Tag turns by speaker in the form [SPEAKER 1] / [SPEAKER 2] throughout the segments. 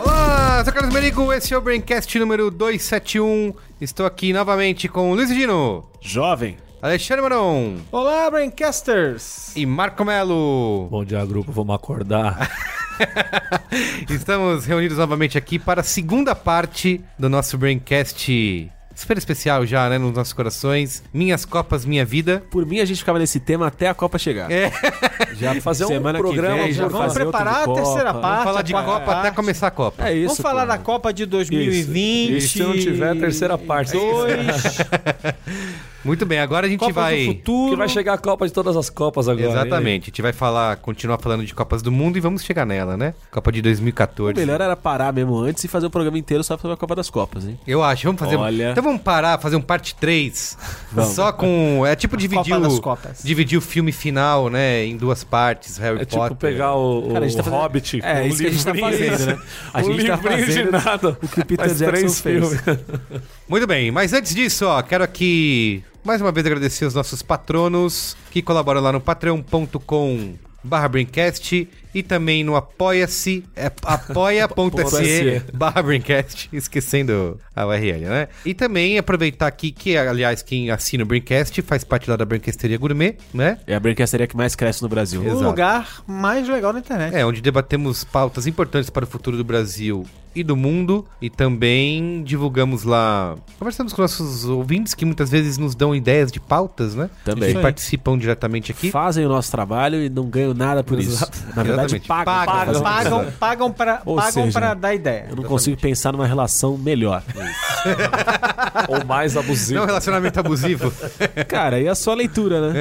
[SPEAKER 1] Olá, eu sou Carlos Merigo, esse é o Braincast número 271. Estou aqui novamente com Luiz Dino,
[SPEAKER 2] Jovem.
[SPEAKER 1] Alexandre Maron
[SPEAKER 2] Olá, Braincasters!
[SPEAKER 1] e Marco Melo.
[SPEAKER 3] Bom dia, grupo. Vamos acordar.
[SPEAKER 1] Estamos reunidos novamente aqui para a segunda parte do nosso Braincast super especial já, né, nos nossos corações. Minhas Copas, Minha Vida.
[SPEAKER 2] Por mim, a gente ficava nesse tema até a Copa chegar.
[SPEAKER 1] É.
[SPEAKER 2] Já
[SPEAKER 3] fazer um
[SPEAKER 2] semana
[SPEAKER 3] programa,
[SPEAKER 2] que vem,
[SPEAKER 3] já
[SPEAKER 2] já
[SPEAKER 3] vamos
[SPEAKER 2] fazer outro
[SPEAKER 4] preparar
[SPEAKER 2] de
[SPEAKER 4] a terceira
[SPEAKER 2] Copa.
[SPEAKER 4] parte.
[SPEAKER 1] Vamos falar
[SPEAKER 4] a
[SPEAKER 1] de
[SPEAKER 4] quarta
[SPEAKER 1] Copa até
[SPEAKER 4] parte.
[SPEAKER 1] começar a Copa.
[SPEAKER 2] É isso.
[SPEAKER 4] Vamos falar
[SPEAKER 2] pô.
[SPEAKER 4] da Copa de
[SPEAKER 2] Isso.
[SPEAKER 4] 2020.
[SPEAKER 2] E se não tiver a terceira parte?
[SPEAKER 4] Dois.
[SPEAKER 1] Muito bem, agora a gente
[SPEAKER 4] Copa
[SPEAKER 1] vai...
[SPEAKER 4] do Futuro.
[SPEAKER 3] Porque vai chegar a Copa de todas as Copas agora.
[SPEAKER 1] Exatamente, a gente vai falar, continuar falando de Copas do Mundo e vamos chegar nela, né? Copa de 2014.
[SPEAKER 2] O melhor era parar mesmo antes e fazer um programa inteiro só sobre a Copa das Copas, hein?
[SPEAKER 1] Eu acho, vamos fazer.
[SPEAKER 2] Olha.
[SPEAKER 1] Então vamos parar, fazer um parte 3. Só com. É tipo dividir
[SPEAKER 4] Copa das
[SPEAKER 1] o.
[SPEAKER 4] Copas.
[SPEAKER 1] Dividir o filme final, né? Em duas partes, Harry
[SPEAKER 3] É tipo
[SPEAKER 1] Potter.
[SPEAKER 3] pegar o, o
[SPEAKER 2] Cara, a gente tá fazendo-
[SPEAKER 3] Hobbit.
[SPEAKER 2] É,
[SPEAKER 3] com
[SPEAKER 2] isso que a gente tá
[SPEAKER 3] livrinho.
[SPEAKER 2] fazendo, né? A
[SPEAKER 3] um
[SPEAKER 2] gente tá
[SPEAKER 3] livrinho de
[SPEAKER 2] fazendo
[SPEAKER 3] nada.
[SPEAKER 2] o que o Peter
[SPEAKER 3] Faz
[SPEAKER 2] Jackson
[SPEAKER 3] três
[SPEAKER 2] fez.
[SPEAKER 3] filmes.
[SPEAKER 1] Muito bem, mas antes disso, ó, quero aqui mais uma vez agradecer os nossos patronos que colaboram lá no patreon.com barra Braincast e também no apoia-se, é, apoia.se barra Braincast, esquecendo a URL, né? E também aproveitar aqui que, aliás, quem assina o Braincast faz parte lá da Brincasteria Gourmet, né?
[SPEAKER 2] É a Brancasteria que mais cresce no Brasil.
[SPEAKER 1] Exato.
[SPEAKER 4] O lugar mais legal da internet.
[SPEAKER 1] É, onde debatemos pautas importantes para o futuro do Brasil e do mundo e também divulgamos lá, conversamos com nossos ouvintes que muitas vezes nos dão ideias de pautas, né?
[SPEAKER 2] Também.
[SPEAKER 1] E participam diretamente aqui.
[SPEAKER 2] Fazem o nosso trabalho e não ganham nada por
[SPEAKER 3] Exato.
[SPEAKER 2] isso. Na verdade,
[SPEAKER 1] Exatamente.
[SPEAKER 2] pagam. pra
[SPEAKER 1] Pagam,
[SPEAKER 2] fazer isso.
[SPEAKER 4] Pagam, pagam pra,
[SPEAKER 2] Ou
[SPEAKER 4] pagam
[SPEAKER 2] seja,
[SPEAKER 4] pra dar ideia.
[SPEAKER 2] Eu não consigo pensar numa relação melhor.
[SPEAKER 3] Ou mais abusivo.
[SPEAKER 1] Não é um relacionamento abusivo.
[SPEAKER 2] Cara, e a sua leitura, né?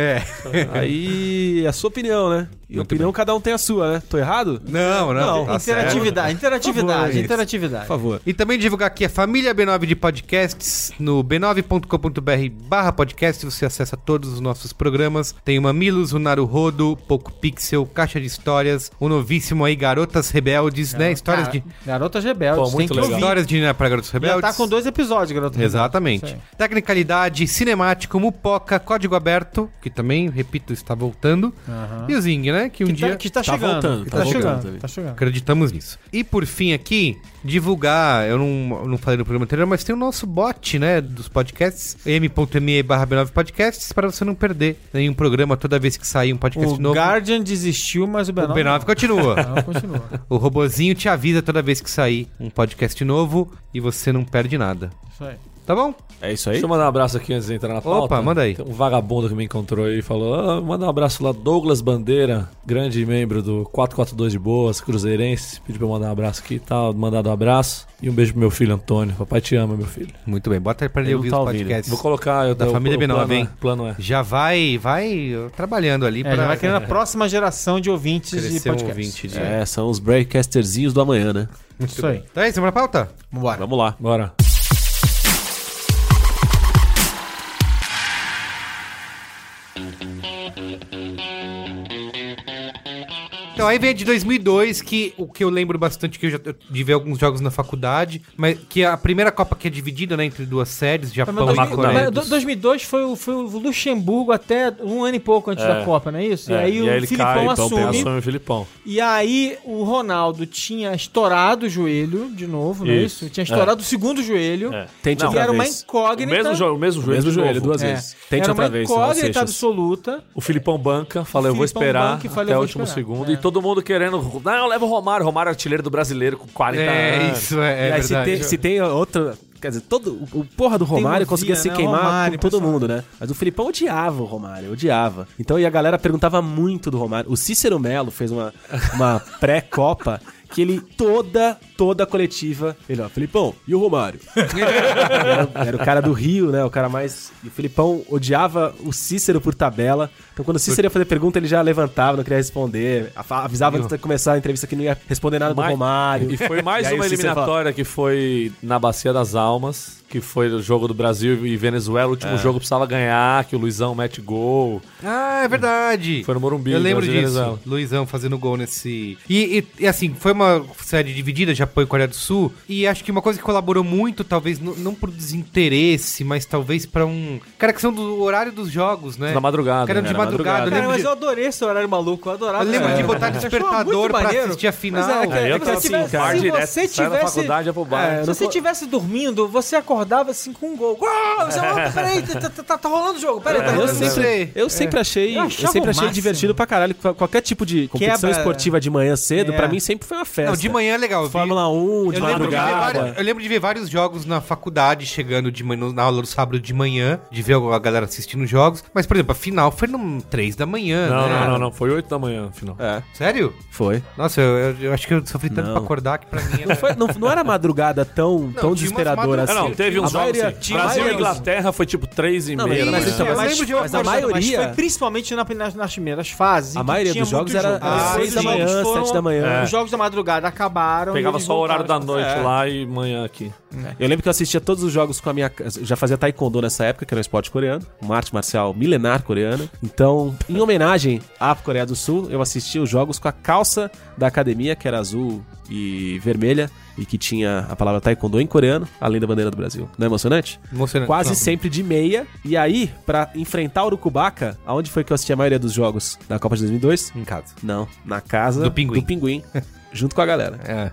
[SPEAKER 1] é.
[SPEAKER 2] Aí a sua opinião, né? E
[SPEAKER 1] Muito
[SPEAKER 2] opinião cada um tem a sua, né? Tô errado?
[SPEAKER 1] Não, não.
[SPEAKER 2] Não,
[SPEAKER 1] tá certo.
[SPEAKER 4] interatividade,
[SPEAKER 2] Por
[SPEAKER 4] interatividade,
[SPEAKER 2] favor,
[SPEAKER 4] interatividade.
[SPEAKER 2] Por favor.
[SPEAKER 1] E também divulgar aqui a família B9 de podcasts no b9.com.br barra podcast. Você acessa todos os nossos programas. Tem o Mamilos, o Naruhodo, Poco Pixel, Caixa de Histórias, o novíssimo aí, Garotas Rebeldes, né? Histórias
[SPEAKER 4] Cara,
[SPEAKER 1] de...
[SPEAKER 4] Garotas Rebeldes,
[SPEAKER 3] Pô,
[SPEAKER 4] tem
[SPEAKER 3] muito
[SPEAKER 4] que
[SPEAKER 3] legal.
[SPEAKER 4] ouvir.
[SPEAKER 1] Histórias de Nina para Garotos
[SPEAKER 4] Já
[SPEAKER 1] Rebeldes.
[SPEAKER 4] tá com dois episódios, Garotas
[SPEAKER 1] Exatamente.
[SPEAKER 4] Rebeldes. Isso
[SPEAKER 1] Tecnicalidade, cinemático, mupoca, código aberto, que também, repito, está voltando. E o Zing, né? Que um
[SPEAKER 4] aí. Que
[SPEAKER 1] dia.
[SPEAKER 4] tá, que tá
[SPEAKER 2] Tá
[SPEAKER 4] chegando.
[SPEAKER 2] voltando,
[SPEAKER 4] que
[SPEAKER 2] tá
[SPEAKER 4] tá,
[SPEAKER 2] voltando,
[SPEAKER 4] chegando,
[SPEAKER 2] sabe?
[SPEAKER 4] tá chegando.
[SPEAKER 1] Acreditamos nisso. E por fim aqui, divulgar, eu não, eu não falei no programa anterior, mas tem o nosso bot, né, dos podcasts, m.me barra B9 podcasts, para você não perder nenhum programa toda vez que sair um podcast
[SPEAKER 4] O tá
[SPEAKER 1] novo.
[SPEAKER 4] Guardian desistiu, mas o
[SPEAKER 1] O
[SPEAKER 4] B9,
[SPEAKER 1] B9 continua.
[SPEAKER 4] não. Não, continua.
[SPEAKER 1] o robozinho te avisa toda vez que sair um podcast novo e você não perde nada.
[SPEAKER 4] Isso aí.
[SPEAKER 1] Tá bom?
[SPEAKER 2] É isso aí?
[SPEAKER 3] Deixa eu mandar um abraço aqui antes de entrar na pauta.
[SPEAKER 1] manda aí.
[SPEAKER 3] Tem um vagabundo que me encontrou aí e falou: "Ah, manda um abraço lá, Douglas Bandeira, grande membro do 442 de Boas, Cruzeirense. Pediu pra eu mandar um abraço aqui e tal. Mandado um abraço. E um beijo pro meu filho, Antônio. Papai te ama, meu filho.
[SPEAKER 1] Muito bem, bota aí pra ele,
[SPEAKER 2] Ele não
[SPEAKER 1] ouvir
[SPEAKER 2] tá
[SPEAKER 1] os
[SPEAKER 2] ouvindo.
[SPEAKER 1] podcasts.
[SPEAKER 3] Vou colocar. Eu,
[SPEAKER 1] Da
[SPEAKER 3] o-
[SPEAKER 1] família
[SPEAKER 3] o
[SPEAKER 1] B9,
[SPEAKER 3] plano é-
[SPEAKER 1] hein?
[SPEAKER 3] plano é.
[SPEAKER 1] Já vai, vai ó, trabalhando ali
[SPEAKER 4] É,
[SPEAKER 1] pra
[SPEAKER 4] já vai criando a próxima geração de ouvintes de
[SPEAKER 1] crescer um
[SPEAKER 4] podcast.
[SPEAKER 1] ouvinte. De...
[SPEAKER 2] É, são os breakcasterzinhos do amanhã, né?
[SPEAKER 4] Isso aí.
[SPEAKER 1] Tá aí, semana pauta?
[SPEAKER 4] Vambora.
[SPEAKER 2] Vamos lá.
[SPEAKER 3] Bora.
[SPEAKER 1] Então, aí vem a de 2002, que o que eu lembro bastante, que eu já eu tive alguns jogos na faculdade, mas que a primeira Copa que é dividida, né, entre duas séries,
[SPEAKER 4] Mas
[SPEAKER 1] Japão
[SPEAKER 4] dois-
[SPEAKER 1] e
[SPEAKER 3] Marco
[SPEAKER 4] mas
[SPEAKER 1] Coreia.
[SPEAKER 3] Aurélio.
[SPEAKER 4] do- 2002 foi o, foi o Luxemburgo até um ano e pouco antes da Copa, não é isso? e
[SPEAKER 3] É,
[SPEAKER 4] aí o
[SPEAKER 3] ele
[SPEAKER 4] Filipão
[SPEAKER 3] cai, então,
[SPEAKER 4] assume.
[SPEAKER 3] assume o Filipão.
[SPEAKER 4] E aí o Ronaldo tinha estourado o joelho de novo, não é
[SPEAKER 3] Isso.
[SPEAKER 4] isso? Tinha estourado o segundo joelho.
[SPEAKER 3] É.
[SPEAKER 2] Tente
[SPEAKER 4] Que
[SPEAKER 2] outra
[SPEAKER 4] era uma
[SPEAKER 2] vez.
[SPEAKER 4] incógnita.
[SPEAKER 3] O mesmo jogo, o mesmo joelho.
[SPEAKER 2] mesmo
[SPEAKER 3] de
[SPEAKER 2] joelho,
[SPEAKER 3] novo.
[SPEAKER 2] duas
[SPEAKER 4] É.
[SPEAKER 2] vezes. Tente
[SPEAKER 4] era
[SPEAKER 2] outra
[SPEAKER 4] uma
[SPEAKER 2] vez, Raul
[SPEAKER 4] incógnita
[SPEAKER 2] Seixas.
[SPEAKER 4] absoluta.
[SPEAKER 3] O Filipão banca, fala, eu vou
[SPEAKER 4] Filipão
[SPEAKER 3] esperar
[SPEAKER 4] banca e fala, eu
[SPEAKER 3] até o
[SPEAKER 4] vou
[SPEAKER 3] último
[SPEAKER 4] esperar.
[SPEAKER 3] segundo.
[SPEAKER 4] É.
[SPEAKER 3] E todo mundo querendo. Não, leva o Romário. Romário é artilheiro do brasileiro com 40
[SPEAKER 1] É,
[SPEAKER 3] anos.
[SPEAKER 1] isso, é,
[SPEAKER 2] e
[SPEAKER 1] é
[SPEAKER 2] aí, se
[SPEAKER 1] verdade.
[SPEAKER 2] tem, se tem outra. Quer dizer, todo, o, o porra do Romário
[SPEAKER 4] um
[SPEAKER 2] conseguia
[SPEAKER 4] dia,
[SPEAKER 2] se
[SPEAKER 4] né?
[SPEAKER 2] queimar
[SPEAKER 4] Romário,
[SPEAKER 2] com todo
[SPEAKER 4] pessoal.
[SPEAKER 2] mundo, né? Mas o Filipão odiava o Romário, odiava. Então, e a galera perguntava muito do Romário. O Cícero Melo fez uma, uma pré-copa que ele toda toda a coletiva, ele, ó, Filipão, e o Romário? era, era o cara do Rio, né? O cara mais. E o Filipão odiava o Cícero por tabela. Então, quando o Cícero ia fazer pergunta, ele já levantava, não queria responder. afa- Avisava antes de começar a entrevista que não ia responder nada do
[SPEAKER 3] Mas-
[SPEAKER 2] Romário.
[SPEAKER 3] E foi mais
[SPEAKER 2] E aí
[SPEAKER 3] uma
[SPEAKER 2] o Cícero
[SPEAKER 3] eliminatória que foi na Bacia das Almas, que foi o jogo do Brasil e Venezuela. O último
[SPEAKER 2] É.
[SPEAKER 3] jogo precisava ganhar, que o Luizão mete gol.
[SPEAKER 1] Ah, é verdade.
[SPEAKER 3] Foi no Morumbi.
[SPEAKER 1] Eu lembro
[SPEAKER 3] Brasil e
[SPEAKER 1] disso.
[SPEAKER 3] Venezuela.
[SPEAKER 1] Luizão fazendo gol nesse. E, e- e, assim, foi uma série dividida, Japão e Coreia do Sul. E acho que uma coisa que colaborou muito, talvez, n- não por desinteresse, mas talvez pra um. Cara, que são do horário dos jogos, né?
[SPEAKER 3] Na madrugada.
[SPEAKER 1] Que eram de
[SPEAKER 3] Era
[SPEAKER 1] madrugada.
[SPEAKER 2] madrugada.
[SPEAKER 1] Eu
[SPEAKER 4] Cara,
[SPEAKER 1] lembro
[SPEAKER 4] mas
[SPEAKER 1] de-
[SPEAKER 4] eu adorei esse horário maluco, eu adorava.
[SPEAKER 1] Eu lembro de
[SPEAKER 4] É.
[SPEAKER 1] botar
[SPEAKER 4] Eu achava
[SPEAKER 1] despertador
[SPEAKER 4] muito
[SPEAKER 1] pra
[SPEAKER 4] maneiro.
[SPEAKER 1] assistir a final.
[SPEAKER 4] Mas é que-
[SPEAKER 3] Aí
[SPEAKER 4] é
[SPEAKER 3] eu
[SPEAKER 4] que
[SPEAKER 3] tava
[SPEAKER 4] se
[SPEAKER 3] assim,
[SPEAKER 4] tivesse-
[SPEAKER 3] cara,
[SPEAKER 4] se
[SPEAKER 3] direto,
[SPEAKER 4] você
[SPEAKER 3] sai da
[SPEAKER 4] tivesse-
[SPEAKER 3] faculdade, ia pro bar.
[SPEAKER 2] É, eu
[SPEAKER 4] Se
[SPEAKER 2] não
[SPEAKER 4] você
[SPEAKER 2] co-
[SPEAKER 4] estivesse dormindo, você acordava assim com um gol. Uau, você, "Oh, peraí, tá, tá- tá- tá rolando o jogo,
[SPEAKER 1] É,
[SPEAKER 4] peraí, tá
[SPEAKER 2] Eu,
[SPEAKER 4] rolando o jogo.
[SPEAKER 2] sempre, eu sempre achei,
[SPEAKER 4] É. Eu
[SPEAKER 2] eu
[SPEAKER 4] achava
[SPEAKER 2] sempre
[SPEAKER 4] o
[SPEAKER 2] achei
[SPEAKER 4] máximo.
[SPEAKER 2] divertido pra caralho. Qual- Qualquer tipo de competição
[SPEAKER 4] Quebra-
[SPEAKER 2] esportiva de manhã cedo,
[SPEAKER 4] É.
[SPEAKER 2] pra mim sempre foi uma festa.
[SPEAKER 1] Não, de manhã é legal. eu vi-
[SPEAKER 2] Fórmula 1, de
[SPEAKER 1] Eu lembro, de ver
[SPEAKER 2] madrugada.
[SPEAKER 1] vários, eu lembro de ver vários jogos na faculdade, chegando de manhã, na aula do sábado de manhã, de ver a galera assistindo jogos. Mas, por exemplo, a final foi no 3 da manhã,
[SPEAKER 3] Não,
[SPEAKER 1] né?
[SPEAKER 3] não,
[SPEAKER 4] É.
[SPEAKER 3] não, não. Foi 8 da manhã, afinal.
[SPEAKER 2] É,
[SPEAKER 1] Sério?
[SPEAKER 2] foi.
[SPEAKER 1] Nossa, eu, eu- eu acho que eu sofri tanto
[SPEAKER 2] Não.
[SPEAKER 1] pra acordar que pra mim era...
[SPEAKER 2] Não, foi- não- não era madrugada tão, tão
[SPEAKER 1] tinha umas
[SPEAKER 2] desesperadora
[SPEAKER 1] madrugadas.
[SPEAKER 3] É,
[SPEAKER 2] assim.
[SPEAKER 3] não, teve uns
[SPEAKER 2] A
[SPEAKER 3] jogos
[SPEAKER 2] maioria-
[SPEAKER 3] assim.
[SPEAKER 2] tinha
[SPEAKER 3] Brasil e
[SPEAKER 2] vários-
[SPEAKER 3] Inglaterra foi tipo 3 e
[SPEAKER 2] Não,
[SPEAKER 3] meia.
[SPEAKER 2] mas-
[SPEAKER 3] da
[SPEAKER 2] mas
[SPEAKER 3] manhã.
[SPEAKER 2] então,
[SPEAKER 4] Eu
[SPEAKER 2] mas-
[SPEAKER 4] lembro de
[SPEAKER 2] mas a
[SPEAKER 4] acordar, mas
[SPEAKER 2] maioria-
[SPEAKER 4] foi principalmente na- nas, nas primeiras fases. em
[SPEAKER 2] A
[SPEAKER 4] que
[SPEAKER 2] maioria
[SPEAKER 4] tinha
[SPEAKER 2] dos jogos
[SPEAKER 4] muito
[SPEAKER 2] era-
[SPEAKER 4] jogo.
[SPEAKER 2] era
[SPEAKER 4] Ah,
[SPEAKER 2] seis
[SPEAKER 4] os
[SPEAKER 2] da manhã,
[SPEAKER 4] jogos
[SPEAKER 2] sete da manhã.
[SPEAKER 4] Os jogos da madrugada acabaram.
[SPEAKER 3] Pegava
[SPEAKER 4] e
[SPEAKER 3] só o horário da
[SPEAKER 4] voltaram.
[SPEAKER 3] noite
[SPEAKER 4] É.
[SPEAKER 3] lá e manhã aqui.
[SPEAKER 2] assim. Eu lembro que eu assistia todos os jogos com a minha. eu Já fazia taekwondo nessa época, que era um esporte coreano, uma arte marcial milenar coreana. Então, em homenagem à Coreia do Sul, eu assistia os jogos com a calça da academia, que era azul e vermelha, e que tinha a palavra taekwondo em coreano, além da bandeira do Brasil. Não é emocionante?
[SPEAKER 1] Emocionante.
[SPEAKER 2] Quase
[SPEAKER 1] Não.
[SPEAKER 2] sempre de meia. E aí, pra enfrentar o Urucubaca, aonde foi que eu assisti a maioria dos jogos da Copa de 2002?
[SPEAKER 1] Em casa.
[SPEAKER 2] Não, na casa
[SPEAKER 1] Do Pinguim.
[SPEAKER 2] junto com a galera.
[SPEAKER 1] É.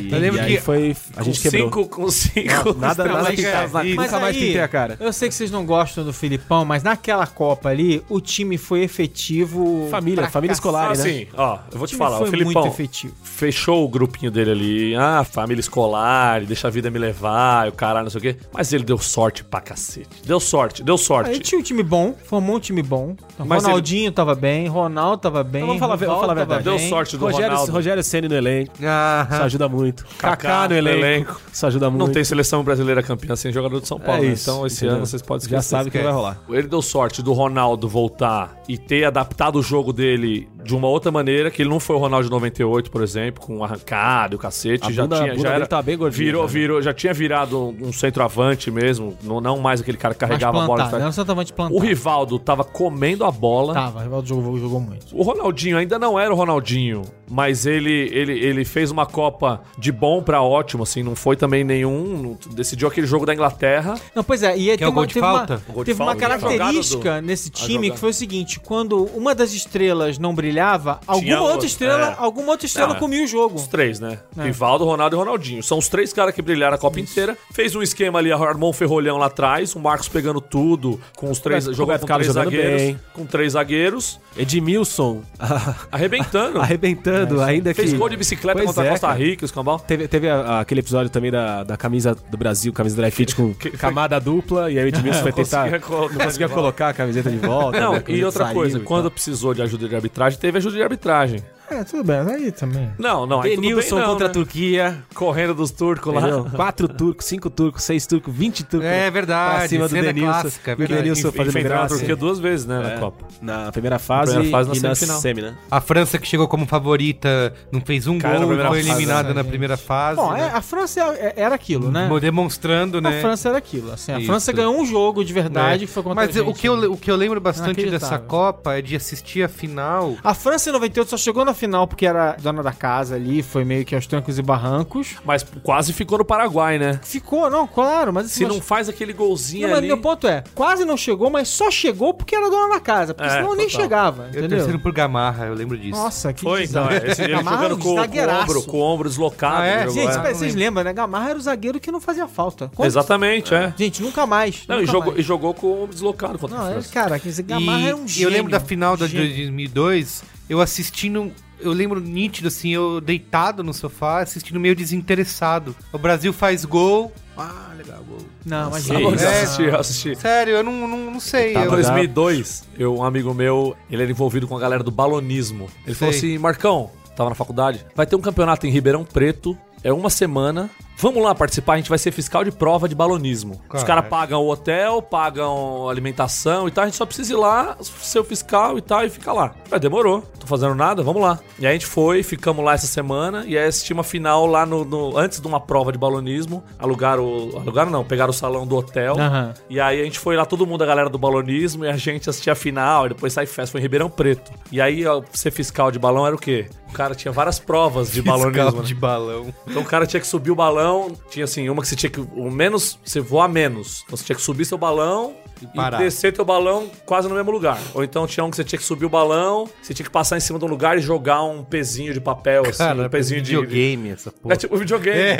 [SPEAKER 2] E,
[SPEAKER 1] eu lembro
[SPEAKER 2] e aí
[SPEAKER 1] que-
[SPEAKER 2] foi a gente
[SPEAKER 3] com
[SPEAKER 2] quebrou.
[SPEAKER 3] cinco, com cinco.
[SPEAKER 2] Nada, nada
[SPEAKER 1] Mas,
[SPEAKER 2] pintado na-
[SPEAKER 1] é,
[SPEAKER 2] nunca
[SPEAKER 4] Mas
[SPEAKER 2] mais
[SPEAKER 4] aí-
[SPEAKER 2] pintei a cara.
[SPEAKER 4] Eu sei que vocês não gostam do Filipão, mas naquela Copa ali, o time foi efetivo.
[SPEAKER 2] Família,
[SPEAKER 4] pra cacete.
[SPEAKER 2] família escolar, né?
[SPEAKER 3] assim, ó, eu vou
[SPEAKER 4] O
[SPEAKER 3] te
[SPEAKER 4] time
[SPEAKER 3] falar.
[SPEAKER 4] foi
[SPEAKER 3] O Filipão,
[SPEAKER 4] muito efetivo.
[SPEAKER 3] fechou o grupinho dele ali. Ah, família escolar, deixa a vida me levar, e o caralho, não sei o quê. Mas ele deu sorte pra cacete. Deu sorte, deu
[SPEAKER 4] Aí
[SPEAKER 3] sorte.
[SPEAKER 2] tipo,
[SPEAKER 4] tinha um time bom, formou um time bom. Então,
[SPEAKER 3] Mas
[SPEAKER 4] Ronaldinho tava bem, Ronaldo tava bem.
[SPEAKER 2] Então vamos falar- vamos
[SPEAKER 4] Rivaldo
[SPEAKER 2] falar a
[SPEAKER 4] tava
[SPEAKER 2] verdade.
[SPEAKER 3] Deu
[SPEAKER 4] bem.
[SPEAKER 3] sorte do
[SPEAKER 2] Rogério,
[SPEAKER 3] Ronaldo.
[SPEAKER 2] Rogério Ceni no elenco. Isso
[SPEAKER 1] Aham.
[SPEAKER 2] ajuda muito.
[SPEAKER 3] Kaká no elenco.
[SPEAKER 2] Isso ajuda muito.
[SPEAKER 3] Não tem seleção brasileira campeã sem jogador de São Paulo.
[SPEAKER 2] É
[SPEAKER 3] né?
[SPEAKER 2] isso,
[SPEAKER 3] então esse
[SPEAKER 2] entendeu?
[SPEAKER 3] ano vocês podem esquecer.
[SPEAKER 2] Já sabe o que vai
[SPEAKER 1] esquece.
[SPEAKER 2] rolar.
[SPEAKER 3] Ele deu sorte do Ronaldo voltar e ter adaptado o jogo dele de uma outra maneira, que ele não foi o Ronaldo de 98, por exemplo, com arrancado e o cacete.
[SPEAKER 2] A
[SPEAKER 3] já
[SPEAKER 2] bunda- a
[SPEAKER 3] tinha,
[SPEAKER 2] bunda
[SPEAKER 3] já
[SPEAKER 2] dele
[SPEAKER 3] era,
[SPEAKER 2] tava bem gordinha,
[SPEAKER 3] virou,
[SPEAKER 2] né?
[SPEAKER 3] virou, já tinha virado um um centroavante mesmo, não, não mais aquele cara que
[SPEAKER 4] Mas né?
[SPEAKER 3] carregava a bola.
[SPEAKER 4] plantado,
[SPEAKER 3] de trás.
[SPEAKER 4] Era só tava de plantar.
[SPEAKER 3] O Rivaldo tava comendo a bola.
[SPEAKER 4] Tava, o Rivaldo jogou, jogou muito.
[SPEAKER 3] O Ronaldinho ainda não era o Ronaldinho, mas ele, ele, ele fez uma Copa de bom pra ótimo, assim, não foi também nenhum. não- Decidiu aquele jogo da Inglaterra.
[SPEAKER 4] Não, pois é, e aí
[SPEAKER 1] Que é o
[SPEAKER 4] teve
[SPEAKER 1] gol
[SPEAKER 4] uma-
[SPEAKER 1] de
[SPEAKER 4] teve uma-
[SPEAKER 1] falta?
[SPEAKER 3] O gol de
[SPEAKER 4] Teve uma
[SPEAKER 3] falta. né?
[SPEAKER 4] característica
[SPEAKER 3] Jogada
[SPEAKER 4] nesse time
[SPEAKER 3] jogada.
[SPEAKER 4] que foi o seguinte: quando uma das estrelas não brilhava, alguma outra
[SPEAKER 3] outra,
[SPEAKER 4] estrela,
[SPEAKER 3] é.
[SPEAKER 4] alguma outra estrela
[SPEAKER 3] Não, é.
[SPEAKER 4] comia o jogo.
[SPEAKER 3] Os três, né?
[SPEAKER 2] É.
[SPEAKER 3] Rivaldo, Ronaldo e Ronaldinho. São os três caras que brilharam a Copa inteira. Fez um esquema ali, Armão Ferrolhão lá atrás, o Marcos pegando tudo, com os três.
[SPEAKER 2] Roberto
[SPEAKER 3] Jogou com
[SPEAKER 2] Carlos
[SPEAKER 3] três
[SPEAKER 2] jogando
[SPEAKER 3] zagueiros.
[SPEAKER 2] bem.
[SPEAKER 3] Com três zagueiros,
[SPEAKER 2] Edmilson
[SPEAKER 3] arrebentando. É
[SPEAKER 2] arrebentando, ainda que...
[SPEAKER 3] Fez gol de bicicleta
[SPEAKER 2] Pois
[SPEAKER 3] contra a
[SPEAKER 2] é,
[SPEAKER 3] Costa
[SPEAKER 2] cara.
[SPEAKER 3] Rica, os cambal.
[SPEAKER 2] Teve, teve a- a- aquele episódio também da, da camisa do Brasil, camisa do Fit com camada dupla, e aí o Edmilson foi tentar...
[SPEAKER 3] conseguia colo-
[SPEAKER 2] Não conseguia colocar a camiseta de volta. né?
[SPEAKER 3] Não,
[SPEAKER 2] A
[SPEAKER 3] e
[SPEAKER 2] camiseta
[SPEAKER 3] outra
[SPEAKER 2] saiu
[SPEAKER 3] coisa,
[SPEAKER 2] e
[SPEAKER 3] quando
[SPEAKER 2] tal.
[SPEAKER 3] precisou de ajuda de arbitragem, teve ajuda de arbitragem.
[SPEAKER 4] É, tudo bem, aí também.
[SPEAKER 3] Não, não, aí tudo bem
[SPEAKER 2] Denilson
[SPEAKER 3] não,
[SPEAKER 2] contra a
[SPEAKER 3] né?
[SPEAKER 2] Turquia,
[SPEAKER 3] Correndo dos turcos lá.
[SPEAKER 2] entendeu? Quatro turcos, cinco turcos, seis turcos, vinte turcos.
[SPEAKER 1] É verdade,
[SPEAKER 2] Pra cima do
[SPEAKER 1] cena
[SPEAKER 2] Denilson.
[SPEAKER 1] clássica, é
[SPEAKER 2] e o
[SPEAKER 1] verdade.
[SPEAKER 2] Denilson
[SPEAKER 3] Enf-
[SPEAKER 2] fazendo
[SPEAKER 3] Enfrentaram a
[SPEAKER 2] graça.
[SPEAKER 3] Turquia duas vezes, né,
[SPEAKER 2] É,
[SPEAKER 3] na Copa.
[SPEAKER 2] Na primeira fase,
[SPEAKER 3] Na primeira fase,
[SPEAKER 2] e
[SPEAKER 3] na
[SPEAKER 2] na
[SPEAKER 3] semifinal.
[SPEAKER 2] semi, né?
[SPEAKER 1] A França que chegou como favorita não fez um
[SPEAKER 3] Caiu na
[SPEAKER 1] gol e
[SPEAKER 3] primeira
[SPEAKER 1] foi
[SPEAKER 3] fase,
[SPEAKER 1] eliminada
[SPEAKER 4] né,
[SPEAKER 1] na
[SPEAKER 4] gente?
[SPEAKER 1] primeira fase.
[SPEAKER 4] Bom, é,
[SPEAKER 1] né?
[SPEAKER 4] a França é- é- era aquilo, né?
[SPEAKER 1] Demonstrando, né?
[SPEAKER 4] A França era aquilo. Assim, a
[SPEAKER 1] Isso.
[SPEAKER 4] França ganhou um jogo de
[SPEAKER 1] né?
[SPEAKER 4] verdade, que foi contra
[SPEAKER 1] Mas
[SPEAKER 4] a gente.
[SPEAKER 1] o, que eu, le- o que eu lembro bastante dessa
[SPEAKER 4] Inacreditável.
[SPEAKER 1] Copa é de assistir a final.
[SPEAKER 4] A França em 98 só chegou na final porque era dona da casa ali, foi meio que aos trancos e barrancos.
[SPEAKER 3] Mas quase ficou no Paraguai, né?
[SPEAKER 4] Ficou, não, claro, mas assim,
[SPEAKER 3] Se
[SPEAKER 4] mas-
[SPEAKER 3] não faz aquele golzinho
[SPEAKER 4] Não, mas
[SPEAKER 3] ali...
[SPEAKER 4] meu ponto é, quase não chegou, mas só chegou porque era dona da casa, porque
[SPEAKER 3] É,
[SPEAKER 4] senão nem
[SPEAKER 3] total.
[SPEAKER 4] chegava,
[SPEAKER 1] Eu
[SPEAKER 4] entendeu?
[SPEAKER 1] terceiro por Gamarra, eu lembro disso.
[SPEAKER 4] Nossa, que
[SPEAKER 3] Foi, então,
[SPEAKER 4] desastre.
[SPEAKER 3] é. Esse, ele
[SPEAKER 4] Gamarra
[SPEAKER 3] jogando
[SPEAKER 4] um
[SPEAKER 3] com, o- com o
[SPEAKER 4] zagueiraço.
[SPEAKER 3] ombro, com o ombro deslocado.
[SPEAKER 1] Ah, é?
[SPEAKER 3] jogou,
[SPEAKER 4] Gente,
[SPEAKER 3] é.
[SPEAKER 4] espera, vocês lembram, né? Gamarra era o zagueiro que não fazia falta. Quando-
[SPEAKER 3] Exatamente, é.
[SPEAKER 4] Gente, nunca mais.
[SPEAKER 3] Não, e
[SPEAKER 4] nunca
[SPEAKER 3] jogou,
[SPEAKER 4] mais.
[SPEAKER 3] e jogou com o ombro deslocado contra
[SPEAKER 4] Não,
[SPEAKER 3] a
[SPEAKER 4] é,
[SPEAKER 3] França.
[SPEAKER 4] cara, quer dizer, Gamarra
[SPEAKER 1] E
[SPEAKER 4] era um gênio.
[SPEAKER 1] Eu lembro da final da de
[SPEAKER 4] Gênio.
[SPEAKER 1] 2002, eu assistindo. Eu lembro nítido, assim, eu deitado no sofá, assistindo meio desinteressado. O Brasil faz gol. Ah, legal, gol.
[SPEAKER 4] Não, mas...
[SPEAKER 3] Que isso,
[SPEAKER 1] É.
[SPEAKER 3] eu assisti, eu assisti.
[SPEAKER 1] Sério, eu não, não, não
[SPEAKER 4] é
[SPEAKER 1] sei.
[SPEAKER 3] Em
[SPEAKER 1] eu-
[SPEAKER 3] 2002, eu, um amigo meu, ele era envolvido com a galera do balonismo. Ele falou
[SPEAKER 1] Sei.
[SPEAKER 3] assim, Marcão, tava na faculdade, vai ter um campeonato em Ribeirão Preto É uma semana. Vamos lá participar, a gente vai ser fiscal de prova de balonismo. Os
[SPEAKER 1] Caralho.
[SPEAKER 3] caras pagam o hotel, pagam alimentação e tal, a gente só precisa ir lá, ser o fiscal e tal, e fica lá. Ah, demorou, tô fazendo nada, vamos lá. E aí a gente foi, ficamos lá essa semana, e aí assistimos uma final lá no, no- Antes de uma prova de balonismo, alugaram. Alugaram não, pegaram o salão do hotel.
[SPEAKER 4] Aham.
[SPEAKER 3] E aí a gente foi lá, todo mundo, a galera do balonismo, e a gente assistia a final, e depois sai festa, foi em Ribeirão Preto. E aí, ó, ser fiscal de balão era o quê? O cara tinha várias provas de balonismo.
[SPEAKER 1] Fiscal
[SPEAKER 3] né?
[SPEAKER 1] de balão.
[SPEAKER 3] Então o cara tinha que subir o balão, tinha assim, uma que você tinha que. O menos, você voar menos. Então você tinha que subir seu balão e,
[SPEAKER 1] parar.
[SPEAKER 3] descer teu balão quase no mesmo lugar. Ou então tinha um que você tinha que subir o balão, você tinha que passar em cima de um lugar e jogar um pezinho de papel, assim, um pezinho de.
[SPEAKER 1] é videogame, essa porra.
[SPEAKER 3] É tipo um videogame.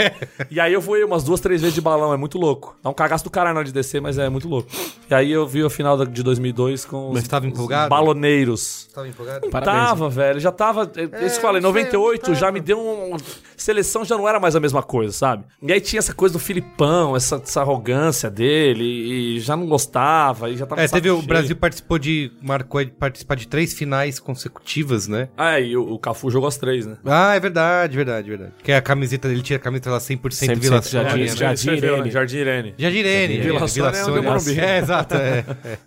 [SPEAKER 3] E aí eu voei umas duas, três vezes de balão, é muito louco. Dá um cagaço do caralho na hora de descer, mas é muito louco. E aí eu vi o final da- de 2002 com os,
[SPEAKER 1] Mas tava
[SPEAKER 3] os
[SPEAKER 1] empolgado?
[SPEAKER 3] baloneiros.
[SPEAKER 1] Tava empolgado?
[SPEAKER 2] Parabéns,
[SPEAKER 3] Tava, velho. Já tava. É, isso que eu falei,
[SPEAKER 1] não sei,
[SPEAKER 3] 98
[SPEAKER 1] não
[SPEAKER 3] já
[SPEAKER 1] tava.
[SPEAKER 3] me deu um. Seleção já não era mais a mesma coisa, sabe? E aí tinha essa coisa do Filipão, essa, essa arrogância dele, e já não gostava, e já tava.
[SPEAKER 1] É,
[SPEAKER 3] de saco
[SPEAKER 1] teve o
[SPEAKER 3] cheio.
[SPEAKER 1] Brasil participou de. Marcou de participar de três finais consecutivas, né?
[SPEAKER 3] Ah, e o, o Cafu jogou as três, né?
[SPEAKER 1] Ah, é verdade, verdade, verdade. Que a camiseta dele tinha a camiseta lá 100%, Vila
[SPEAKER 2] 100%
[SPEAKER 1] Sônia,
[SPEAKER 2] Jardim-
[SPEAKER 1] né?
[SPEAKER 2] Jardim Irene.
[SPEAKER 3] né? Jardim Irene.
[SPEAKER 1] Jardirene,
[SPEAKER 3] Vila
[SPEAKER 1] Vila
[SPEAKER 3] Sônia é o
[SPEAKER 1] Sônia.
[SPEAKER 3] Morumbi.
[SPEAKER 1] É, exato, é. é.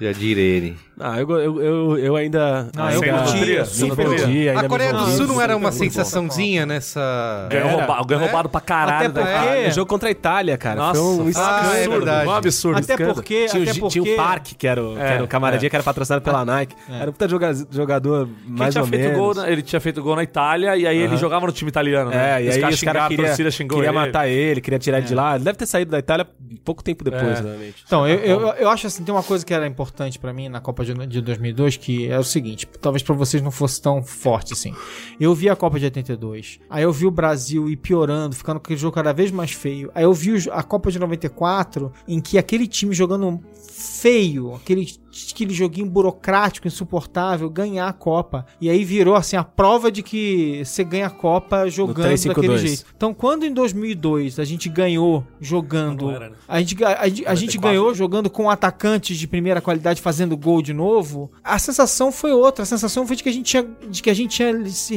[SPEAKER 1] Jardirene.
[SPEAKER 2] Ah, eu, go- eu, eu, eu ainda.
[SPEAKER 3] Ah,
[SPEAKER 4] Não,
[SPEAKER 2] ainda
[SPEAKER 4] eu curtia,
[SPEAKER 2] me
[SPEAKER 3] super
[SPEAKER 2] envolvi,
[SPEAKER 3] curtia.
[SPEAKER 2] ainda
[SPEAKER 1] A
[SPEAKER 2] me
[SPEAKER 1] Coreia do
[SPEAKER 2] envolvi.
[SPEAKER 1] Sul não era uma
[SPEAKER 2] Muito bom.
[SPEAKER 1] sensaçãozinha nessa.
[SPEAKER 3] Ganhou,
[SPEAKER 2] Era.
[SPEAKER 3] roubado, ganhou
[SPEAKER 1] É?
[SPEAKER 3] roubado pra
[SPEAKER 4] Até
[SPEAKER 3] caralho da
[SPEAKER 4] porque-
[SPEAKER 3] Itália.
[SPEAKER 2] É, jogo contra a Itália, cara.
[SPEAKER 3] Nossa,
[SPEAKER 2] foi um
[SPEAKER 1] ah, é
[SPEAKER 2] escândalo.
[SPEAKER 1] verdade.
[SPEAKER 2] um absurdo.
[SPEAKER 4] Até
[SPEAKER 2] escândalo.
[SPEAKER 4] porque-
[SPEAKER 2] Tinha, o
[SPEAKER 4] até
[SPEAKER 2] Gi- tinha
[SPEAKER 4] porque-
[SPEAKER 2] o Parque, que era o, que era
[SPEAKER 3] É,
[SPEAKER 2] o camaradinha, que era patrocinado pela Nike. Era um puta joga- jogador
[SPEAKER 3] Quem
[SPEAKER 2] mais
[SPEAKER 3] É. tinha
[SPEAKER 2] ou
[SPEAKER 3] feito
[SPEAKER 2] menos.
[SPEAKER 3] gol né? na- ele tinha feito gol na Itália e aí ele
[SPEAKER 2] Aham.
[SPEAKER 3] jogava no time italiano, né?
[SPEAKER 2] É, e aí os caras
[SPEAKER 3] xingaram, a
[SPEAKER 2] queriam
[SPEAKER 3] torcida xingou
[SPEAKER 2] queria
[SPEAKER 3] ele.
[SPEAKER 2] matar ele, queria tirar ele de lá. Ele deve ter saído da Itália pouco tempo depois, né,
[SPEAKER 3] É.
[SPEAKER 2] realmente.
[SPEAKER 4] Então, eu, eu, eu acho assim, tem uma coisa que era importante pra mim na Copa de, de 2002, que é o seguinte, talvez pra vocês não fosse tão forte assim. Eu vi a Copa de 82, aí eu vi o Brasil ir piorando, ficando com aquele jogo cada vez mais feio. Aí eu vi os- a Copa de 94, em que aquele time jogando feio, aquele, aquele joguinho burocrático, insuportável, ganhar a Copa. E aí virou assim a prova de que você ganha a Copa jogando
[SPEAKER 2] 3-5-2.
[SPEAKER 4] daquele jeito. Então, quando em 2002 a gente ganhou jogando.
[SPEAKER 3] Não era, né?
[SPEAKER 4] A gente, ga- a, gente- a gente ganhou jogando com atacantes de primeira qualidade fazendo gol de novo. A sensação foi outra. A sensação foi de que a gente tinha, de que a gente tinha se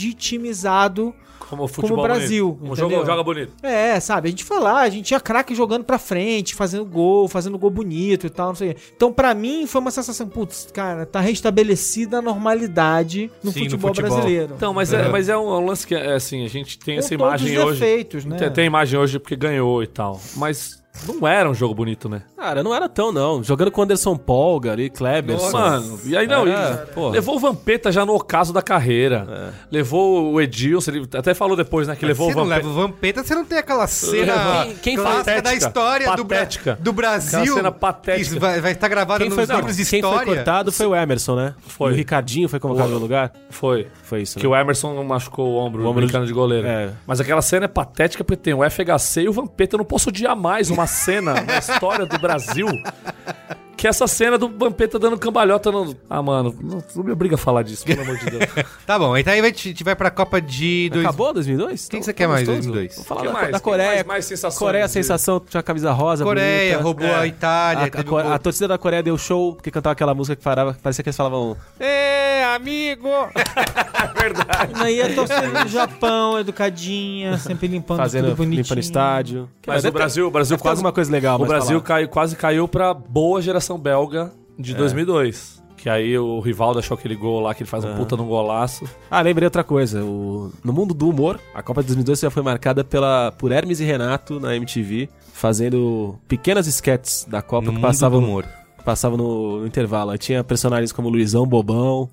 [SPEAKER 4] relegitimizado.
[SPEAKER 3] Como futebol
[SPEAKER 4] Como o Brasil,
[SPEAKER 3] bonito. Um jogo
[SPEAKER 4] entendeu?
[SPEAKER 3] joga bonito.
[SPEAKER 4] É, sabe? A gente foi lá, a gente tinha craque jogando pra frente, fazendo gol, fazendo gol bonito e tal, não sei. o quê. Então, pra mim, foi uma sensação, putz, cara, tá restabelecida a normalidade no,
[SPEAKER 1] Sim, no
[SPEAKER 4] futebol,
[SPEAKER 1] futebol.
[SPEAKER 4] brasileiro.
[SPEAKER 3] Então, mas é, mas é um, é um lance que é assim, a gente tem
[SPEAKER 4] Com
[SPEAKER 3] essa
[SPEAKER 4] todos
[SPEAKER 3] imagem
[SPEAKER 4] os
[SPEAKER 3] hoje.
[SPEAKER 4] defeitos, né?
[SPEAKER 3] Tem, tem a imagem hoje porque ganhou e tal. Mas não era um jogo bonito, né?
[SPEAKER 2] Cara, não era tão, não. Jogando com o Anderson Polga ali, Kleberson.
[SPEAKER 3] Mano, e aí não,
[SPEAKER 1] É,
[SPEAKER 2] Era,
[SPEAKER 3] e-
[SPEAKER 2] porra.
[SPEAKER 3] levou o Vampeta já no ocaso da carreira. Levou o Edilson, ele até falou depois, né, que levou
[SPEAKER 1] Você
[SPEAKER 3] o
[SPEAKER 1] não
[SPEAKER 3] Vampeta.
[SPEAKER 1] leva o Vampeta, você não tem aquela cena
[SPEAKER 2] Quem- quem
[SPEAKER 1] clássica
[SPEAKER 3] patética,
[SPEAKER 1] da história do, Bra-
[SPEAKER 3] patética.
[SPEAKER 1] do Brasil.
[SPEAKER 3] Aquela cena
[SPEAKER 1] que
[SPEAKER 3] patética.
[SPEAKER 1] isso vai vai estar gravada
[SPEAKER 2] Quem
[SPEAKER 1] nos
[SPEAKER 2] foi, não,
[SPEAKER 1] livros de
[SPEAKER 2] quem foi
[SPEAKER 1] história.
[SPEAKER 2] cortado foi o Emerson, né?
[SPEAKER 3] Foi.
[SPEAKER 2] E o Ricardinho foi convocado no lugar.
[SPEAKER 3] Foi.
[SPEAKER 2] Foi isso, né?
[SPEAKER 3] Que o Emerson machucou o ombro,
[SPEAKER 2] O ombro
[SPEAKER 3] brincando de goleiro.
[SPEAKER 2] É.
[SPEAKER 3] Mas aquela cena é patética porque tem o FHC e o Vampeta. Eu não posso odiar mais uma cena na história do Brasil que é essa cena do Vampeta dando cambalhota no... Ah, mano, não, não me obriga a falar disso, pelo amor de Deus.
[SPEAKER 1] Tá bom, então aí vai- a gente vai pra Copa de... Dois...
[SPEAKER 2] Acabou 2002?
[SPEAKER 1] Quem
[SPEAKER 2] Tá-
[SPEAKER 1] você
[SPEAKER 2] tá
[SPEAKER 1] quer mais,
[SPEAKER 2] gostoso?
[SPEAKER 1] 2002?
[SPEAKER 2] Vou falar
[SPEAKER 3] Que
[SPEAKER 2] da,
[SPEAKER 3] mais?
[SPEAKER 2] da
[SPEAKER 3] Quem
[SPEAKER 2] Coreia.
[SPEAKER 3] mais- mais é sensação
[SPEAKER 2] Coreia,
[SPEAKER 3] de-
[SPEAKER 2] sensação, tinha a camisa rosa.
[SPEAKER 1] Coreia,
[SPEAKER 2] bonita.
[SPEAKER 1] roubou
[SPEAKER 3] É.
[SPEAKER 1] a Itália.
[SPEAKER 2] A, a,
[SPEAKER 1] teve um
[SPEAKER 2] Core-
[SPEAKER 1] gol-
[SPEAKER 2] a torcida da Coreia deu show, porque cantava aquela música que parava, que parecia que eles falavam. É, amigo!
[SPEAKER 4] Aí a torcida do Japão, educadinha, sempre limpando
[SPEAKER 2] Fazendo
[SPEAKER 4] tudo bonitinho.
[SPEAKER 2] limpando estádio.
[SPEAKER 3] Mas o
[SPEAKER 2] deve ter-
[SPEAKER 3] Brasil, o Brasil
[SPEAKER 2] deve ter
[SPEAKER 3] quase
[SPEAKER 2] alguma coisa legal,
[SPEAKER 3] O
[SPEAKER 2] mas
[SPEAKER 3] Brasil
[SPEAKER 2] tá
[SPEAKER 3] cai- quase caiu pra boa geração belga de 2002. Que aí o Rivaldo achou aquele gol lá, que ele faz um puta num golaço.
[SPEAKER 2] lá. Ah, lembrei outra coisa. o- No mundo do humor, a Copa de 2002 já foi marcada pela... por Hermes e Renato na MTV, fazendo pequenas esquetes da Copa
[SPEAKER 1] No
[SPEAKER 2] que
[SPEAKER 1] mundo
[SPEAKER 2] passavam
[SPEAKER 1] do humor.
[SPEAKER 2] passava no, no intervalo. Aí tinha personagens como Luizão Bobão,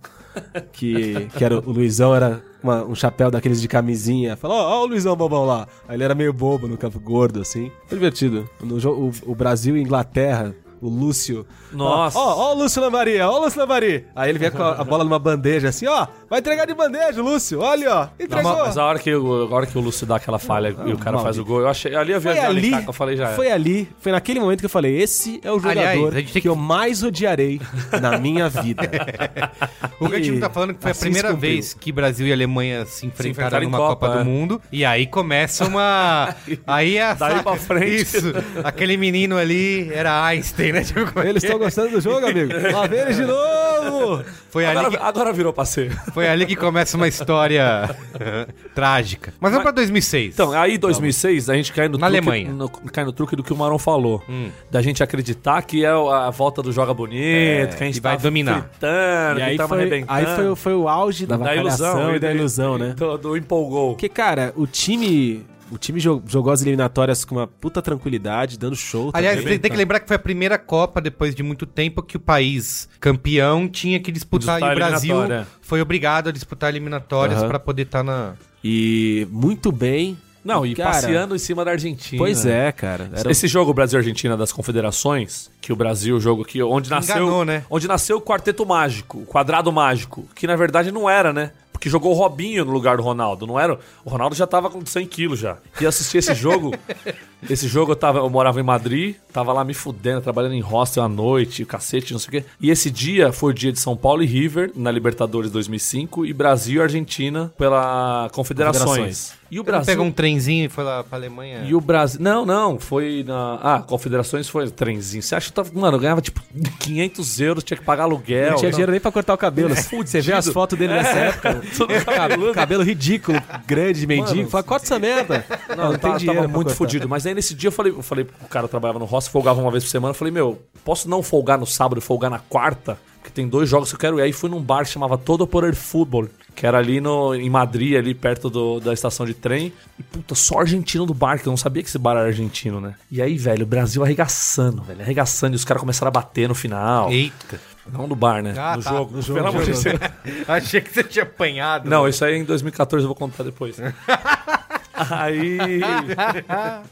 [SPEAKER 2] que, que era, o Luizão era uma- um chapéu daqueles de camisinha. Falou, ó, ó o Luizão Bobão lá. Aí ele era meio bobo no campo gordo, assim. Foi divertido. No jogo, o, o Brasil e Inglaterra, o Lúcio.
[SPEAKER 3] Nossa.
[SPEAKER 2] Ó, ó, ó o Lúcio Lambari, ó o Lúcio Lambari. Aí ele vinha com a, a bola numa bandeja, assim, ó, vai entregar de bandeja, Lúcio. Olha, ó, entregou.
[SPEAKER 3] Tá Mas a hora que, o- a hora que o Lúcio dá aquela falha e o cara faz o gol, eu achei. Ali eu vi
[SPEAKER 2] Foi
[SPEAKER 3] a
[SPEAKER 2] ali,
[SPEAKER 3] eu falei já. era.
[SPEAKER 2] foi ali, foi naquele momento que eu falei, esse é o jogador
[SPEAKER 1] Aliás, a gente
[SPEAKER 2] que,
[SPEAKER 1] tem que-
[SPEAKER 2] eu mais odiarei na minha vida.
[SPEAKER 1] O Gantino tá falando que foi
[SPEAKER 2] Assim
[SPEAKER 1] a primeira
[SPEAKER 2] se cumpriu.
[SPEAKER 1] vez que Brasil e Alemanha se enfrentaram,
[SPEAKER 3] enfrentaram em
[SPEAKER 1] numa
[SPEAKER 3] Copa,
[SPEAKER 1] Copa,
[SPEAKER 3] é.
[SPEAKER 1] do Mundo. E aí começa uma. aí é.
[SPEAKER 2] Daí pra frente.
[SPEAKER 1] Isso. Aquele menino ali era Einstein, né? Tipo, como é
[SPEAKER 2] Eles
[SPEAKER 1] que
[SPEAKER 2] estão gostando do jogo, amigo? Lá vem eles de novo!
[SPEAKER 1] é? foi, ali
[SPEAKER 3] Agora,
[SPEAKER 1] que,
[SPEAKER 3] agora virou passeio.
[SPEAKER 1] foi ali que começa uma história trágica. Mas vamos pra 2006.
[SPEAKER 2] é
[SPEAKER 3] Então, aí em 2006 a gente cai no
[SPEAKER 1] Na
[SPEAKER 3] truque,
[SPEAKER 1] Alemanha.
[SPEAKER 3] no- cai no truque do que o Maron falou.
[SPEAKER 2] Hum.
[SPEAKER 3] Da gente acreditar que é a volta do Joga
[SPEAKER 2] É,
[SPEAKER 3] Bonito, que a gente
[SPEAKER 1] que vai
[SPEAKER 3] tava
[SPEAKER 1] dominar.
[SPEAKER 3] fritando,
[SPEAKER 2] E
[SPEAKER 3] que
[SPEAKER 2] aí
[SPEAKER 3] tava
[SPEAKER 2] foi,
[SPEAKER 3] arrebentando.
[SPEAKER 2] aí foi, foi o auge da,
[SPEAKER 3] da ilusão
[SPEAKER 2] vacalhação e da ilusão, né?
[SPEAKER 3] Do, do empolgou.
[SPEAKER 2] Porque, cara, o time. O time jo- jogou as eliminatórias com uma puta tranquilidade, dando show.
[SPEAKER 1] Aliás,
[SPEAKER 2] também.
[SPEAKER 1] tem, tem que lembrar que foi a primeira Copa, depois de muito tempo, que o país campeão tinha que disputar.
[SPEAKER 3] Disputar
[SPEAKER 1] e o
[SPEAKER 3] a
[SPEAKER 1] Brasil
[SPEAKER 3] eliminatória.
[SPEAKER 1] foi obrigado a disputar eliminatórias
[SPEAKER 2] Aham.
[SPEAKER 1] pra poder estar na.
[SPEAKER 2] E muito bem.
[SPEAKER 3] Não, e
[SPEAKER 2] Cara,
[SPEAKER 3] passeando em cima da Argentina.
[SPEAKER 2] Pois é, cara. Era-
[SPEAKER 3] Esse jogo Brasil-Argentina das Confederações, que o Brasil, o jogo que onde nasceu,
[SPEAKER 1] Enganou, né?
[SPEAKER 3] onde nasceu o quarteto mágico, o quadrado mágico, que na verdade não era, né? Porque jogou o Robinho no lugar do Ronaldo, não era? O Ronaldo já tava com 100 quilos já. E assisti esse jogo, esse jogo eu, tava, eu morava em Madrid, tava lá me fudendo, trabalhando em hostel à noite, o cacete, não sei o quê. E esse dia foi o dia de São Paulo e River, na Libertadores 2005, e Brasil e Argentina pela Confederações.
[SPEAKER 2] Confederações.
[SPEAKER 3] E o
[SPEAKER 1] Brasil...
[SPEAKER 3] Brasil...
[SPEAKER 1] Pegou um trenzinho e foi lá pra Alemanha.
[SPEAKER 3] E o Brasil. Não, não, foi na. Ah, Confederações foi trenzinho. Você acha que eu tava. Mano, eu ganhava tipo 500 euros, tinha que pagar aluguel.
[SPEAKER 2] Não tinha
[SPEAKER 3] Não.
[SPEAKER 2] dinheiro nem pra cortar o cabelo.
[SPEAKER 3] É
[SPEAKER 2] Você vê as fotos dele nessa época.
[SPEAKER 3] Tudo
[SPEAKER 2] Cabelo,
[SPEAKER 3] cabeludo.
[SPEAKER 2] cabelo ridículo, grande, mendigo. Fala, é?" corta essa merda.
[SPEAKER 3] Não, tá- eu tava, tava
[SPEAKER 2] né, pra
[SPEAKER 3] muito
[SPEAKER 2] cortar.
[SPEAKER 3] fudido. Mas aí nesse dia eu falei, eu falei, o cara trabalhava no hostel, folgava uma vez por semana. Eu falei, meu, posso não folgar no sábado e folgar na quarta? Porque tem dois jogos que eu quero ir. Aí fui num bar que chamava Todo Poder Futebol, que era ali no, em Madrid, ali perto do- da estação de trem. E puta, só argentino do bar, que eu não sabia que esse bar era argentino, né? E aí, velho, o Brasil arregaçando, velho, arregaçando. E os caras começaram a bater no final.
[SPEAKER 1] Eita.
[SPEAKER 3] Não do bar, né?
[SPEAKER 1] Ah,
[SPEAKER 3] no
[SPEAKER 1] tá.
[SPEAKER 3] jogo.
[SPEAKER 1] No
[SPEAKER 3] jogo. Pelo amor de Deus.
[SPEAKER 1] Achei que você tinha apanhado.
[SPEAKER 3] Não, isso aí em 2014 eu vou contar depois. Aí.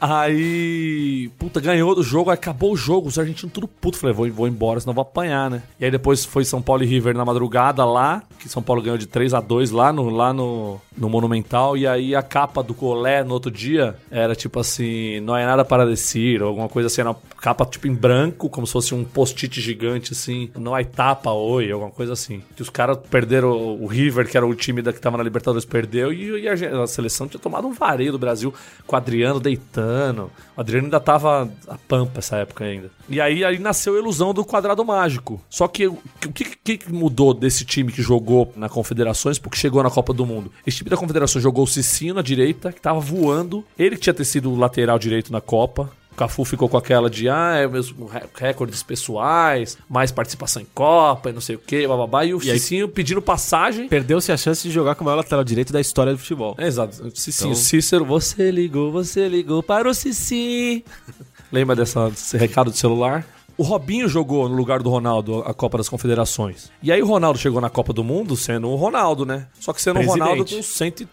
[SPEAKER 3] Aí. Puta, ganhou do jogo, acabou o jogo, os argentinos tudo puto. Falei, vou, vou embora, senão vou apanhar, né? E aí depois foi São Paulo e River na madrugada lá, que São Paulo ganhou de 3 a 2 lá no, lá no, no Monumental. E aí a capa do Colé no outro dia era tipo assim: não é nada para descer, ou alguma coisa assim. Era uma capa tipo em branco, como se fosse um post-it gigante assim: não há tapa, oi, alguma coisa assim. Que os caras perderam o River, que era o time da, que tava na Libertadores, perdeu. E, e a, gen- a seleção tinha tomado um vareio do Brasil com o Adriano deitando. O Adriano ainda tava a pampa essa época ainda. E aí, aí nasceu a ilusão do quadrado mágico. Só que o que, que- que mudou desse time que jogou na Confederações porque chegou na Copa do Mundo? Esse time da Confederações jogou o Cicinho na direita, que tava voando. Ele que tinha ter sido o lateral direito na Copa. O Cafu ficou com aquela de, ah, é meus re- recordes pessoais, mais participação em Copa e não sei o que, bababá. E o Cicinho pedindo passagem.
[SPEAKER 2] Perdeu-se a chance de jogar com o maior lateral direito da história do futebol.
[SPEAKER 3] É, exato. Cicinho, Cícero, você ligou, você ligou para o Cici. Lembra dessa, desse recado do celular? O Robinho jogou no lugar do Ronaldo a Copa das Confederações. E aí o Ronaldo chegou na Copa do Mundo sendo o Ronaldo, né? Só que sendo o
[SPEAKER 2] Presidente.
[SPEAKER 3] Ronaldo com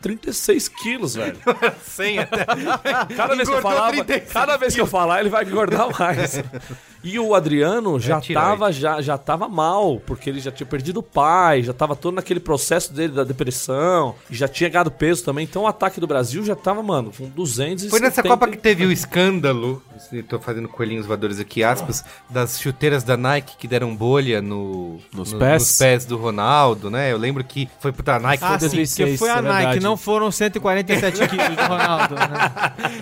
[SPEAKER 3] 136 quilos, velho.
[SPEAKER 1] Sem até.
[SPEAKER 3] Cada vez que eu
[SPEAKER 1] Engordou
[SPEAKER 3] falava,
[SPEAKER 1] 35
[SPEAKER 3] cada vez que eu falar, ele vai engordar mais. É, E o Adriano já
[SPEAKER 1] tiroide.
[SPEAKER 3] tava já, já tava mal, porque ele já tinha perdido o pai, já tava todo naquele processo dele da depressão, e já tinha ganhado peso também. Então o ataque do Brasil já tava, mano, com 200
[SPEAKER 1] Foi nessa Copa que teve o escândalo, se tô fazendo coelhinhos voadores aqui, aspas, das chuteiras da Nike que deram bolha no,
[SPEAKER 2] Nos
[SPEAKER 1] no-
[SPEAKER 2] pés.
[SPEAKER 1] nos pés do Ronaldo, né? Eu lembro que foi pra Nike.
[SPEAKER 4] Ah, sim,
[SPEAKER 2] 2006,
[SPEAKER 4] porque foi a
[SPEAKER 2] é
[SPEAKER 4] Nike,
[SPEAKER 2] verdade.
[SPEAKER 4] não foram 147 quilos do Ronaldo. Né?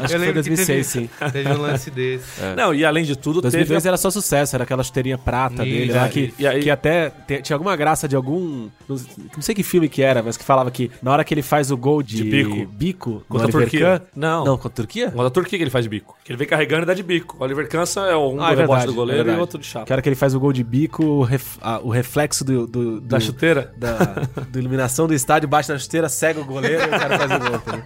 [SPEAKER 2] Acho que foi 2006, sim. É.
[SPEAKER 1] teve, teve um lance desse.
[SPEAKER 3] Não, e além de tudo,
[SPEAKER 2] 2002
[SPEAKER 3] teve.
[SPEAKER 2] era só sucesso, era aquela chuteirinha prata
[SPEAKER 1] Isso,
[SPEAKER 2] dele lá,
[SPEAKER 1] é,
[SPEAKER 2] que,
[SPEAKER 3] e aí-
[SPEAKER 2] que até te- tinha alguma graça de algum. Não não sei que filme que era, mas que falava que na hora que ele faz o gol de,
[SPEAKER 3] De bico.
[SPEAKER 2] contra
[SPEAKER 3] Contra a Turquia.
[SPEAKER 2] Não.
[SPEAKER 3] Não.
[SPEAKER 2] Não, contra a Turquia?
[SPEAKER 3] Uma da Turquia que ele faz de bico. Que ele vem carregando e dá de bico. O Oliver Cansa é um
[SPEAKER 2] Ah,
[SPEAKER 3] do
[SPEAKER 2] é
[SPEAKER 3] rebote
[SPEAKER 2] verdade,
[SPEAKER 3] do
[SPEAKER 2] é
[SPEAKER 3] goleiro e
[SPEAKER 2] verdade.
[SPEAKER 3] outro de chapa.
[SPEAKER 2] Que a hora que ele faz o gol de bico, o, ref- ah, o reflexo do, do-
[SPEAKER 3] Da
[SPEAKER 2] do-
[SPEAKER 3] é chuteira?
[SPEAKER 2] da, da iluminação do estádio, bate na chuteira, cega o goleiro e o cara faz o gol. entendeu?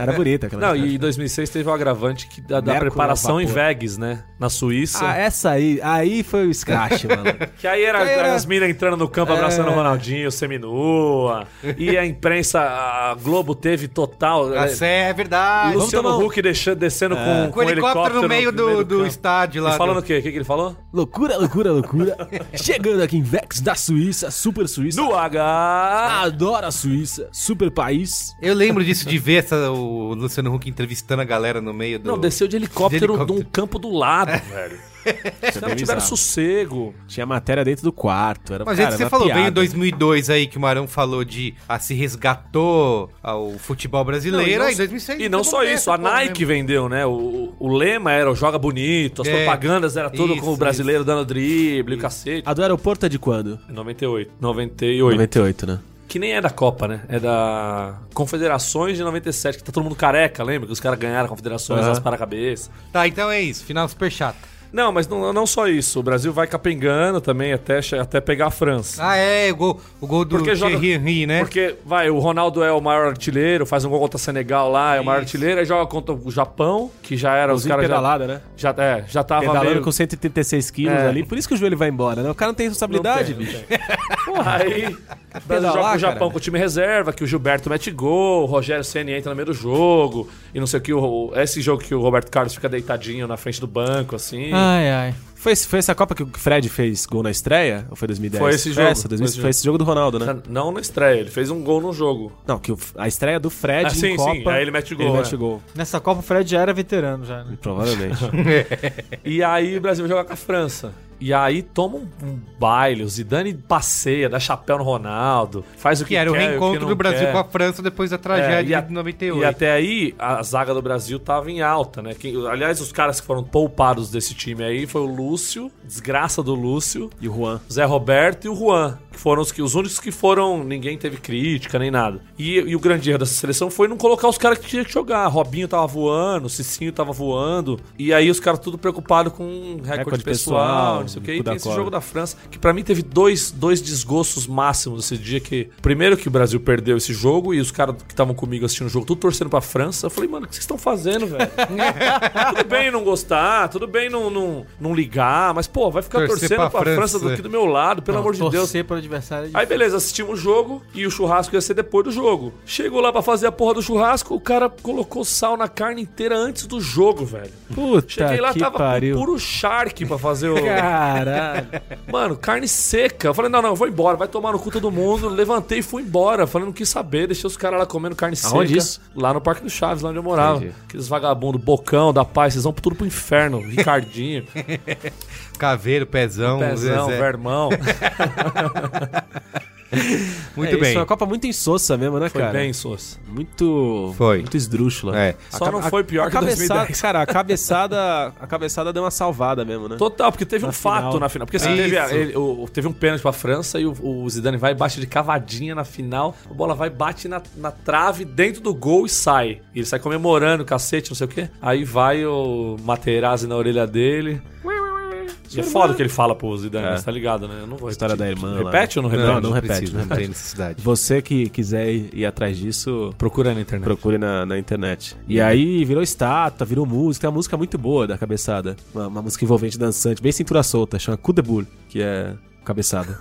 [SPEAKER 2] Era bonita aquela
[SPEAKER 3] Não,
[SPEAKER 2] chuteira.
[SPEAKER 3] e em 2006 teve o agravante que da, da
[SPEAKER 2] Mercury ao
[SPEAKER 3] preparação em
[SPEAKER 2] vapor.
[SPEAKER 3] Vegas, né? Na Suíça.
[SPEAKER 2] Ah, essa aí, aí foi o escrache, mano.
[SPEAKER 3] Que aí era,
[SPEAKER 2] Aí era-
[SPEAKER 3] as minas entrando no campo abraçando o
[SPEAKER 1] É.
[SPEAKER 3] Ronaldinho, seminua. E a imprensa, a Globo teve total.
[SPEAKER 1] Ah,
[SPEAKER 3] eh,
[SPEAKER 1] cê é verdade.
[SPEAKER 3] Luciano
[SPEAKER 2] tomar um-
[SPEAKER 3] Huck deixa- descendo com, com
[SPEAKER 1] um helicóptero no meio do, do
[SPEAKER 3] campo.
[SPEAKER 1] estádio lá.
[SPEAKER 3] Ele falando o
[SPEAKER 1] do...
[SPEAKER 3] quê? O que, que ele falou?
[SPEAKER 2] Loucura, loucura, loucura. Chegando aqui em Vex da Suíça, super Suíça.
[SPEAKER 3] No
[SPEAKER 1] Ah,
[SPEAKER 3] H!
[SPEAKER 2] Adoro a Suíça, super país.
[SPEAKER 1] Eu lembro disso, de ver essa, o Luciano Huck entrevistando a galera no meio do...
[SPEAKER 3] Não, desceu de helicóptero,
[SPEAKER 1] De helicóptero. É,
[SPEAKER 3] de um campo do lado, velho. Os caras tiveram
[SPEAKER 2] bizarro.
[SPEAKER 3] sossego.
[SPEAKER 2] Então, Tinha matéria dentro do quarto. Era,
[SPEAKER 1] Mas
[SPEAKER 2] Então, cara,
[SPEAKER 1] gente, você
[SPEAKER 2] era
[SPEAKER 1] falou
[SPEAKER 2] piada.
[SPEAKER 1] bem em 2002 aí que o Marão falou de ah, se resgatou ao futebol brasileiro.
[SPEAKER 3] Não,
[SPEAKER 1] aí
[SPEAKER 3] e
[SPEAKER 1] em
[SPEAKER 3] não-
[SPEAKER 1] 2006
[SPEAKER 3] E não
[SPEAKER 1] acabou
[SPEAKER 3] só
[SPEAKER 1] perto,
[SPEAKER 3] isso, a
[SPEAKER 1] pô,
[SPEAKER 3] Nike
[SPEAKER 1] né?
[SPEAKER 3] vendeu, né? O, o lema era o joga bonito, as
[SPEAKER 1] É,
[SPEAKER 3] propagandas era tudo com
[SPEAKER 1] isso,
[SPEAKER 3] o brasileiro dando drible, o cacete.
[SPEAKER 2] A do aeroporto é de quando?
[SPEAKER 3] 98. 98.
[SPEAKER 2] 98, né?
[SPEAKER 3] Que nem é da Copa, né? É da Confederações de 97, que tá todo mundo careca, lembra? Que os caras ganharam a Confederações,
[SPEAKER 2] Aham.
[SPEAKER 3] elas para a cabeça.
[SPEAKER 1] Tá, então é isso. Final super chato.
[SPEAKER 3] Não, mas não, não só isso. O Brasil vai capengando também até, che- até pegar a França.
[SPEAKER 1] Ah, é, o gol, o gol do
[SPEAKER 3] Porque joga-
[SPEAKER 1] Thierry Henry,
[SPEAKER 2] Ah, é?
[SPEAKER 1] né?
[SPEAKER 3] Porque, vai, o Ronaldo é o maior artilheiro, faz um gol contra Senegal lá, é o maior artilheiro, aí joga contra o Japão, que já era, os
[SPEAKER 2] Inclusive
[SPEAKER 3] caras já,
[SPEAKER 2] pedalada, né?
[SPEAKER 3] já, é, já tava
[SPEAKER 2] Pedalando
[SPEAKER 3] meio...
[SPEAKER 2] com 136 quilos
[SPEAKER 3] É.
[SPEAKER 2] ali. Por isso que o joelho vai embora, né? O cara não tem responsabilidade, bicho.
[SPEAKER 3] Porra, aí o Brasil
[SPEAKER 2] Pedalar,
[SPEAKER 3] joga com o
[SPEAKER 2] cara.
[SPEAKER 3] Japão com o time reserva, que o Gilberto mete gol, o Rogério Ceni entra no meio do jogo, e não sei o que, o, esse jogo que o Roberto Carlos fica deitadinho na frente do banco, assim...
[SPEAKER 1] Ah.
[SPEAKER 4] Ai, ai.
[SPEAKER 2] Foi, esse- foi essa Copa que o Fred fez gol na estreia? Ou foi 2010?
[SPEAKER 3] Foi esse jogo,
[SPEAKER 2] Essa, 2000,
[SPEAKER 3] foi esse
[SPEAKER 2] foi esse jogo do Ronaldo, né?
[SPEAKER 3] Não na estreia, ele fez um gol no jogo.
[SPEAKER 2] Não, que o- a estreia do Fred
[SPEAKER 3] Ah,
[SPEAKER 2] em
[SPEAKER 3] sim, sim,
[SPEAKER 2] Copa...
[SPEAKER 3] aí ele mete gol,
[SPEAKER 2] Ele
[SPEAKER 3] é.
[SPEAKER 2] mete gol.
[SPEAKER 4] Nessa Copa o Fred já era veterano, já, né?
[SPEAKER 2] Provavelmente.
[SPEAKER 3] E aí o Brasil vai jogar com a França. E aí toma um, um baile, o Zidane passeia, dá chapéu no Ronaldo, faz o que,
[SPEAKER 1] Que era o
[SPEAKER 3] quer, que
[SPEAKER 1] reencontro
[SPEAKER 3] não
[SPEAKER 1] do Brasil
[SPEAKER 3] quer.
[SPEAKER 1] com a França depois da
[SPEAKER 3] É,
[SPEAKER 1] tragédia
[SPEAKER 3] e, a-
[SPEAKER 1] de 98.
[SPEAKER 3] e até aí a zaga do Brasil tava em alta, né? Quem- aliás, os caras que foram poupados desse time aí foi o Lúcio, desgraça do Lúcio,
[SPEAKER 2] e o Juan.
[SPEAKER 3] Zé Roberto e o Juan, que foram os, que, os únicos que foram. Ninguém teve crítica nem nada. E, e o grande erro dessa seleção foi não colocar os caras que tinha que jogar. Robinho tava voando, Cicinho tava voando. E aí os caras tudo preocupado com recorde,
[SPEAKER 2] Recorde
[SPEAKER 3] pessoal,
[SPEAKER 2] pessoal,
[SPEAKER 3] não sei o que. E
[SPEAKER 2] cu da
[SPEAKER 3] tem esse
[SPEAKER 2] cobra.
[SPEAKER 3] jogo da França, que pra mim teve dois, dois desgostos máximos esse dia. que Primeiro que o Brasil perdeu esse jogo e os caras que estavam comigo assistindo o jogo, tudo torcendo pra França. Eu falei, mano, o que vocês estão fazendo, velho? tudo bem não gostar, tudo bem não, não, não ligar, mas, pô, vai ficar
[SPEAKER 1] Torcer
[SPEAKER 3] torcendo pra,
[SPEAKER 1] pra
[SPEAKER 3] França,
[SPEAKER 1] França. né?
[SPEAKER 3] do que do meu lado, pelo amor de Deus.
[SPEAKER 4] Torcer pro adversário é
[SPEAKER 3] Aí beleza, assistimos o jogo e o churrasco ia ser depois do jogo. Chegou lá pra fazer a porra do churrasco, o cara colocou sal na carne inteira antes do jogo, velho.
[SPEAKER 2] Puta
[SPEAKER 3] Cheguei lá,
[SPEAKER 2] que
[SPEAKER 3] tava
[SPEAKER 2] pariu.
[SPEAKER 3] puro shark pra fazer o.
[SPEAKER 2] Caralho.
[SPEAKER 3] Mano, carne seca. Eu falei, não, não, eu vou embora, vai tomar no cu todo mundo. Levantei e fui embora. Falei, não quis saber, deixei os caras lá comendo carne
[SPEAKER 2] Aonde
[SPEAKER 3] seca.
[SPEAKER 2] isso?
[SPEAKER 3] Lá no Parque do Chaves, lá onde eu morava.
[SPEAKER 2] Entendi.
[SPEAKER 3] Aqueles vagabundos, bocão, da paz, vocês vão tudo pro inferno. Ricardinho,
[SPEAKER 1] Caveiro, Pezão,
[SPEAKER 3] Pezão,
[SPEAKER 1] Um Zezé.
[SPEAKER 3] Vermão.
[SPEAKER 1] Muito
[SPEAKER 2] É,
[SPEAKER 1] bem.
[SPEAKER 2] Isso é uma Copa muito insossa mesmo, né,
[SPEAKER 3] Foi
[SPEAKER 2] cara?
[SPEAKER 3] bem, Sousa.
[SPEAKER 2] Muito.
[SPEAKER 1] Foi.
[SPEAKER 2] Muito esdrúxula.
[SPEAKER 1] É.
[SPEAKER 3] Só não foi pior
[SPEAKER 2] a
[SPEAKER 3] que
[SPEAKER 2] cabeçada,
[SPEAKER 3] 2010.
[SPEAKER 2] Cara, a cabeçada, a cabeçada deu uma salvada mesmo, né?
[SPEAKER 3] Total, porque teve
[SPEAKER 2] Na
[SPEAKER 3] um fato
[SPEAKER 2] final.
[SPEAKER 3] na final. Porque assim,
[SPEAKER 1] Ah,
[SPEAKER 3] teve, a-
[SPEAKER 1] isso.
[SPEAKER 3] ele- o- teve um pênalti pra França e o, o Zidane vai e bate de cavadinha na final. A bola vai, bate na, na trave dentro do gol e sai. E ele sai comemorando, cacete, não sei o quê. Aí vai o Materazzi na orelha dele. E é foda o que ele fala pro Zidane, mas tá ligado, né? Eu não vou
[SPEAKER 2] História da irmã lá.
[SPEAKER 3] Repete ou não repete?
[SPEAKER 2] Não, não repete,
[SPEAKER 1] precisa,
[SPEAKER 2] não
[SPEAKER 1] não tem necessidade.
[SPEAKER 2] Você que quiser ir, ir atrás disso,
[SPEAKER 3] Procura na internet.
[SPEAKER 2] procure na, na internet. E aí virou estátua, virou música. Tem uma música muito boa da cabeçada. Uma, uma música envolvente, dançante, bem cintura solta. Chama Coup de Boule, que é cabeçada.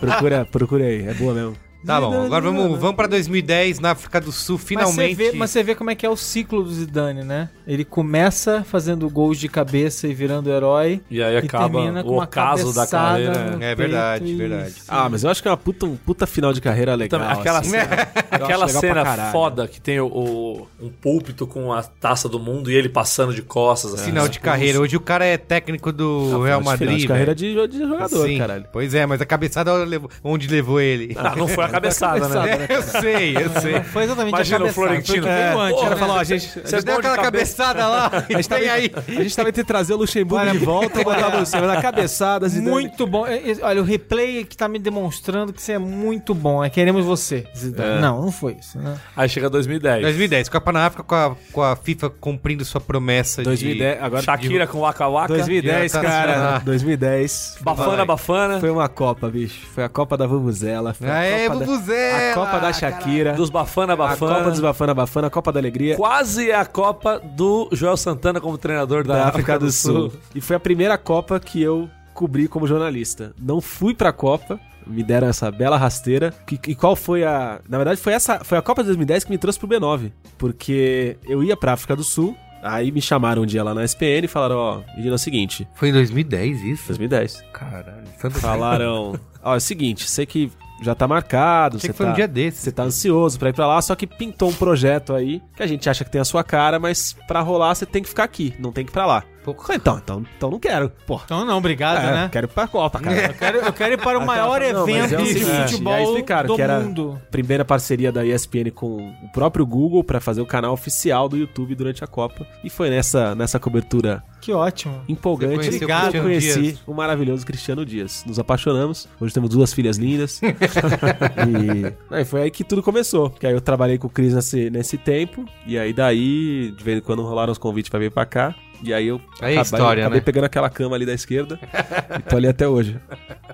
[SPEAKER 2] procura, procura aí. É boa mesmo.
[SPEAKER 1] Tá bom, agora vamos, vamos pra 2010 na África do Sul, finalmente.
[SPEAKER 4] Mas você, vê, mas você vê como é que é o ciclo do Zidane, né? Ele começa fazendo gols de cabeça e virando herói.
[SPEAKER 3] E aí acaba
[SPEAKER 4] termina com
[SPEAKER 3] o
[SPEAKER 4] uma
[SPEAKER 3] ocaso da
[SPEAKER 4] cabeçada
[SPEAKER 3] carreira. né?
[SPEAKER 4] no
[SPEAKER 1] É verdade,
[SPEAKER 4] peito e-
[SPEAKER 1] verdade.
[SPEAKER 2] Ah, mas eu acho que é uma puta, um puta final de carreira legal.
[SPEAKER 3] Também, aquela
[SPEAKER 2] assim.
[SPEAKER 3] cena, aquela
[SPEAKER 2] legal pra
[SPEAKER 3] cena
[SPEAKER 2] caralho.
[SPEAKER 3] foda que tem o, o- um púlpito com a taça do mundo e ele passando de costas.
[SPEAKER 2] É.
[SPEAKER 3] assim,
[SPEAKER 1] Sinal de carreira. Hoje o cara é técnico do Real Madrid.
[SPEAKER 2] Final de
[SPEAKER 1] velho.
[SPEAKER 2] carreira de, jo- de jogador,
[SPEAKER 1] Sim,
[SPEAKER 2] caralho.
[SPEAKER 1] Pois é, mas a cabeçada onde levou- onde levou ele.
[SPEAKER 3] Ah, não foi a cabeçada, né?
[SPEAKER 4] Cabeçada, né?
[SPEAKER 1] eu sei, eu sei.
[SPEAKER 4] Foi exatamente
[SPEAKER 3] Imagina
[SPEAKER 4] a
[SPEAKER 3] o
[SPEAKER 4] cabeçada.
[SPEAKER 3] Florentino.
[SPEAKER 4] Foi o que veio antes. né?
[SPEAKER 3] Porra,
[SPEAKER 4] Era falar, ó,
[SPEAKER 3] você-
[SPEAKER 4] gente,
[SPEAKER 3] você
[SPEAKER 1] Você
[SPEAKER 3] é
[SPEAKER 1] deu
[SPEAKER 3] bom de
[SPEAKER 1] aquela cabeçada lá e tem aí.
[SPEAKER 2] A gente tava entre trazer o Luxemburgo de volta e botar você, mas na cabeçada, Zidane.
[SPEAKER 4] Muito bom. É, é, Olha, o replay que tá me demonstrando que você é muito bom. É queremos você,
[SPEAKER 3] É.
[SPEAKER 4] Zidane. Não, não foi isso, né?
[SPEAKER 3] Aí chega 2010.
[SPEAKER 1] 2010, Copa na África com a, com a FIFA cumprindo sua promessa
[SPEAKER 2] 2010, agora
[SPEAKER 3] Shakira com Waka Waka.
[SPEAKER 2] 2010,
[SPEAKER 1] Já tá
[SPEAKER 2] cara.
[SPEAKER 1] nacional.
[SPEAKER 2] 2010.
[SPEAKER 3] Bafana,
[SPEAKER 1] Vai.
[SPEAKER 3] bafana.
[SPEAKER 2] Foi uma Copa, bicho. Foi a Copa da Vuvuzela. Foi a
[SPEAKER 1] Aê,
[SPEAKER 2] Copa da-
[SPEAKER 1] Vuvuzela,
[SPEAKER 2] A Copa da Shakira.
[SPEAKER 3] Dos bafana,
[SPEAKER 2] a
[SPEAKER 3] bafana.
[SPEAKER 2] Copa dos Bafana Bafana, a Copa da Alegria.
[SPEAKER 3] Quase é a Copa do Joel Santana como treinador da,
[SPEAKER 2] da África do Sul. E foi a primeira Copa que eu cobri como jornalista. Não fui pra Copa, me deram essa bela rasteira. Que- E qual foi a. Na verdade, foi essa. Foi a Copa de 2010 que me trouxe pro B9. Porque eu ia pra África do Sul. Aí me chamaram um dia lá na SPN e falaram, ó, menino, é o seguinte,
[SPEAKER 1] Foi em 2010 isso?
[SPEAKER 2] 2010.
[SPEAKER 1] Caralho. Santa
[SPEAKER 2] Falaram, ó, é o seguinte, sei que já tá marcado,
[SPEAKER 1] Achei
[SPEAKER 2] você
[SPEAKER 1] que foi
[SPEAKER 2] tá...
[SPEAKER 1] um dia desse.
[SPEAKER 2] Você tá ansioso pra ir pra lá, só que pintou um projeto aí que a gente acha que tem a sua cara, mas pra rolar você tem que ficar aqui, não tem que ir pra lá. Pô, Então, então, então não quero. Pô,
[SPEAKER 4] Então não, obrigado,
[SPEAKER 2] é,
[SPEAKER 4] né?
[SPEAKER 2] quero ir pra Copa, cara.
[SPEAKER 4] Eu quero, eu quero ir para o maior
[SPEAKER 2] Não, mas
[SPEAKER 4] evento
[SPEAKER 2] é o
[SPEAKER 4] de
[SPEAKER 2] seguinte, aí
[SPEAKER 4] futebol
[SPEAKER 2] explicaram
[SPEAKER 4] do
[SPEAKER 2] que era-
[SPEAKER 4] mundo.
[SPEAKER 2] Primeira parceria da ESPN com o próprio Google pra fazer o canal oficial do YouTube durante a Copa. E foi nessa, nessa cobertura
[SPEAKER 4] Que ótimo.
[SPEAKER 2] empolgante
[SPEAKER 1] Você conheceu
[SPEAKER 2] que
[SPEAKER 1] o
[SPEAKER 2] eu
[SPEAKER 1] Cristiano
[SPEAKER 2] conheci
[SPEAKER 1] Dias.
[SPEAKER 2] o maravilhoso Cristiano Dias. Nos apaixonamos, hoje temos duas filhas lindas. e aí foi aí que tudo começou. Porque aí eu trabalhei com o Cris nesse, nesse tempo, e aí daí, de vez em quando rolaram os convites pra vir pra cá. E aí eu
[SPEAKER 1] Aí é história,
[SPEAKER 2] acabei
[SPEAKER 1] né?
[SPEAKER 2] pegando aquela cama ali da esquerda e tô ali até hoje.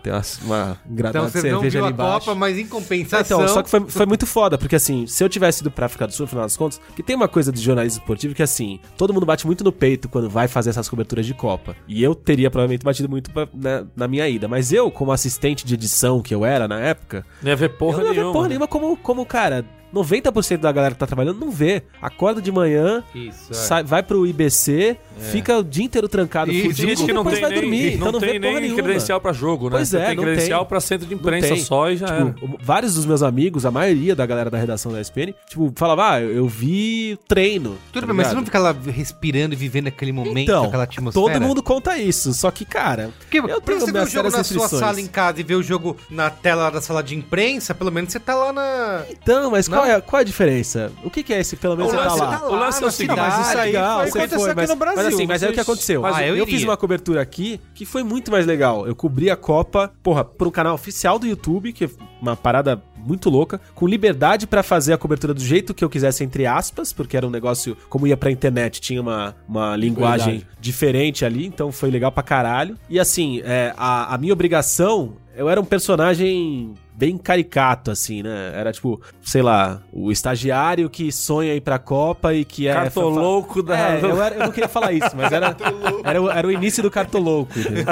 [SPEAKER 2] Tem uma, uma
[SPEAKER 1] Então
[SPEAKER 2] engradada de
[SPEAKER 1] você não
[SPEAKER 2] cerveja
[SPEAKER 1] viu
[SPEAKER 2] ali
[SPEAKER 1] a
[SPEAKER 2] embaixo.
[SPEAKER 1] Copa, mas em compensação...
[SPEAKER 2] Então, só que foi, foi muito foda, porque assim, se eu tivesse ido pra África do Sul, no final das contas, que tem uma coisa de jornalismo esportivo que assim, todo mundo bate muito no peito quando vai fazer essas coberturas de Copa. E eu teria provavelmente batido muito pra- na, na minha ida. Mas eu, como assistente de edição que eu era na época,
[SPEAKER 3] Não ia ver porra
[SPEAKER 2] eu não ia ver
[SPEAKER 3] nenhuma. né?
[SPEAKER 2] porra nenhuma como, como cara. 90% da galera que tá trabalhando não vê. Acorda de manhã,
[SPEAKER 1] Isso, é.
[SPEAKER 2] sai, vai pro IBC, fica o dia inteiro trancado,
[SPEAKER 1] E
[SPEAKER 2] fudido,
[SPEAKER 1] diz
[SPEAKER 3] Gente É. que não
[SPEAKER 2] depois
[SPEAKER 3] tem
[SPEAKER 2] vai
[SPEAKER 3] nem,
[SPEAKER 2] dormir.
[SPEAKER 3] não
[SPEAKER 2] então não
[SPEAKER 3] tem
[SPEAKER 2] vê
[SPEAKER 3] nem
[SPEAKER 2] porra nenhuma.
[SPEAKER 3] credencial pra jogo, né?
[SPEAKER 2] Pois
[SPEAKER 3] Você
[SPEAKER 2] é,
[SPEAKER 3] tem
[SPEAKER 2] não
[SPEAKER 3] credencial
[SPEAKER 2] tem.
[SPEAKER 3] pra centro de
[SPEAKER 2] Não
[SPEAKER 3] imprensa
[SPEAKER 2] tem.
[SPEAKER 3] só e já era.
[SPEAKER 2] Tipo, vários dos meus amigos, a maioria da galera da redação da SPN, tipo, falava, ah, eu, eu vi treino.
[SPEAKER 1] Tudo
[SPEAKER 2] tá
[SPEAKER 1] bem, mas você
[SPEAKER 2] ligado?
[SPEAKER 1] não fica lá respirando e vivendo aquele momento,
[SPEAKER 2] então,
[SPEAKER 1] aquela atmosfera?
[SPEAKER 2] todo mundo conta isso, só que, cara,
[SPEAKER 1] Porque
[SPEAKER 2] eu
[SPEAKER 1] pra
[SPEAKER 2] tenho
[SPEAKER 1] você ver o
[SPEAKER 2] minhas
[SPEAKER 1] jogo
[SPEAKER 2] sérias
[SPEAKER 1] na sua
[SPEAKER 2] restrições.
[SPEAKER 1] sala em casa e ver o jogo na tela da sala de imprensa, pelo menos você tá lá na...
[SPEAKER 2] Então, mas
[SPEAKER 1] Não.
[SPEAKER 2] qual é, qual é a diferença? O que, que é esse, pelo menos,
[SPEAKER 1] O
[SPEAKER 2] você tá
[SPEAKER 1] lance
[SPEAKER 2] lá?
[SPEAKER 1] tá lá
[SPEAKER 3] o lance é o
[SPEAKER 1] na
[SPEAKER 3] seguinte,
[SPEAKER 1] cidade,
[SPEAKER 2] mas isso aí
[SPEAKER 1] legal,
[SPEAKER 2] foi,
[SPEAKER 1] você
[SPEAKER 4] aconteceu
[SPEAKER 2] foi,
[SPEAKER 4] aqui
[SPEAKER 2] mas,
[SPEAKER 4] no Brasil,
[SPEAKER 2] Mas assim, mas é o
[SPEAKER 4] vocês-
[SPEAKER 2] que aconteceu.
[SPEAKER 1] Ah, eu
[SPEAKER 2] eu, fiz
[SPEAKER 1] iria.
[SPEAKER 2] uma cobertura aqui que foi muito mais legal. Eu cobri a Copa, porra, pro canal oficial do YouTube, que é uma parada muito louca, com liberdade pra fazer a cobertura do jeito que eu quisesse, entre aspas, porque era um negócio, como ia pra internet, tinha uma, uma linguagem
[SPEAKER 3] Verdade.
[SPEAKER 2] diferente ali, então foi legal pra caralho. E assim, é, a, a minha obrigação, eu era um personagem bem caricato, assim, né? Era tipo, sei lá, o estagiário que sonha ir pra Copa e que é...
[SPEAKER 3] Cartolouco da...
[SPEAKER 2] É, eu, era- eu não queria falar isso, mas era, era, o- era o início do cartolouco. entendeu?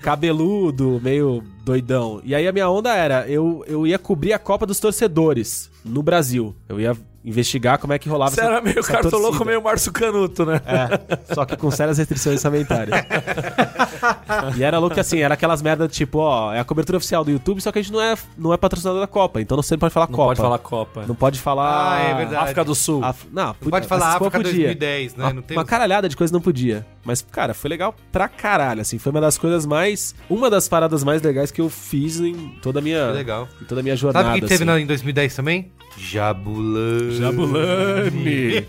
[SPEAKER 2] Cabeludo, meio doidão. E aí a minha onda era, eu, eu ia cobrir a Copa dos Torcedores no Brasil. Eu ia investigar como é que rolava
[SPEAKER 3] Você era meio cartolouco,
[SPEAKER 2] torcida.
[SPEAKER 3] meio Márcio Canuto, né?
[SPEAKER 2] É, só que com sérias restrições orçamentárias. e era louco que assim, era aquelas merda tipo, ó, é a cobertura oficial do YouTube, só que a gente não é, não é patrocinador da Copa, então você não pode falar
[SPEAKER 3] Não
[SPEAKER 2] Copa.
[SPEAKER 3] pode falar Copa.
[SPEAKER 2] Não pode falar.
[SPEAKER 1] Ah, é verdade.
[SPEAKER 3] África do Sul.
[SPEAKER 2] Af- Não,
[SPEAKER 1] Não pode falar
[SPEAKER 2] essas coisas
[SPEAKER 1] África
[SPEAKER 2] podia.
[SPEAKER 1] 2010, né?
[SPEAKER 2] Uma,
[SPEAKER 1] Não tem
[SPEAKER 2] uma
[SPEAKER 1] os-
[SPEAKER 2] caralhada de coisa não podia. Mas, cara, foi legal pra caralho, assim. Foi uma das coisas mais. Uma das paradas mais legais que eu fiz em toda a minha.
[SPEAKER 1] Que legal.
[SPEAKER 2] Em toda a minha jornada.
[SPEAKER 1] Sabe o que teve
[SPEAKER 2] assim.
[SPEAKER 1] na- em 2010 também? Jabulani.
[SPEAKER 3] Jabulani.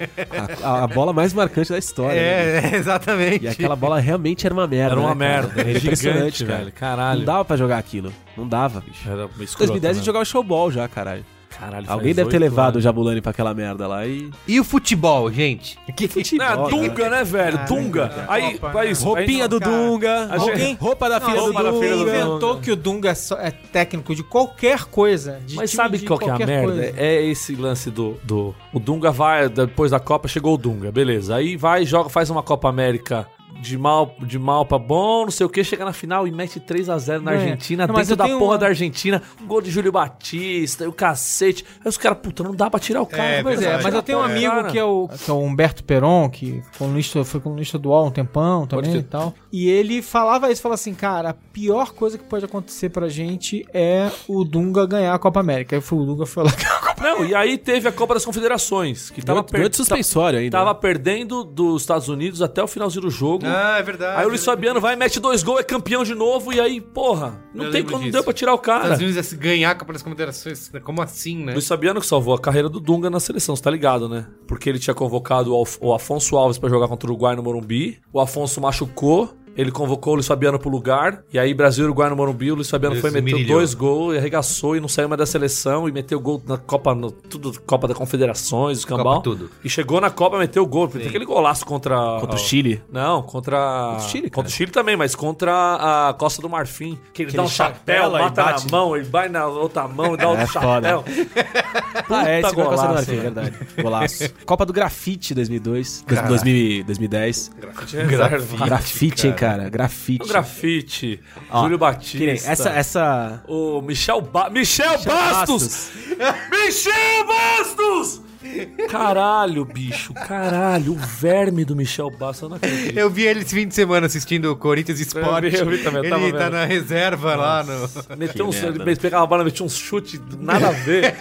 [SPEAKER 2] a, a bola mais marcante da história. né?
[SPEAKER 1] É, é, exatamente.
[SPEAKER 2] E aquela bola realmente era uma merda.
[SPEAKER 3] Era uma
[SPEAKER 2] né, cara?
[SPEAKER 3] merda.
[SPEAKER 2] Era impressionante,
[SPEAKER 3] Gigante,
[SPEAKER 2] cara.
[SPEAKER 3] velho. Caralho.
[SPEAKER 2] Não dava pra jogar aquilo. Não dava, bicho.
[SPEAKER 3] Era meio escroto,
[SPEAKER 2] 2010 a
[SPEAKER 3] né?
[SPEAKER 2] gente jogava showball já, caralho.
[SPEAKER 3] Caralho,
[SPEAKER 2] Alguém
[SPEAKER 3] faz
[SPEAKER 2] deve ter
[SPEAKER 3] oito
[SPEAKER 2] levado o
[SPEAKER 3] anos.
[SPEAKER 2] Jabulani pra aquela merda lá e.
[SPEAKER 1] E o futebol, gente?
[SPEAKER 2] Que
[SPEAKER 3] Ah,
[SPEAKER 2] futebol, né?
[SPEAKER 3] Dunga, né, velho? Dunga. Aí,
[SPEAKER 4] Copa,
[SPEAKER 3] aí,
[SPEAKER 4] né?
[SPEAKER 2] Roupinha do
[SPEAKER 4] cara.
[SPEAKER 2] Dunga.
[SPEAKER 3] A gente-
[SPEAKER 2] Alguém- Roupa da
[SPEAKER 4] Não,
[SPEAKER 2] filha do
[SPEAKER 3] roupa da filha
[SPEAKER 4] Quem
[SPEAKER 3] do
[SPEAKER 2] Dunga.
[SPEAKER 3] Dunga.
[SPEAKER 4] inventou que o Dunga só é técnico de qualquer coisa? de
[SPEAKER 3] Mas
[SPEAKER 4] time
[SPEAKER 3] sabe
[SPEAKER 4] de
[SPEAKER 3] qual que é a
[SPEAKER 4] qualquer
[SPEAKER 3] merda?
[SPEAKER 4] coisa.
[SPEAKER 3] É esse lance do, do. O Dunga vai, depois da Copa, chegou o Dunga, beleza. Aí vai, joga, faz uma Copa América de mal, de mal pra bom, não sei o que, chega na final e mete 3 a 0 na
[SPEAKER 4] É.
[SPEAKER 3] Argentina,
[SPEAKER 4] Não, mas
[SPEAKER 3] dentro
[SPEAKER 4] eu
[SPEAKER 3] da
[SPEAKER 4] tenho
[SPEAKER 3] porra
[SPEAKER 4] uma-
[SPEAKER 3] da Argentina, um gol de Júlio Batista, e o cacete. Aí os caras, puta, não dá pra tirar o cara.
[SPEAKER 1] É,
[SPEAKER 3] como que
[SPEAKER 4] Pois
[SPEAKER 1] verdade.
[SPEAKER 3] dá
[SPEAKER 4] é,
[SPEAKER 3] pra
[SPEAKER 4] mas eu
[SPEAKER 3] tirar
[SPEAKER 4] tenho um
[SPEAKER 3] o
[SPEAKER 4] amigo
[SPEAKER 3] cara?
[SPEAKER 4] que é, o, que é o Humberto Peron, que colunista, foi colunista do UOL um tempão também
[SPEAKER 3] ser.
[SPEAKER 4] e tal. E ele falava isso, falava assim, cara, a pior coisa que pode acontecer pra gente é o Dunga ganhar a Copa América. Aí foi- o Dunga foi lá ganhar a Copa
[SPEAKER 3] Não, e aí teve a Copa das Confederações, que tava,
[SPEAKER 2] Tava
[SPEAKER 3] per...
[SPEAKER 2] perto suspensório ainda. né?
[SPEAKER 3] tava perdendo dos Estados Unidos até o finalzinho do jogo.
[SPEAKER 1] Ah, é verdade.
[SPEAKER 3] Hum. Aí o Luiz Fabiano vai, mete dois gols, é campeão de novo, e aí, porra, não
[SPEAKER 1] Eu
[SPEAKER 3] tem
[SPEAKER 1] lembro
[SPEAKER 3] como
[SPEAKER 1] disso. um
[SPEAKER 3] deu pra tirar o cara.
[SPEAKER 1] Às vezes ia se é ganhar com as Confederações, né? como assim, né?
[SPEAKER 3] Luiz Fabiano que salvou a carreira do Dunga na seleção, você tá ligado, né? Porque ele tinha convocado o Alf- o Afonso Alves pra jogar contra o Uruguai no Morumbi. O Afonso machucou, ele convocou o Luiz Fabiano pro lugar. E aí, Brasil e Uruguai no Morumbi, o Luiz Fabiano
[SPEAKER 1] Ele
[SPEAKER 3] foi,
[SPEAKER 1] se
[SPEAKER 3] meteu
[SPEAKER 1] humilhou.
[SPEAKER 3] dois gols e arregaçou e não saiu mais da seleção. E meteu gol na Copa, no- tudo, Copa da Confederações, o cambal.
[SPEAKER 1] Copa tudo.
[SPEAKER 3] E chegou na Copa, meteu o gol. Tem aquele golaço contra...
[SPEAKER 2] Contra o Chile.
[SPEAKER 3] Não, contra.
[SPEAKER 2] Contra o Chile, cara.
[SPEAKER 3] Contra o Chile também, mas contra a Costa do Marfim. Que ele, dá um
[SPEAKER 2] ele
[SPEAKER 3] chapéu,
[SPEAKER 2] chapela e
[SPEAKER 3] mata
[SPEAKER 2] bate.
[SPEAKER 3] na mão, ele vai na outra mão e dá outro
[SPEAKER 2] É foda.
[SPEAKER 3] chapéu.
[SPEAKER 2] Ah, é,
[SPEAKER 3] Puta
[SPEAKER 2] esse foi a Costa do
[SPEAKER 3] golaço,
[SPEAKER 2] Marfim,
[SPEAKER 3] né?
[SPEAKER 2] é verdade. Golaço. Copa do Grafite 2002, 2000, 2010.
[SPEAKER 3] Grafite.
[SPEAKER 2] Grafite, hein, cara? Grafite.
[SPEAKER 3] O grafite.
[SPEAKER 2] Ó,
[SPEAKER 3] Júlio
[SPEAKER 2] que nem-
[SPEAKER 3] Batista.
[SPEAKER 2] Essa, é- essa...
[SPEAKER 3] O Michel, ba... Michel, Bastos! Michel Bastos! Caralho, bicho, caralho, o verme do Michel Bastos, eu não acredito.
[SPEAKER 1] Eu vi ele esse fim de semana assistindo o Corinthians Sport.
[SPEAKER 3] Eu vi, eu vi também, eu
[SPEAKER 1] ele
[SPEAKER 3] tava
[SPEAKER 1] tá
[SPEAKER 3] vendo.
[SPEAKER 1] na reserva lá no.
[SPEAKER 3] Meteu
[SPEAKER 5] Que
[SPEAKER 3] uns,
[SPEAKER 5] merda,
[SPEAKER 2] né?
[SPEAKER 3] ele pegava a bola, metia uns chutes, nada a ver.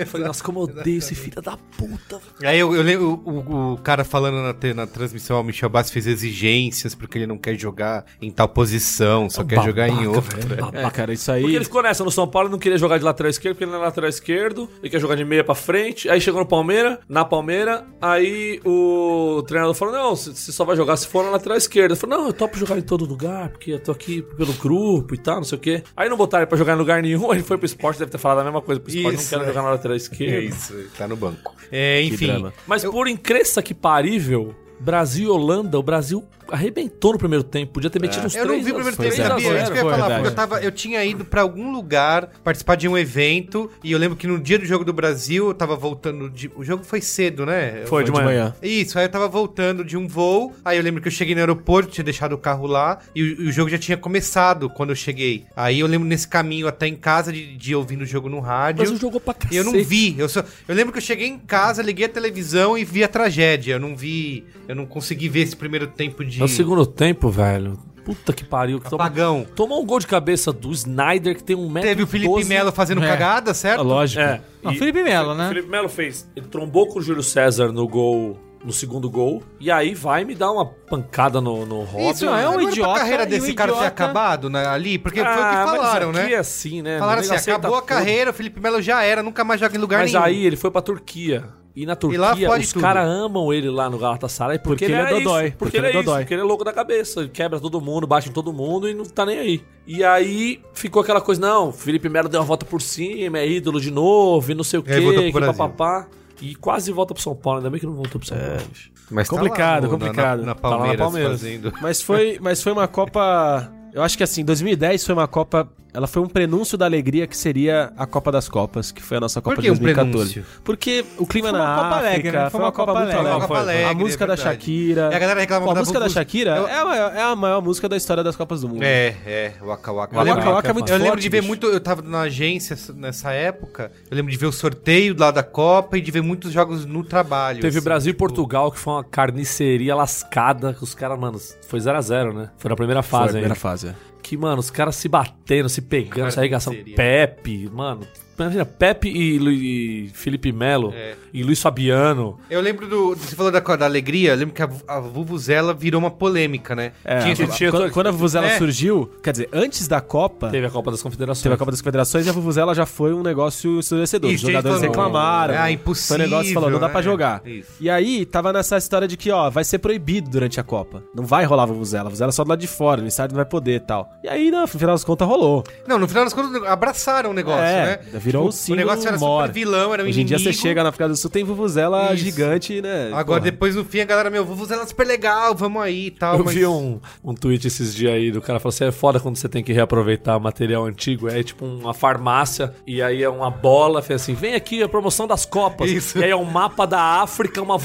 [SPEAKER 3] eu falei, nossa, como eu odeio esse filho da puta. velho.
[SPEAKER 1] Aí eu, eu lembro o, o- o cara falando na, te- na transmissão, o Michel Bastos fez exigências porque ele não quer jogar em tal posição, só quer jogar em né? outra.
[SPEAKER 2] É, cara, isso
[SPEAKER 3] Porque
[SPEAKER 2] aí.
[SPEAKER 3] ele ficou nessa no São Paulo, não queria jogar de lateral esquerdo, porque ele não é lateral esquerdo, ele quer jogar de meia pra frente. Aí chegou no Palmeiras, na Palmeiras, aí o treinador falou: Não, você você só vai jogar se for na lateral esquerda. Ele falou: Não, eu topo jogar em todo lugar, porque eu tô aqui pelo grupo e tal, não sei o quê. Aí não botaram ele pra jogar em lugar nenhum, ele foi pro esporte, deve ter falado a mesma coisa pro esporte,
[SPEAKER 1] Isso,
[SPEAKER 3] não quero
[SPEAKER 1] é.
[SPEAKER 3] jogar na lateral esquerda.
[SPEAKER 1] ele tá no banco. É, enfim.
[SPEAKER 2] drama.
[SPEAKER 3] Mas por incrença que parível, Brasil e Holanda, o Brasil arrebentou no primeiro tempo. Podia ter metido uns
[SPEAKER 1] Eu
[SPEAKER 3] três.
[SPEAKER 1] não vi o primeiro tempo,
[SPEAKER 2] Pois é,
[SPEAKER 1] sabia?
[SPEAKER 2] foi,
[SPEAKER 1] Isso que eu ia
[SPEAKER 2] foi,
[SPEAKER 1] falar,
[SPEAKER 2] verdade.
[SPEAKER 1] porque eu, tava, eu tinha ido pra algum lugar participar de um evento, e eu lembro que no dia do jogo do Brasil, eu tava voltando de... O jogo foi cedo, né? Eu-
[SPEAKER 3] Foi de manhã.
[SPEAKER 1] Isso, aí eu tava voltando de um voo, aí eu lembro que eu cheguei no aeroporto, tinha deixado o carro lá, e o, e o jogo já tinha começado quando eu cheguei. Aí eu lembro nesse caminho até em casa de, de ouvindo o jogo no rádio.
[SPEAKER 3] Mas o jogou pra cacete.
[SPEAKER 1] E eu não vi. Eu, só, eu lembro que eu cheguei em casa, liguei a televisão e vi a tragédia. Eu não vi. Eu não consegui ver esse primeiro tempo de.
[SPEAKER 3] No É segundo tempo, velho. Puta que pariu. Que tomou,
[SPEAKER 1] apagão.
[SPEAKER 3] tomou um gol de cabeça do Snyder, que tem um metro.
[SPEAKER 1] Teve o Felipe Melo fazendo
[SPEAKER 4] É.
[SPEAKER 1] cagada, certo?
[SPEAKER 3] Lógico. É.
[SPEAKER 4] Não,
[SPEAKER 3] E
[SPEAKER 4] Felipe Melo,
[SPEAKER 3] o
[SPEAKER 4] né?
[SPEAKER 3] Felipe Melo fez. Ele trombou com o Júlio César no gol. No segundo gol. E aí vai me dar uma pancada no, no Robin.
[SPEAKER 4] Isso, é um
[SPEAKER 1] Agora, pra
[SPEAKER 4] idiota,
[SPEAKER 1] carreira
[SPEAKER 4] e um
[SPEAKER 1] desse cara ter
[SPEAKER 4] idiota-
[SPEAKER 1] acabado né, ali, porque foi o
[SPEAKER 3] Ah,
[SPEAKER 1] que
[SPEAKER 3] mas
[SPEAKER 1] falaram,
[SPEAKER 3] aqui
[SPEAKER 1] né?
[SPEAKER 3] é assim, né?
[SPEAKER 1] Falaram
[SPEAKER 3] Nego
[SPEAKER 1] assim,
[SPEAKER 3] aceita
[SPEAKER 1] acabou a
[SPEAKER 3] tudo.
[SPEAKER 1] carreira, o Felipe Melo já era, nunca mais joga em lugar
[SPEAKER 3] Mas
[SPEAKER 1] nenhum.
[SPEAKER 3] aí ele foi pra Turquia. E na Turquia,
[SPEAKER 1] lá pode
[SPEAKER 3] os
[SPEAKER 1] tudo.
[SPEAKER 3] caras amam ele lá no Galatasaray
[SPEAKER 2] Porque
[SPEAKER 3] porque,
[SPEAKER 2] ele é
[SPEAKER 3] isso,
[SPEAKER 2] dodói,
[SPEAKER 3] Porque, ele é
[SPEAKER 2] dodói.
[SPEAKER 3] isso, porque ele é louco da cabeça. Ele quebra todo mundo, bate em todo mundo e não tá nem aí. E aí ficou aquela coisa, não, Felipe Melo deu uma volta por cima, é ídolo de novo e não sei o
[SPEAKER 1] E aí voltou pro
[SPEAKER 3] quê, que
[SPEAKER 1] Brasil. É,
[SPEAKER 3] papapá. E quase volta pro São Paulo, ainda bem que não voltou pro São Paulo.
[SPEAKER 1] Mas tá
[SPEAKER 2] Complicado,
[SPEAKER 1] lá no- na-
[SPEAKER 2] complicado.
[SPEAKER 1] Na, na
[SPEAKER 2] Tá lá na
[SPEAKER 1] Palmeiras,
[SPEAKER 2] Palmeiras.
[SPEAKER 1] fazendo.
[SPEAKER 2] Mas foi, mas foi uma Copa. Eu acho que assim, 2010 foi uma Copa. Ela foi um prenúncio da alegria que seria a Copa das Copas, que foi a nossa Copa
[SPEAKER 1] que
[SPEAKER 2] de
[SPEAKER 1] um
[SPEAKER 2] 2014.
[SPEAKER 1] prenúncio?
[SPEAKER 2] Porque o clima
[SPEAKER 4] Foi uma
[SPEAKER 2] na
[SPEAKER 4] Copa
[SPEAKER 2] África
[SPEAKER 4] alegre, né?
[SPEAKER 2] foi uma Copa, muito alegre.
[SPEAKER 1] Uma Copa alegre,
[SPEAKER 2] a música
[SPEAKER 1] é
[SPEAKER 2] da
[SPEAKER 1] verdade.
[SPEAKER 2] Shakira.
[SPEAKER 1] E a galera reclama
[SPEAKER 2] Pô, a
[SPEAKER 1] da
[SPEAKER 2] música da
[SPEAKER 1] Vuvuza.
[SPEAKER 2] Shakira
[SPEAKER 1] Eu-
[SPEAKER 2] é, a maior, é a maior música da história das Copas do Mundo.
[SPEAKER 1] É, é, o Waka Waka.
[SPEAKER 2] O
[SPEAKER 1] Eu
[SPEAKER 2] Waka
[SPEAKER 1] lembro,
[SPEAKER 2] Waka é muito
[SPEAKER 1] eu lembro
[SPEAKER 2] forte,
[SPEAKER 1] de ver
[SPEAKER 2] bicho.
[SPEAKER 1] muito. Eu tava na agência s- nessa época. Eu lembro de ver o sorteio lá da Copa e de ver muitos jogos no trabalho.
[SPEAKER 3] Teve
[SPEAKER 1] assim.
[SPEAKER 3] Brasil e Portugal, que foi uma carniceria lascada. que Os caras, mano, foi 0x0, né? Foi na primeira
[SPEAKER 2] Foi a
[SPEAKER 3] fase
[SPEAKER 2] primeira
[SPEAKER 3] ainda.
[SPEAKER 2] fase. é.
[SPEAKER 3] Que, mano, os caras se batendo, se pegando, se arregaçando.
[SPEAKER 1] seria.
[SPEAKER 3] Pepe, mano. Imagina, Pepe e, Lu- e Felipe Melo
[SPEAKER 1] É.
[SPEAKER 3] e Luiz Fabiano.
[SPEAKER 1] Eu lembro do. Você falou da, co- da alegria. Eu lembro que a, Vu- a Vuvuzela virou uma polêmica, né?
[SPEAKER 2] É,
[SPEAKER 1] Tinha-
[SPEAKER 2] a- quando, quando a Vuvuzela
[SPEAKER 1] É.
[SPEAKER 2] surgiu, quer dizer, antes da Copa, Tá. teve,
[SPEAKER 3] Teve a Copa das Confederações.
[SPEAKER 2] a Copa das Confederações e a Vuvuzela já foi um negócio ensurdecedor. Os
[SPEAKER 1] Isso, eles
[SPEAKER 2] jogadores
[SPEAKER 1] falaram,
[SPEAKER 2] reclamaram.
[SPEAKER 1] "Ah, impossível,
[SPEAKER 2] Foi um negócio falando, não dá pra
[SPEAKER 1] né?"
[SPEAKER 2] jogar.
[SPEAKER 1] Isso.
[SPEAKER 2] E aí, tava nessa história de que, ó, vai ser proibido durante a Copa. Não vai rolar a Vuvuzela. A Vuvuzela é só do lado de fora, no estádio não vai poder e tal. E aí, no final das contas, rolou.
[SPEAKER 1] Não, no final das contas, abraçaram o negócio,
[SPEAKER 2] é,
[SPEAKER 1] né?
[SPEAKER 2] virou um
[SPEAKER 1] O
[SPEAKER 2] símbolo
[SPEAKER 1] negócio era
[SPEAKER 2] mor.
[SPEAKER 1] super vilão, era um
[SPEAKER 2] Hoje em dia
[SPEAKER 1] inimigo.
[SPEAKER 2] você chega na África do Sul, tem Vuvuzela
[SPEAKER 1] Isso.
[SPEAKER 2] gigante, né?
[SPEAKER 1] Agora,
[SPEAKER 2] Porra.
[SPEAKER 1] depois no fim, a galera, meu, Vuvuzela é super legal, vamos aí e tal.
[SPEAKER 3] Eu
[SPEAKER 1] Ah, mas-
[SPEAKER 3] vi um, um tweet esses dias aí do cara falando assim: é foda quando você tem que reaproveitar material antigo. É tipo uma farmácia e aí é uma bola. Fez assim: vem aqui a promoção das Copas.
[SPEAKER 1] Isso.
[SPEAKER 3] E aí é um mapa da África, uma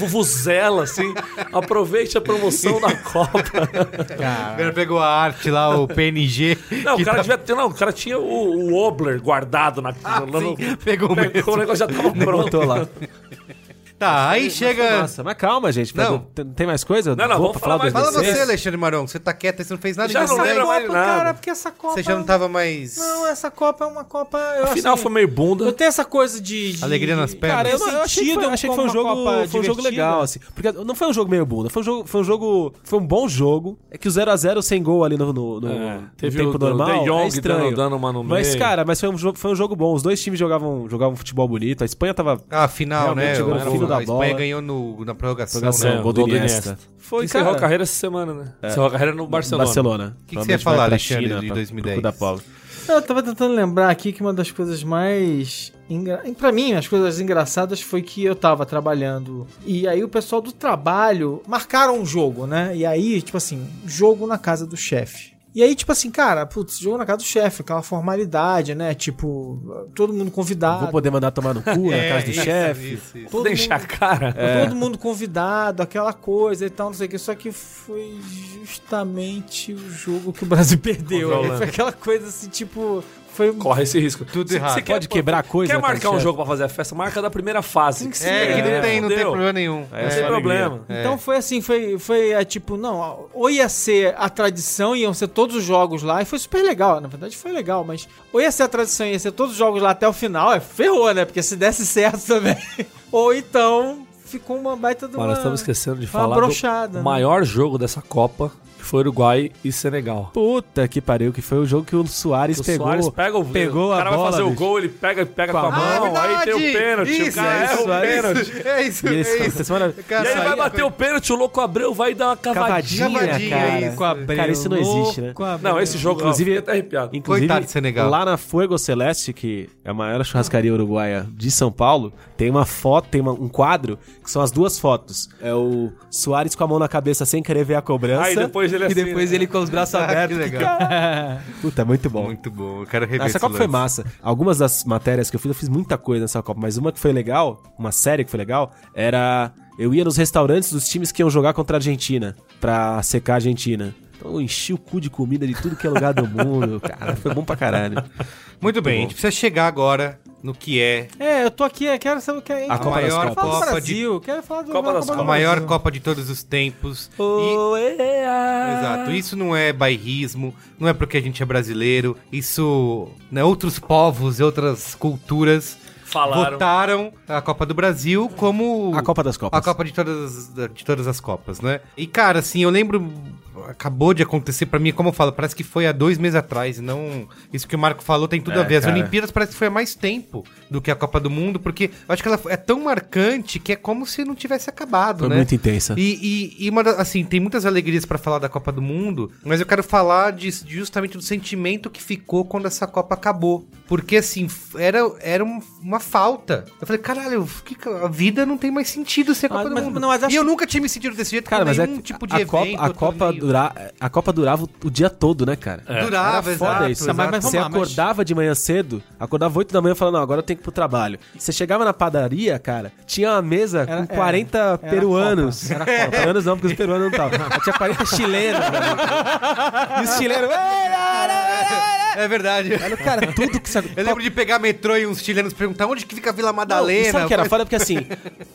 [SPEAKER 3] vuvuzela, assim. Aproveite a promoção da Copa.
[SPEAKER 1] O cara pegou a arte lá, o PNG.
[SPEAKER 3] Não,
[SPEAKER 1] que
[SPEAKER 3] o cara
[SPEAKER 1] tava-
[SPEAKER 3] devia ter. Não, o cara tinha o, o Obler guardado na. no- no-
[SPEAKER 1] sim, tá um- pegou o mesmo.
[SPEAKER 3] O negócio já tava pronto.
[SPEAKER 2] Botou lá.
[SPEAKER 3] um-
[SPEAKER 1] Tá, aí chega.
[SPEAKER 2] Nossa, mas calma, gente. pra-
[SPEAKER 1] Não.
[SPEAKER 2] tem- Tem mais coisa?
[SPEAKER 3] Não, não,
[SPEAKER 2] Vou
[SPEAKER 3] vamos
[SPEAKER 2] pra falar
[SPEAKER 3] falar mais-
[SPEAKER 1] Fala
[SPEAKER 2] 2006?
[SPEAKER 1] você, Alexandre Maron, você tá quieto, aí, você não fez nada
[SPEAKER 3] Já
[SPEAKER 1] disso,
[SPEAKER 3] não
[SPEAKER 1] né?
[SPEAKER 3] lembro mais
[SPEAKER 4] Copa,
[SPEAKER 3] nada.
[SPEAKER 4] cara, porque essa Copa.
[SPEAKER 1] Você já não tava mais.
[SPEAKER 4] Não, essa Copa é uma Copa. Eu,
[SPEAKER 3] A final
[SPEAKER 4] assim,
[SPEAKER 3] foi meio bunda.
[SPEAKER 4] Eu tenho essa coisa de. de-
[SPEAKER 1] Alegria nas pernas.
[SPEAKER 4] Cara, eu,
[SPEAKER 2] Eu, não- É, eu achei que
[SPEAKER 4] sentido
[SPEAKER 2] foi, achei que foi um
[SPEAKER 4] como uma
[SPEAKER 2] jogo,
[SPEAKER 4] Copa
[SPEAKER 2] foi um jogo
[SPEAKER 4] divertida.
[SPEAKER 2] legal, assim. Porque não foi um jogo meio bunda, foi um jogo, foi um jogo, foi um bom jogo. É que o 0x0 sem gol ali no, no, no-
[SPEAKER 3] É,
[SPEAKER 2] no
[SPEAKER 3] teve
[SPEAKER 2] tempo
[SPEAKER 3] o do-
[SPEAKER 2] normal
[SPEAKER 3] De Jong
[SPEAKER 2] é estranho.
[SPEAKER 3] dando- dando uma no
[SPEAKER 2] mas,
[SPEAKER 3] meio.
[SPEAKER 2] cara, mas foi um, jogo, foi um jogo bom. Os dois times jogavam, jogavam futebol bonito. A Espanha tava...
[SPEAKER 1] Ah, final,
[SPEAKER 2] Realmente
[SPEAKER 1] né?
[SPEAKER 2] chegou
[SPEAKER 1] O-
[SPEAKER 2] no fim da
[SPEAKER 1] a Espanha
[SPEAKER 2] bola.
[SPEAKER 1] ganhou no, na prorrogação,
[SPEAKER 2] Prorrogação,
[SPEAKER 1] né?
[SPEAKER 3] o
[SPEAKER 2] gol do Iniesta.
[SPEAKER 3] Foi,
[SPEAKER 2] Foi,
[SPEAKER 3] Encerrou
[SPEAKER 2] cara.
[SPEAKER 3] a carreira essa semana, né? Encerrou a carreira no Barcelona.
[SPEAKER 2] Barcelona.
[SPEAKER 1] que você ia falar, Alexandre, de
[SPEAKER 2] pra-
[SPEAKER 1] 2010?
[SPEAKER 2] pro cu da Paula.
[SPEAKER 4] Eu tava tentando lembrar aqui que uma das coisas mais. Engra... Pra mim, as coisas engraçadas foi que eu tava trabalhando. E aí o pessoal do trabalho marcaram um jogo, né? E aí, tipo assim, jogo na casa do chefe. E aí, tipo assim, cara, putz, jogo na casa do chefe, aquela formalidade, né? Tipo, todo mundo convidado.
[SPEAKER 2] Vou poder mandar tomar no cu na casa do
[SPEAKER 1] Ah, É isso,
[SPEAKER 2] chefe.
[SPEAKER 1] isso, isso.
[SPEAKER 4] todo
[SPEAKER 3] Deixa a
[SPEAKER 4] mundo-
[SPEAKER 3] cara.
[SPEAKER 4] Todo mundo convidado, aquela coisa e tal, não sei o que. Só que foi justamente o jogo que o Brasil perdeu.
[SPEAKER 3] Contra a
[SPEAKER 4] Aí
[SPEAKER 3] Holanda.
[SPEAKER 4] foi aquela coisa assim, tipo, foi
[SPEAKER 3] Corre esse risco.
[SPEAKER 1] Tudo
[SPEAKER 3] Você-
[SPEAKER 1] errado.
[SPEAKER 3] você
[SPEAKER 2] Pode quebrar coisa,
[SPEAKER 3] Quer
[SPEAKER 2] cara,
[SPEAKER 3] marcar um
[SPEAKER 2] chefe?
[SPEAKER 3] jogo pra fazer a festa? Marca da primeira fase.
[SPEAKER 1] É, que não tem, não tem
[SPEAKER 3] Entendeu?
[SPEAKER 1] problema nenhum.
[SPEAKER 3] Não
[SPEAKER 2] Essa
[SPEAKER 3] tem
[SPEAKER 2] é a
[SPEAKER 3] problema.
[SPEAKER 4] Então foi assim, foi, foi é, tipo, não, ou ia ser a tradição, iam ser todos os jogos lá, e foi super legal, na verdade foi legal, mas ou ia ser a tradição, ia ser todos os jogos lá até o final, é ferrou, né? Porque se desse certo também. ou então ficou uma baita de uma...
[SPEAKER 3] Mas nós estamos esquecendo de
[SPEAKER 4] uma
[SPEAKER 3] falar
[SPEAKER 4] brochada,
[SPEAKER 3] do
[SPEAKER 4] né?
[SPEAKER 3] maior jogo dessa Copa, que foi Uruguai e Senegal.
[SPEAKER 2] Puta que pariu, que foi o jogo que o Soares
[SPEAKER 3] O
[SPEAKER 2] pegou.
[SPEAKER 3] Soares pega o
[SPEAKER 2] pegou
[SPEAKER 3] o
[SPEAKER 2] a
[SPEAKER 3] cara
[SPEAKER 2] bola,
[SPEAKER 3] vai fazer o
[SPEAKER 2] bicho.
[SPEAKER 3] gol, ele pega, pega com a,
[SPEAKER 2] a
[SPEAKER 1] Ah, é
[SPEAKER 3] mão, aí
[SPEAKER 1] verdade!
[SPEAKER 3] tem o pênalti,
[SPEAKER 1] Isso,
[SPEAKER 3] o cara
[SPEAKER 1] é
[SPEAKER 3] erra
[SPEAKER 1] isso,
[SPEAKER 3] o
[SPEAKER 1] é
[SPEAKER 3] pênalti.
[SPEAKER 1] isso, É isso,
[SPEAKER 2] E
[SPEAKER 1] é
[SPEAKER 2] esse-
[SPEAKER 1] isso.
[SPEAKER 2] essa semana-
[SPEAKER 1] Cara,
[SPEAKER 3] E aí vai
[SPEAKER 1] saía-
[SPEAKER 3] bater o pênalti, o louco Abreu vai dar uma cavadinha.
[SPEAKER 1] Cavadinha,
[SPEAKER 2] Cavadinha, cara.
[SPEAKER 1] isso.
[SPEAKER 2] Cara, isso não existe, né?
[SPEAKER 3] Não, esse jogo,
[SPEAKER 2] Inclusive-
[SPEAKER 3] ó, fiquei até arrepiado.
[SPEAKER 2] Inclusive,
[SPEAKER 1] Coitado de Senegal.
[SPEAKER 2] lá na Fuego Celeste, que é a maior churrascaria uruguaia de São Paulo, tem uma foto, tem uma- um quadro, que são as duas fotos. É o Soares com a mão na cabeça sem querer ver a cobrança.
[SPEAKER 3] Aí depois ele
[SPEAKER 2] e
[SPEAKER 3] assim,
[SPEAKER 2] depois
[SPEAKER 3] né?
[SPEAKER 2] ele com os braços
[SPEAKER 1] Ah, que
[SPEAKER 2] abertos.
[SPEAKER 1] legal.
[SPEAKER 2] Puta, é muito bom.
[SPEAKER 1] Muito bom, eu quero rever
[SPEAKER 2] Essa
[SPEAKER 1] esse
[SPEAKER 2] Copa foi
[SPEAKER 1] lance.
[SPEAKER 2] massa. Algumas das matérias que eu fiz, eu fiz muita coisa nessa Copa, mas uma que foi legal, uma série que foi legal, era eu ia nos restaurantes dos times que iam jogar contra a Argentina, pra secar a Argentina. Então eu enchi o cu de comida de tudo que é lugar do mundo, cara. Foi bom pra caralho.
[SPEAKER 1] Muito bem, a gente precisa chegar agora no que é
[SPEAKER 4] É, eu tô aqui, eu quero saber o que é...
[SPEAKER 2] A
[SPEAKER 4] quero
[SPEAKER 2] Copa das
[SPEAKER 1] maior
[SPEAKER 4] falar do
[SPEAKER 2] Copas.
[SPEAKER 1] Copa de-
[SPEAKER 4] Brasil, quero falar do
[SPEAKER 3] Copa
[SPEAKER 4] da
[SPEAKER 3] das
[SPEAKER 1] a
[SPEAKER 3] Copas.
[SPEAKER 1] maior
[SPEAKER 4] Brasil.
[SPEAKER 1] Copa de todos os tempos. E- Exato.
[SPEAKER 2] ah.
[SPEAKER 3] Exato.
[SPEAKER 1] Isso não é bairrismo, não é porque a gente é brasileiro. Isso. Né, outros povos e outras culturas
[SPEAKER 3] Falaram.
[SPEAKER 1] votaram a Copa do Brasil como.
[SPEAKER 2] A Copa das Copas.
[SPEAKER 1] A Copa de todas, as- de todas as Copas, né? E, cara, assim, eu lembro. Acabou de acontecer pra mim, como eu falo, parece que foi há dois meses atrás, e não. Isso que o Marco falou tem tudo
[SPEAKER 3] É,
[SPEAKER 1] a ver. As
[SPEAKER 3] cara.
[SPEAKER 1] Olimpíadas parece que foi há mais tempo do que a Copa do Mundo, porque eu acho que ela é tão marcante que é como se não tivesse acabado,
[SPEAKER 2] Foi
[SPEAKER 1] né?
[SPEAKER 2] muito intensa.
[SPEAKER 1] E, e- e uma da- assim, tem muitas alegrias pra falar da Copa do Mundo, mas eu quero falar de, justamente do sentimento que ficou quando essa Copa acabou. Porque, assim, f- era, era um- uma falta. Eu falei, caralho, o que que- a vida não tem mais sentido
[SPEAKER 2] Ah,
[SPEAKER 1] ser a Copa
[SPEAKER 4] Mas-
[SPEAKER 1] do
[SPEAKER 4] mas-
[SPEAKER 1] Mundo.
[SPEAKER 4] não, mas acho
[SPEAKER 1] e eu
[SPEAKER 4] que-
[SPEAKER 1] nunca tinha me sentido desse jeito
[SPEAKER 2] Cara,
[SPEAKER 1] com
[SPEAKER 2] mas é
[SPEAKER 1] nenhum tipo de
[SPEAKER 2] a,
[SPEAKER 1] evento.
[SPEAKER 2] Copa, a, Copa
[SPEAKER 1] torneio.
[SPEAKER 2] dura, a Copa durava o, o dia todo, né, cara?
[SPEAKER 1] durava,
[SPEAKER 2] Era foda
[SPEAKER 1] exato,
[SPEAKER 2] isso.
[SPEAKER 1] Ah, é, exato.
[SPEAKER 4] Mas- mas
[SPEAKER 2] você
[SPEAKER 4] vamos lá, mas-
[SPEAKER 2] acordava de manhã cedo, acordava 8 da manhã falando, não, agora eu tenho que ir pro trabalho. Você chegava na padaria, cara, tinha uma mesa
[SPEAKER 4] Era-
[SPEAKER 2] com
[SPEAKER 4] era-
[SPEAKER 2] 40 peruanos.
[SPEAKER 4] Copa,
[SPEAKER 2] Peruanos não, porque os peruanos não estavam. Mas Tinha 40 chilenos. velho. e os chilenos...
[SPEAKER 1] É verdade.
[SPEAKER 2] Cara, tudo que você...
[SPEAKER 1] Eu lembro de pegar metrô e uns chilenos perguntar onde que fica a Vila
[SPEAKER 2] Não, e
[SPEAKER 1] Madalena.
[SPEAKER 2] sabe o que era foda? Porque assim,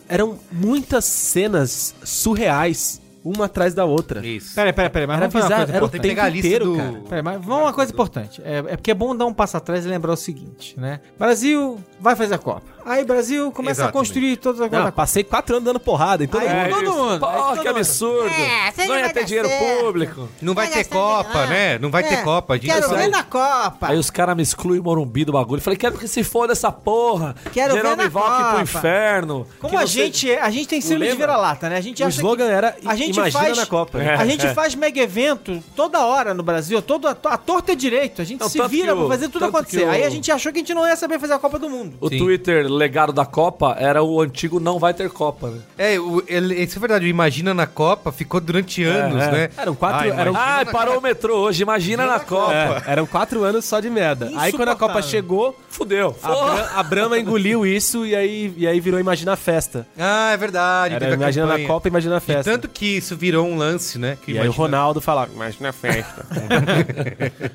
[SPEAKER 2] eram muitas cenas surreais, uma atrás da outra.
[SPEAKER 1] Isso.
[SPEAKER 4] Peraí, peraí, peraí, mas
[SPEAKER 2] Era
[SPEAKER 4] vamos fazer uma
[SPEAKER 2] bizarro,
[SPEAKER 4] coisa
[SPEAKER 2] era o
[SPEAKER 1] Tem
[SPEAKER 4] importante.
[SPEAKER 1] que pegar a
[SPEAKER 2] tempo
[SPEAKER 1] lista
[SPEAKER 2] inteiro,
[SPEAKER 1] do...
[SPEAKER 2] cara.
[SPEAKER 4] Peraí, mas vamos uma coisa importante. É, é porque é bom dar um passo atrás e lembrar o seguinte, né? Brasil vai fazer a Copa. Aí Brasil começa
[SPEAKER 1] Exatamente.
[SPEAKER 4] a construir toda a
[SPEAKER 2] Não,
[SPEAKER 4] Copa.
[SPEAKER 2] passei quatro anos dando porrada então em todo
[SPEAKER 4] Aí-
[SPEAKER 2] mundo.
[SPEAKER 3] É
[SPEAKER 4] Todo
[SPEAKER 3] isso.
[SPEAKER 4] mundo,
[SPEAKER 3] Pô,
[SPEAKER 4] aí todo
[SPEAKER 3] que
[SPEAKER 4] mundo.
[SPEAKER 3] absurdo.
[SPEAKER 5] É, isso aí
[SPEAKER 3] não
[SPEAKER 5] não
[SPEAKER 3] ia
[SPEAKER 5] vai
[SPEAKER 3] ter
[SPEAKER 5] dar
[SPEAKER 3] dinheiro
[SPEAKER 5] certo.
[SPEAKER 3] público.
[SPEAKER 1] Não vai
[SPEAKER 5] Olha
[SPEAKER 1] ter
[SPEAKER 5] só,
[SPEAKER 1] Copa,
[SPEAKER 5] ah,
[SPEAKER 1] né? Não vai ter
[SPEAKER 5] é,
[SPEAKER 1] Copa. A gente
[SPEAKER 5] quero
[SPEAKER 1] vai-
[SPEAKER 2] um
[SPEAKER 5] ver na Copa.
[SPEAKER 3] Aí os caras me excluem o Morumbi do bagulho. Falei, quero que se foda essa porra.
[SPEAKER 5] Quero ver
[SPEAKER 3] Jerome
[SPEAKER 5] na
[SPEAKER 3] Valk pro
[SPEAKER 5] Copa.
[SPEAKER 3] inferno.
[SPEAKER 4] Como
[SPEAKER 3] Que
[SPEAKER 4] a
[SPEAKER 3] você-
[SPEAKER 4] gente é, a gente tem síndrome de
[SPEAKER 3] lembra?
[SPEAKER 4] vira-lata, né? A gente
[SPEAKER 2] O
[SPEAKER 4] acha
[SPEAKER 2] slogan
[SPEAKER 4] que-
[SPEAKER 2] era
[SPEAKER 4] a gente
[SPEAKER 2] Imagina
[SPEAKER 4] faz,
[SPEAKER 2] na Copa.
[SPEAKER 3] É.
[SPEAKER 4] A gente faz mega evento toda hora no Brasil, todo a, a torta é direito, a gente
[SPEAKER 3] Não,
[SPEAKER 4] se
[SPEAKER 3] tanto
[SPEAKER 4] vira
[SPEAKER 3] que o-
[SPEAKER 4] pra fazer tudo
[SPEAKER 3] tanto que
[SPEAKER 4] acontecer.
[SPEAKER 3] o-
[SPEAKER 4] Aí a gente achou que a gente não ia saber fazer a Copa do Mundo.
[SPEAKER 3] O
[SPEAKER 1] Sim.
[SPEAKER 3] Twitter legado da Copa era o antigo não vai ter Copa, né?
[SPEAKER 1] É, o, ele, isso é verdade. O Imagina na Copa ficou durante anos,
[SPEAKER 3] é.
[SPEAKER 1] né?
[SPEAKER 2] Eram quatro-
[SPEAKER 1] Ai,
[SPEAKER 2] eram-
[SPEAKER 1] mas-
[SPEAKER 3] Ai, Ah, parou o metrô hoje, imagina na Copa.
[SPEAKER 2] É, eram quatro anos só de merda. Aí quando a Copa chegou,
[SPEAKER 3] Fudeu.
[SPEAKER 2] a,
[SPEAKER 3] Porra.
[SPEAKER 2] Bra- a Brahma engoliu isso e aí, e aí virou Imagina a Festa.
[SPEAKER 1] Ah, é verdade.
[SPEAKER 2] Era
[SPEAKER 1] teve a
[SPEAKER 2] Imagina na
[SPEAKER 1] campanha.
[SPEAKER 2] Copa, Imagina a
[SPEAKER 1] E
[SPEAKER 2] Festa.
[SPEAKER 1] tanto que isso virou um lance, né? Que
[SPEAKER 2] E aí o
[SPEAKER 1] Imagina-
[SPEAKER 2] Ronaldo falava, Imagina a Festa.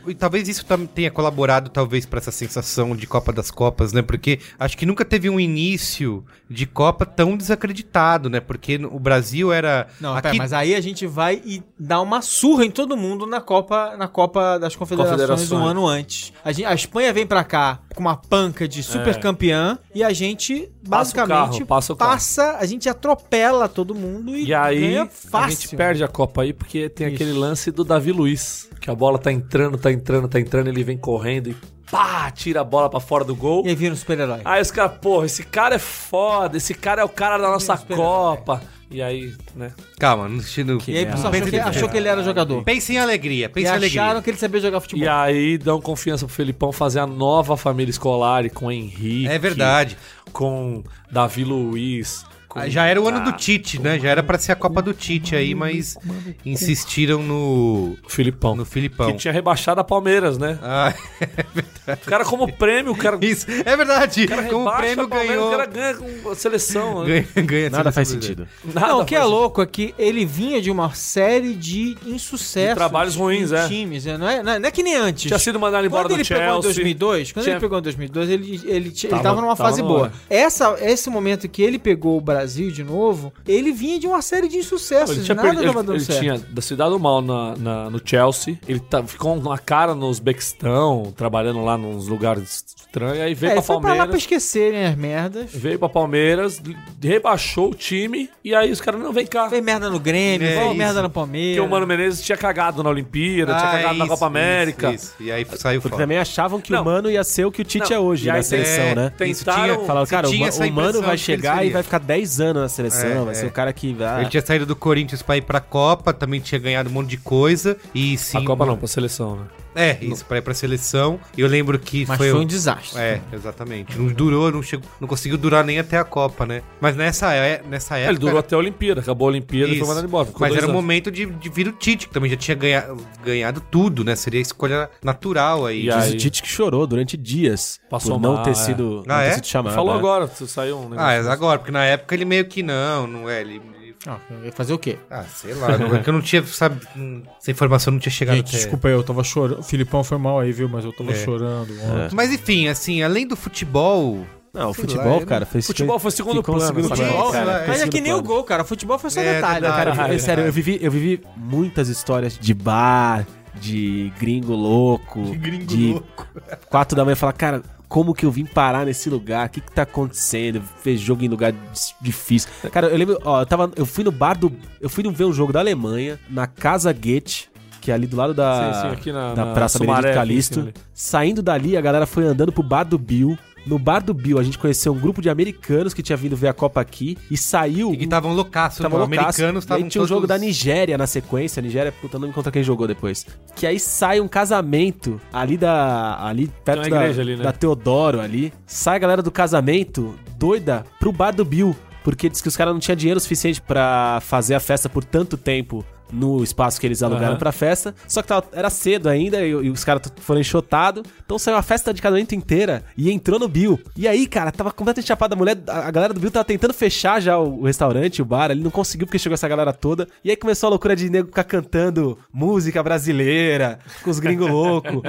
[SPEAKER 1] E talvez isso tam- tenha colaborado, talvez, pra essa sensação de Copa das Copas, né? Porque acho que nunca teve um início de Copa tão desacreditado, né? Porque no- o Brasil era.
[SPEAKER 4] Não,
[SPEAKER 1] aqui-
[SPEAKER 4] pera, mas aí a gente vai e dá uma surra em todo mundo na Copa, na Copa das Confederações, um
[SPEAKER 3] Confederações.
[SPEAKER 4] ano antes. A, gen- a Espanha vem pra cá com uma panca de super campeã e a gente
[SPEAKER 3] Passa o carro,
[SPEAKER 4] basicamente
[SPEAKER 3] passa o carro.
[SPEAKER 4] passa, a gente atropela todo mundo e,
[SPEAKER 3] E aí
[SPEAKER 4] ganha fácil.
[SPEAKER 3] a gente perde a Copa aí porque tem
[SPEAKER 4] Isso.
[SPEAKER 3] aquele lance do Davi Luiz, que a bola tá entrando, tá entrando, tá entrando, ele vem correndo e pá, tira a bola pra fora do gol.
[SPEAKER 4] E aí vira um super-herói.
[SPEAKER 3] Aí os caras, porra, esse cara é foda, esse cara é o cara da nossa
[SPEAKER 4] espera,
[SPEAKER 3] Copa. E aí, né?
[SPEAKER 1] Calma, não assistindo.
[SPEAKER 4] E aí o pessoal
[SPEAKER 1] Pensa
[SPEAKER 4] achou que,
[SPEAKER 1] em-
[SPEAKER 4] achou que ele era jogador.
[SPEAKER 1] Pensa em alegria,
[SPEAKER 4] E
[SPEAKER 1] pensa em alegria.
[SPEAKER 4] acharam que ele sabia jogar futebol.
[SPEAKER 3] E aí dão confiança pro Felipão fazer a nova família escolar e com Henrique.
[SPEAKER 1] É verdade.
[SPEAKER 3] Com Davi Luiz,
[SPEAKER 1] Ah,
[SPEAKER 4] é
[SPEAKER 1] Já era o ano do
[SPEAKER 3] tá?
[SPEAKER 1] Tite, né? Já
[SPEAKER 3] é?
[SPEAKER 1] era pra ser a Copa do Tite aí, mas insistiram no,
[SPEAKER 3] O Filipão.
[SPEAKER 1] no
[SPEAKER 3] é? Que
[SPEAKER 1] Filipão.
[SPEAKER 3] tinha rebaixado a Palmeiras, né?
[SPEAKER 1] Ah,
[SPEAKER 3] O cara, como prêmio, o cara.
[SPEAKER 1] isso, é verdade.
[SPEAKER 3] O cara
[SPEAKER 4] um
[SPEAKER 1] Como o
[SPEAKER 3] rebaixa
[SPEAKER 1] prêmio
[SPEAKER 3] a Palmeiras,
[SPEAKER 1] ganhou.
[SPEAKER 3] O cara ganha com a seleção. né?
[SPEAKER 1] Ganha, ganha a seleção
[SPEAKER 2] Nada faz
[SPEAKER 1] brasileira.
[SPEAKER 2] sentido.
[SPEAKER 3] Nada
[SPEAKER 4] não, o que é
[SPEAKER 3] faz
[SPEAKER 4] louco é que ele vinha de uma série de insucessos.
[SPEAKER 3] De trabalhos ruins,
[SPEAKER 4] em
[SPEAKER 3] é.
[SPEAKER 4] times, né? Não é, não é- não é que nem antes.
[SPEAKER 3] Tinha sido mandado embora
[SPEAKER 4] quando ele
[SPEAKER 3] do Chelsea.
[SPEAKER 4] pegou em 2002, quando
[SPEAKER 3] Tinha-
[SPEAKER 4] ele pegou em 2002, ele ele tinha- ele
[SPEAKER 3] Tava-
[SPEAKER 4] tava numa
[SPEAKER 3] tava
[SPEAKER 4] fase
[SPEAKER 3] no
[SPEAKER 4] boa.
[SPEAKER 3] ar.
[SPEAKER 4] Essa esse momento que ele pegou o Brasil de novo, ele vinha de uma série de insucessos,
[SPEAKER 3] Ele tinha
[SPEAKER 4] nada
[SPEAKER 3] perdido,
[SPEAKER 4] tava
[SPEAKER 3] ele,
[SPEAKER 4] dando
[SPEAKER 3] ele
[SPEAKER 4] certo.
[SPEAKER 3] tinha da cidade mal na, na- no Chelsea. Ele tá, ficou uma cara no Uzbequistão, trabalhando lá nos lugares estranhos. Aí veio
[SPEAKER 4] É,
[SPEAKER 3] pra
[SPEAKER 4] foi pra lá
[SPEAKER 3] Palmeiras.
[SPEAKER 4] pra esquecerem as merdas.
[SPEAKER 3] Veio pra Palmeiras, rebaixou o time. E aí os caras, não, vem cá.
[SPEAKER 4] Fez merda no Grêmio,
[SPEAKER 1] É,
[SPEAKER 4] fez
[SPEAKER 1] isso.
[SPEAKER 4] merda no
[SPEAKER 3] Porque
[SPEAKER 4] Palmeiras.
[SPEAKER 3] o Mano Menezes tinha cagado na Olimpíada, tinha
[SPEAKER 1] Ah,
[SPEAKER 3] cagado na
[SPEAKER 1] isso,
[SPEAKER 3] Copa América.
[SPEAKER 1] isso, isso. E aí saiu
[SPEAKER 2] Porque
[SPEAKER 1] fora.
[SPEAKER 2] também achavam que
[SPEAKER 3] Não.
[SPEAKER 2] o Mano ia ser o que o Tite
[SPEAKER 3] Não,
[SPEAKER 2] é hoje
[SPEAKER 3] e aí
[SPEAKER 2] na seleção,
[SPEAKER 1] é,
[SPEAKER 2] né?
[SPEAKER 3] Tentaram-
[SPEAKER 1] Isso
[SPEAKER 2] Falaram, cara, o,
[SPEAKER 1] tinha
[SPEAKER 2] Ma-
[SPEAKER 1] essa
[SPEAKER 2] o Mano
[SPEAKER 1] impressão
[SPEAKER 2] vai
[SPEAKER 1] de que ele
[SPEAKER 2] chegar e
[SPEAKER 1] seria.
[SPEAKER 2] vai ficar 10 anos na seleção,
[SPEAKER 1] É,
[SPEAKER 2] vai ser
[SPEAKER 1] é.
[SPEAKER 2] o cara que vai...
[SPEAKER 1] Ele tinha saído do Corinthians pra ir pra Copa, também tinha ganhado um monte de coisa. E sim.
[SPEAKER 3] A Copa não, pra seleção, né?
[SPEAKER 1] É, isso, pra ir pra seleção. E eu lembro que
[SPEAKER 4] Mas
[SPEAKER 1] foi.
[SPEAKER 4] foi,
[SPEAKER 1] um-
[SPEAKER 4] um desastre.
[SPEAKER 1] É, exatamente. Não durou, não chegou, não conseguiu durar nem até a Copa, né? Mas nessa, é- nessa época.
[SPEAKER 3] ele durou até a Olimpíada, acabou a Olimpíada e
[SPEAKER 1] Isso.
[SPEAKER 3] foi mandado embora. Ficou
[SPEAKER 1] Mas
[SPEAKER 3] dois
[SPEAKER 1] era o
[SPEAKER 4] um
[SPEAKER 3] anos.
[SPEAKER 1] momento de, de vir o Tite, que também já tinha ganha- ganhado tudo, né? Seria a escolha natural aí.
[SPEAKER 3] E
[SPEAKER 2] Diz
[SPEAKER 3] aí-
[SPEAKER 2] o Tite que chorou durante dias
[SPEAKER 3] Passou
[SPEAKER 2] por não
[SPEAKER 3] mal, é.
[SPEAKER 2] ter sido, não
[SPEAKER 1] Ah,
[SPEAKER 2] ter
[SPEAKER 1] é?
[SPEAKER 2] sido chamado.
[SPEAKER 3] Falou
[SPEAKER 2] né?
[SPEAKER 3] agora, saiu um
[SPEAKER 1] Ah,
[SPEAKER 3] negócio.
[SPEAKER 1] mas agora, porque na época ele meio que não, não é? Ele. ele-
[SPEAKER 4] Ah, vai fazer o quê?
[SPEAKER 1] Ah, sei lá, não, é que eu não tinha, sabe, hum, essa informação não tinha chegado
[SPEAKER 4] Gente,
[SPEAKER 1] até... É.
[SPEAKER 4] desculpa aí, eu tava chorando. O Filipão foi mal aí, viu? Mas eu tava chorando. ontem.
[SPEAKER 1] Mas enfim, assim, além do futebol,
[SPEAKER 2] Não, o
[SPEAKER 1] Sei
[SPEAKER 2] futebol,
[SPEAKER 1] lá,
[SPEAKER 2] cara, fez
[SPEAKER 3] Futebol foi segundo
[SPEAKER 2] ficou no
[SPEAKER 3] plano,
[SPEAKER 2] segundo
[SPEAKER 3] sabe?
[SPEAKER 2] plano,
[SPEAKER 1] Futebol,
[SPEAKER 2] cara.
[SPEAKER 1] sei lá,
[SPEAKER 2] Ficou
[SPEAKER 4] Mas é
[SPEAKER 2] segundo
[SPEAKER 4] que nem o
[SPEAKER 2] plano.
[SPEAKER 4] gol, cara. Futebol foi só
[SPEAKER 1] É,
[SPEAKER 4] detalhe. né,
[SPEAKER 1] detalhe.
[SPEAKER 4] cara?
[SPEAKER 2] Cara, eu-
[SPEAKER 1] Ah, é
[SPEAKER 2] sério,
[SPEAKER 1] verdade.
[SPEAKER 2] eu vivi, eu vivi muitas histórias de bar, de gringo louco, de,
[SPEAKER 1] gringo louco.
[SPEAKER 2] quatro da manhã falar, cara, como que eu vim parar nesse lugar? O que que tá acontecendo? Fez jogo em lugar dis- difícil. Cara, eu lembro, ó, eu tava, eu fui no bar do, eu fui ver um jogo da Alemanha na Casa Goethe, que é ali do lado da
[SPEAKER 3] Sim, sim, aqui na-
[SPEAKER 2] da
[SPEAKER 3] na
[SPEAKER 2] Praça
[SPEAKER 3] Sumaré,
[SPEAKER 2] Benedito
[SPEAKER 3] aqui em
[SPEAKER 2] Calixto.
[SPEAKER 3] cima ali.
[SPEAKER 2] Saindo dali, a galera foi andando pro bar do Bill. No bar do Bill, a gente conheceu um grupo de americanos que tinha vindo ver a Copa aqui e saiu
[SPEAKER 1] e que estavam loucaço,
[SPEAKER 2] Tava
[SPEAKER 1] os
[SPEAKER 2] Tipo, loucaço.
[SPEAKER 1] americanos
[SPEAKER 2] E aí
[SPEAKER 1] estavam
[SPEAKER 2] tinha um jogo da
[SPEAKER 1] todos-
[SPEAKER 2] Nigéria na sequência. A Nigéria, puta, não me conta quem jogou depois. Que aí sai um casamento ali da. Ali perto
[SPEAKER 3] uma
[SPEAKER 2] da,
[SPEAKER 3] igreja ali, né?
[SPEAKER 2] da Teodoro ali. Sai a galera do casamento doida pro bar do Bill. Porque diz que os caras não tinham dinheiro suficiente pra fazer a festa por tanto tempo no espaço que eles alugaram
[SPEAKER 3] Aham.
[SPEAKER 2] pra festa. Só que tava- era cedo ainda e, e os caras t- foram enxotados. Então saiu a festa de casamento inteira e entrou no Bill. E aí, cara, tava completamente chapada a mulher. A, a galera do Bill tava tentando fechar já o, o restaurante, o bar. Ele não conseguiu porque chegou essa galera toda. E aí começou a loucura de nego ficar cantando música brasileira com os gringos loucos.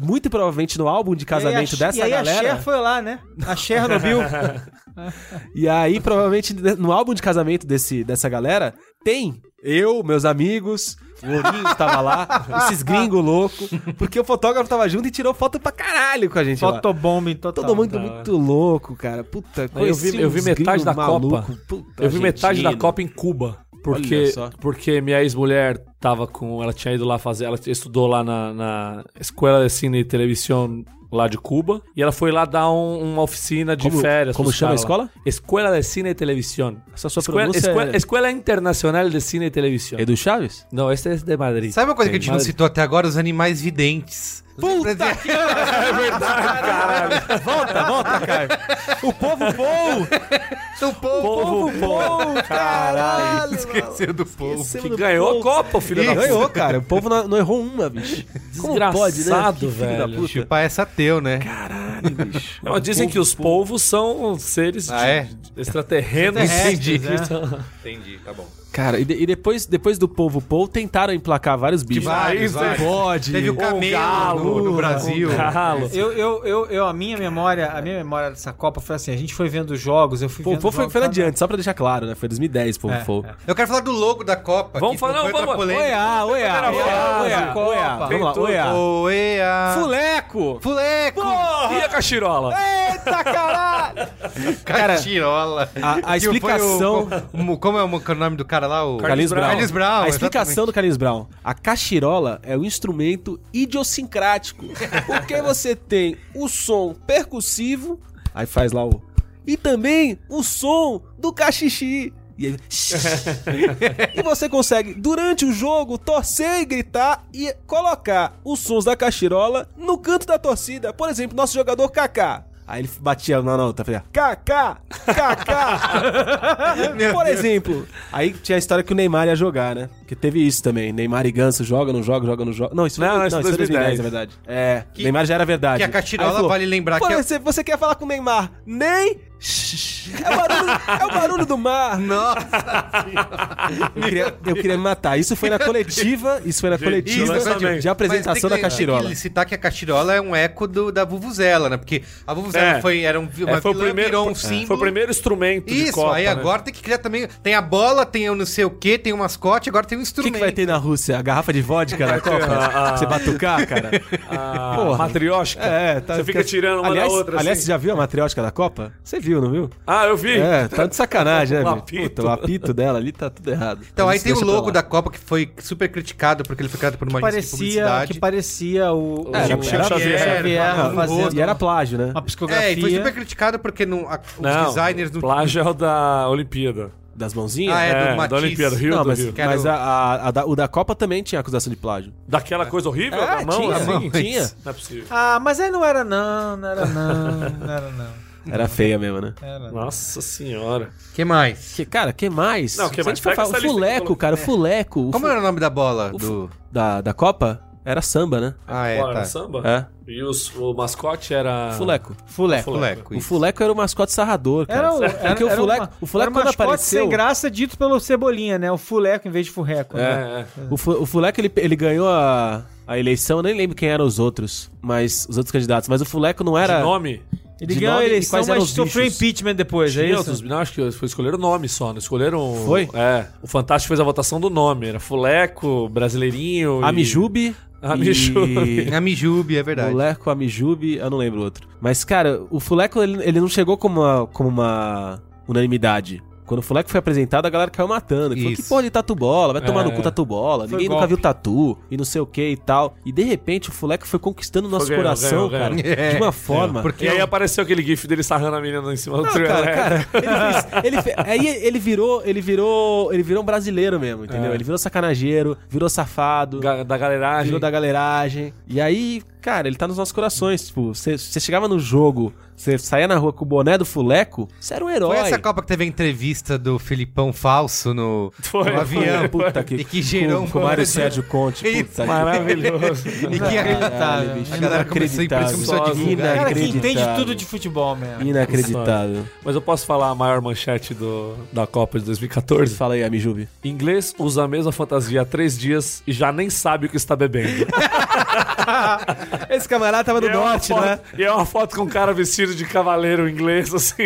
[SPEAKER 2] Muito provavelmente no álbum de casamento
[SPEAKER 4] E aí a-
[SPEAKER 2] dessa
[SPEAKER 4] e aí
[SPEAKER 2] galera.
[SPEAKER 4] a Cher foi lá, né? A Cher no Bill.
[SPEAKER 2] E aí, provavelmente, de- no álbum de casamento desse, dessa galera, tem eu, meus amigos, o Ourinho tava lá, esses gringos loucos, porque o fotógrafo tava junto e tirou foto pra caralho com a gente lá.
[SPEAKER 4] Fotobomba em total.
[SPEAKER 2] Todo mundo muito louco, cara. Puta,
[SPEAKER 3] Aí Tá, eu vi, eu vi metade da Copa. eu vi metade da Copa em Cuba. Porque,
[SPEAKER 2] Olha só.
[SPEAKER 3] porque minha ex-mulher tava com. Ela tinha ido lá fazer. Ela estudou lá na, na Escola de Cine e Televisão lá de Cuba. E ela foi lá dar um- uma oficina de
[SPEAKER 2] Como-
[SPEAKER 3] férias.
[SPEAKER 2] como
[SPEAKER 3] pros
[SPEAKER 2] chama a
[SPEAKER 3] caras lá.
[SPEAKER 2] escola?
[SPEAKER 3] Escola de Cine e Televisão.
[SPEAKER 2] Essa sua
[SPEAKER 3] Escola,
[SPEAKER 2] pronúncia
[SPEAKER 3] Escola,
[SPEAKER 2] é...
[SPEAKER 3] Escola Internacional de Cine e Televisão.
[SPEAKER 2] Edu Chaves?
[SPEAKER 3] Não, esse é de Madrid.
[SPEAKER 1] Sabe uma coisa que a gente não
[SPEAKER 3] Madrid.
[SPEAKER 1] citou até agora? Os animais videntes. Puta que
[SPEAKER 2] Volta, volta, Caio. O povo bom!
[SPEAKER 1] do povo!
[SPEAKER 3] Povo bom!
[SPEAKER 2] Caralho!
[SPEAKER 1] Esqueceu do povo.
[SPEAKER 3] Que ganhou a Copa, filho da puta.
[SPEAKER 2] Ganhou, cara. O povo não, não errou uma, bicho. né?
[SPEAKER 3] Desgraçado,
[SPEAKER 2] Que filho da
[SPEAKER 3] velho.
[SPEAKER 2] puta.
[SPEAKER 1] Chupar essa teu, né?
[SPEAKER 3] Não, dizem que os polvos são seres
[SPEAKER 1] Ah, é?
[SPEAKER 3] de- extraterrenos.
[SPEAKER 1] Entendi.
[SPEAKER 3] Que são-
[SPEAKER 1] Entendi, tá bom.
[SPEAKER 2] Cara, e, de- e depois, depois do povo Paul, tentaram emplacar vários bichos.
[SPEAKER 1] vários,
[SPEAKER 2] Isso
[SPEAKER 1] vários.
[SPEAKER 2] pode.
[SPEAKER 1] Teve o
[SPEAKER 3] Um
[SPEAKER 1] camelo
[SPEAKER 3] galo,
[SPEAKER 1] no, no Brasil. É.
[SPEAKER 3] um galo.
[SPEAKER 4] Eu, eu, eu, eu- a minha memória, a minha memória dessa Copa foi assim, a gente foi vendo os jogos, eu fui
[SPEAKER 2] Paul
[SPEAKER 4] vendo
[SPEAKER 2] Paul foi,
[SPEAKER 4] jogos,
[SPEAKER 2] foi lá
[SPEAKER 4] cada-
[SPEAKER 2] adiante, só pra deixar claro, né? Foi 2010, povo Paul.
[SPEAKER 1] Eu quero falar do logo da Copa.
[SPEAKER 3] Vamos
[SPEAKER 1] que
[SPEAKER 3] falar-
[SPEAKER 1] foi
[SPEAKER 3] não,
[SPEAKER 1] outra
[SPEAKER 3] vamos-
[SPEAKER 1] polêmica.
[SPEAKER 2] Oiá, oiá, oiá, oiá,
[SPEAKER 4] Copa.
[SPEAKER 2] oiá.
[SPEAKER 4] Tem
[SPEAKER 2] ah, Vamos lá,
[SPEAKER 3] tudo.
[SPEAKER 2] oiá.
[SPEAKER 1] Oiá.
[SPEAKER 2] Fuleco!
[SPEAKER 1] Fuleco.
[SPEAKER 3] E a cachirola?
[SPEAKER 1] É,
[SPEAKER 2] Eita, caralho!
[SPEAKER 1] Catirola.
[SPEAKER 2] a- a
[SPEAKER 1] Que foi o-
[SPEAKER 2] explicação-
[SPEAKER 1] como- como é o, o nome do cara lá? O...
[SPEAKER 2] Carlinhos Brown.
[SPEAKER 1] Carlinhos Brown.
[SPEAKER 2] A explicação do Carlinhos Brown. A cachirola é um instrumento idiosincrático. porque você tem o som percussivo, aí faz lá o. E também o som do cachixi. E, aí- e você consegue, durante o jogo, torcer e gritar e colocar os sons da cachirola no canto da torcida. Por exemplo, nosso jogador Kaká. Aí ele batia tá na nota, fazia KK, KK. Por exemplo. Aí tinha a história que o Neymar ia jogar, né? Que teve isso também. Neymar e Ganso joga, não joga, joga, não joga. Não, isso
[SPEAKER 3] Não,
[SPEAKER 2] foi,
[SPEAKER 3] não, isso
[SPEAKER 2] isso foi
[SPEAKER 3] 2010,
[SPEAKER 2] na verdade. É, Neymar já era verdade.
[SPEAKER 1] que a Catirola,
[SPEAKER 2] Aí falou,
[SPEAKER 1] vale lembrar
[SPEAKER 2] "Pô,
[SPEAKER 1] que é-
[SPEAKER 2] Você, você quer falar com o Neymar? Nem... É o barulho, é o barulho do mar.
[SPEAKER 1] Nossa,
[SPEAKER 2] Eu queria, eu queria me matar. Isso foi na coletiva, isso foi na coletiva
[SPEAKER 1] isso,
[SPEAKER 3] exatamente.
[SPEAKER 2] de apresentação da
[SPEAKER 1] mas tem que-
[SPEAKER 2] Cachirola.
[SPEAKER 1] Tem que citar que a Cachirola é um eco do, da Vuvuzela, né? Porque a Vuvuzela
[SPEAKER 3] É.
[SPEAKER 1] foi, era um, uma
[SPEAKER 3] É, foi, o
[SPEAKER 1] vilã,
[SPEAKER 3] primeiro,
[SPEAKER 1] virou um
[SPEAKER 3] é,
[SPEAKER 1] símbolo.
[SPEAKER 3] foi o primeiro instrumento de
[SPEAKER 1] Isso,
[SPEAKER 3] Copa.
[SPEAKER 1] aí
[SPEAKER 3] né?
[SPEAKER 1] agora tem que criar também. Tem a bola, tem o não sei o quê, tem o mascote, agora tem o
[SPEAKER 2] O que,
[SPEAKER 1] instrumento.
[SPEAKER 2] que vai ter na Rússia? A garrafa de vodka na Copa?
[SPEAKER 3] Ah,
[SPEAKER 2] Pra Você batucar, cara?
[SPEAKER 3] A
[SPEAKER 2] Porra.
[SPEAKER 3] matriótica.
[SPEAKER 2] É, tá,
[SPEAKER 3] Você fica tirando uma
[SPEAKER 2] aliás,
[SPEAKER 3] da outra,
[SPEAKER 2] Aliás,
[SPEAKER 3] assim.
[SPEAKER 2] você já viu a matriótica da Copa? Você viu, não viu?
[SPEAKER 3] Ah, eu vi.
[SPEAKER 2] É, tá de sacanagem, né?
[SPEAKER 3] O
[SPEAKER 2] meu?
[SPEAKER 3] Um apito.
[SPEAKER 2] Puta, o apito dela ali tá tudo errado.
[SPEAKER 1] Então aí tem o
[SPEAKER 2] Deixa pra
[SPEAKER 1] logo
[SPEAKER 2] lá.
[SPEAKER 1] da Copa que foi super criticado porque ele foi criado por uma agência de
[SPEAKER 4] Parecia,
[SPEAKER 1] publicidade. É,
[SPEAKER 4] que parecia o, o
[SPEAKER 3] É,
[SPEAKER 4] Chico
[SPEAKER 3] era-
[SPEAKER 4] Xavier,
[SPEAKER 3] era-
[SPEAKER 4] Xavier
[SPEAKER 2] né? Não,
[SPEAKER 4] fazendo
[SPEAKER 2] E
[SPEAKER 1] um
[SPEAKER 2] era plágio, né?
[SPEAKER 4] uma
[SPEAKER 1] É, e foi
[SPEAKER 4] psicografia.
[SPEAKER 1] super criticado porque não, a- os
[SPEAKER 3] Não,
[SPEAKER 1] designers não.
[SPEAKER 3] plágio é o da Olimpíada.
[SPEAKER 2] Das mãozinhas?
[SPEAKER 1] Ah, é, do Matisse.
[SPEAKER 3] da Olimpíada, Rio
[SPEAKER 2] Não,
[SPEAKER 3] do
[SPEAKER 2] mas,
[SPEAKER 3] Rio.
[SPEAKER 1] Quero-
[SPEAKER 2] mas a- a- a da- o da Copa também tinha acusação de plágio.
[SPEAKER 3] Daquela coisa horrível
[SPEAKER 1] É,
[SPEAKER 2] Ah,
[SPEAKER 3] da mão?
[SPEAKER 2] tinha,
[SPEAKER 3] assim?
[SPEAKER 2] sim, tinha.
[SPEAKER 3] Não é possível.
[SPEAKER 4] Ah, mas aí não era não, não era não, não era não.
[SPEAKER 2] Era feia mesmo, né?
[SPEAKER 4] Era não.
[SPEAKER 3] Nossa senhora.
[SPEAKER 1] que mais?
[SPEAKER 2] Que, cara, que mais?
[SPEAKER 3] Não, que
[SPEAKER 2] Se a
[SPEAKER 3] mais?
[SPEAKER 2] gente for
[SPEAKER 3] Pega
[SPEAKER 2] falar-
[SPEAKER 3] essa
[SPEAKER 2] o
[SPEAKER 3] lista que
[SPEAKER 2] fuleco,
[SPEAKER 3] falou.
[SPEAKER 4] É.
[SPEAKER 2] cara, o fuleco. o
[SPEAKER 1] Como
[SPEAKER 2] fu-
[SPEAKER 1] era o nome da bola?
[SPEAKER 2] o
[SPEAKER 1] Do...
[SPEAKER 2] da, da Copa? Era samba, né?
[SPEAKER 1] Ah, é,
[SPEAKER 3] Bora,
[SPEAKER 1] tá.
[SPEAKER 3] samba?
[SPEAKER 2] É.
[SPEAKER 3] E os- o mascote
[SPEAKER 4] Ah,
[SPEAKER 3] era...
[SPEAKER 2] Fuleco.
[SPEAKER 4] Fuleco.
[SPEAKER 1] Fuleco,
[SPEAKER 2] O
[SPEAKER 1] isso.
[SPEAKER 2] Fuleco era o mascote sarrador, cara.
[SPEAKER 4] Era o, era,
[SPEAKER 2] Porque
[SPEAKER 4] era
[SPEAKER 2] o Fuleco,
[SPEAKER 4] uma-
[SPEAKER 2] o Fuleco
[SPEAKER 4] era um
[SPEAKER 2] quando
[SPEAKER 4] mascote
[SPEAKER 2] apareceu...
[SPEAKER 4] sem graça dito pelo Cebolinha, né? O Fuleco em vez de Furreco. né?
[SPEAKER 3] É, é.
[SPEAKER 2] O, Fu- o Fuleco, ele, ele ganhou a, a eleição, eu nem lembro quem eram os outros, mas os outros candidatos, mas o Fuleco não era...
[SPEAKER 3] De nome?
[SPEAKER 4] Ele
[SPEAKER 2] De
[SPEAKER 4] ganhou a
[SPEAKER 2] nome,
[SPEAKER 4] eleição,
[SPEAKER 2] quais eram
[SPEAKER 4] mas
[SPEAKER 2] os
[SPEAKER 4] sofreu
[SPEAKER 2] bichos?
[SPEAKER 4] impeachment depois, é
[SPEAKER 3] Tinha
[SPEAKER 4] isso?
[SPEAKER 3] outros- não, acho que foi escolher o nome só, não escolheram. o-
[SPEAKER 2] Foi?
[SPEAKER 3] É. O Fantástico fez a votação do nome. Era Fuleco, Brasileirinho. e-
[SPEAKER 2] Amijube
[SPEAKER 3] Amijube.
[SPEAKER 2] e...
[SPEAKER 1] A Mijubi, é verdade.
[SPEAKER 2] Fuleco, Amijube, eu não lembro o outro. Mas, cara, o Fuleco, ele, ele não chegou como uma, como uma unanimidade. Quando o Fuleco foi apresentado, a galera caiu matando. Que Falou,
[SPEAKER 1] Isso.
[SPEAKER 2] que porra de tatu bola? Vai tomar no
[SPEAKER 3] É.
[SPEAKER 2] cu tatu bola.
[SPEAKER 4] Foi
[SPEAKER 2] Ninguém
[SPEAKER 4] golpe.
[SPEAKER 2] nunca viu tatu e não sei o que e tal. E de repente o Fuleco foi conquistando o nosso
[SPEAKER 3] ganhou,
[SPEAKER 2] coração,
[SPEAKER 3] ganhou, ganhou.
[SPEAKER 2] cara. De uma forma.
[SPEAKER 1] É. Porque
[SPEAKER 3] E aí
[SPEAKER 1] eu-
[SPEAKER 3] apareceu aquele gif dele sarrando a menina em cima do
[SPEAKER 2] é Não,
[SPEAKER 3] trio
[SPEAKER 2] cara, cara,
[SPEAKER 3] elétrico.
[SPEAKER 2] ele fez, ele fe- aí ele virou, ele virou, ele virou um brasileiro mesmo, entendeu?
[SPEAKER 3] É.
[SPEAKER 2] Ele virou sacanageiro, virou safado,
[SPEAKER 3] Ga- Da galeragem.
[SPEAKER 2] virou da galeragem. E aí, cara, ele tá nos nossos corações, tipo, você você chegava no jogo, você saía na rua com o boné do fuleco, você era um herói.
[SPEAKER 1] Foi essa Copa que teve a entrevista do Filipão falso no,
[SPEAKER 3] Foi,
[SPEAKER 1] no
[SPEAKER 3] foi,
[SPEAKER 1] avião.
[SPEAKER 2] um Puta que,
[SPEAKER 1] E que gerou
[SPEAKER 2] com,
[SPEAKER 1] um
[SPEAKER 2] com o Mário
[SPEAKER 1] bando de-
[SPEAKER 2] Sérgio É. Conte, puta que-
[SPEAKER 3] Maravilhoso.
[SPEAKER 1] E que a,
[SPEAKER 4] Inacreditável.
[SPEAKER 2] bicho,
[SPEAKER 1] a galera começou, a-
[SPEAKER 2] inacreditável.
[SPEAKER 1] começou a divulgar.
[SPEAKER 4] Cara que entende
[SPEAKER 2] Inacreditável.
[SPEAKER 4] tudo de futebol, mesmo.
[SPEAKER 2] Inacreditável.
[SPEAKER 3] Mas eu posso falar a maior manchete do, da Copa de 2014?
[SPEAKER 2] Fala aí, Amijube.
[SPEAKER 3] Inglês usa a mesma fantasia há três dias e já nem sabe o que está bebendo.
[SPEAKER 2] Esse camarada tava no
[SPEAKER 3] E é uma
[SPEAKER 2] norte,
[SPEAKER 3] foto-
[SPEAKER 2] né?
[SPEAKER 3] E é uma foto com um cara vestido de cavaleiro inglês, assim.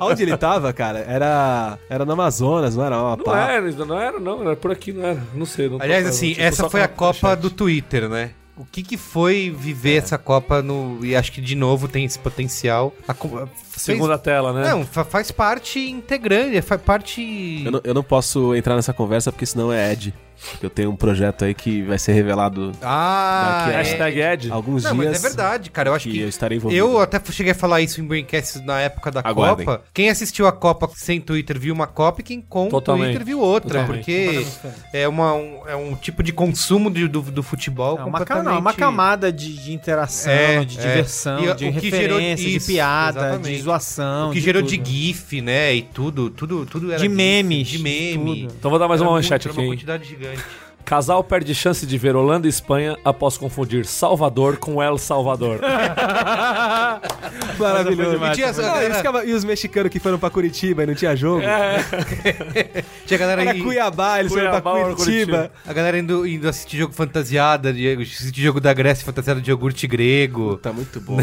[SPEAKER 2] Onde ele tava, cara? Era, era no Amazonas, não é. era uma
[SPEAKER 3] Não
[SPEAKER 2] pá-
[SPEAKER 3] era, não era, não. Era por aqui, não era. Não sei. Não tô-
[SPEAKER 1] Tá. Aliás, assim,
[SPEAKER 3] tipo,
[SPEAKER 1] essa
[SPEAKER 3] só
[SPEAKER 1] foi a
[SPEAKER 3] com
[SPEAKER 1] Copa
[SPEAKER 3] manchete.
[SPEAKER 1] do Twitter, né? O que, que foi
[SPEAKER 2] É.
[SPEAKER 1] viver essa Copa no. E acho que de novo tem esse potencial. A co- fez-
[SPEAKER 3] Segunda tela, né?
[SPEAKER 1] Não, fa- faz parte integrante, faz parte.
[SPEAKER 2] Eu não, eu não posso entrar nessa conversa porque senão é Ed. Porque eu tenho um projeto aí que vai ser revelado
[SPEAKER 1] Ah,
[SPEAKER 2] Daqui a-
[SPEAKER 1] é-
[SPEAKER 3] Hashtag Ed.
[SPEAKER 2] há alguns
[SPEAKER 1] Não,
[SPEAKER 2] dias.
[SPEAKER 1] mas é verdade, cara. Eu acho
[SPEAKER 2] que
[SPEAKER 1] que.
[SPEAKER 2] eu estarei envolvido.
[SPEAKER 1] Eu até cheguei a falar isso em Braincast na época da
[SPEAKER 2] Aguardem.
[SPEAKER 1] Copa. Quem assistiu a Copa sem Twitter viu uma Copa e quem com
[SPEAKER 3] Totalmente.
[SPEAKER 1] Twitter viu outra.
[SPEAKER 3] Totalmente.
[SPEAKER 1] Porque é, uma, um, é um tipo de consumo de- do, do futebol
[SPEAKER 4] É uma, ca-
[SPEAKER 1] completamente...
[SPEAKER 4] não, uma camada de, de interação,
[SPEAKER 1] É,
[SPEAKER 4] de
[SPEAKER 1] é.
[SPEAKER 4] diversão,
[SPEAKER 1] E o
[SPEAKER 4] de
[SPEAKER 1] que
[SPEAKER 4] referência,
[SPEAKER 1] gerou
[SPEAKER 4] de
[SPEAKER 1] isso,
[SPEAKER 4] piada,
[SPEAKER 1] exatamente.
[SPEAKER 4] de zoação.
[SPEAKER 1] O que gerou de
[SPEAKER 4] tudo.
[SPEAKER 1] GIF, né? E tudo, tudo, tudo era
[SPEAKER 4] De
[SPEAKER 1] GIF,
[SPEAKER 4] memes,
[SPEAKER 1] De meme.
[SPEAKER 4] tudo.
[SPEAKER 3] Então vou dar mais
[SPEAKER 1] Era
[SPEAKER 3] uma
[SPEAKER 1] muito,
[SPEAKER 3] manchete
[SPEAKER 1] era
[SPEAKER 3] aqui,
[SPEAKER 1] uma
[SPEAKER 3] hein?
[SPEAKER 1] quantidade gigante.
[SPEAKER 3] Casal perde chance de ver Holanda e Espanha após confundir Salvador com El Salvador.
[SPEAKER 2] Maravilhoso.
[SPEAKER 1] demais,
[SPEAKER 2] E, tinha-
[SPEAKER 1] foi
[SPEAKER 2] não,
[SPEAKER 1] demais.
[SPEAKER 2] eles ficavam- e os mexicanos que foram pra Curitiba e não tinha jogo?
[SPEAKER 1] É. Tinha a galera,
[SPEAKER 2] Era
[SPEAKER 1] aí-
[SPEAKER 2] Cuiabá, eles foram
[SPEAKER 3] Cuiabá
[SPEAKER 2] pra
[SPEAKER 3] ou
[SPEAKER 2] Curitiba.
[SPEAKER 1] a galera indo, indo assistir jogo fantasiada, de, assistir jogo da Grécia fantasiada de iogurte grego.
[SPEAKER 2] Tá muito bom.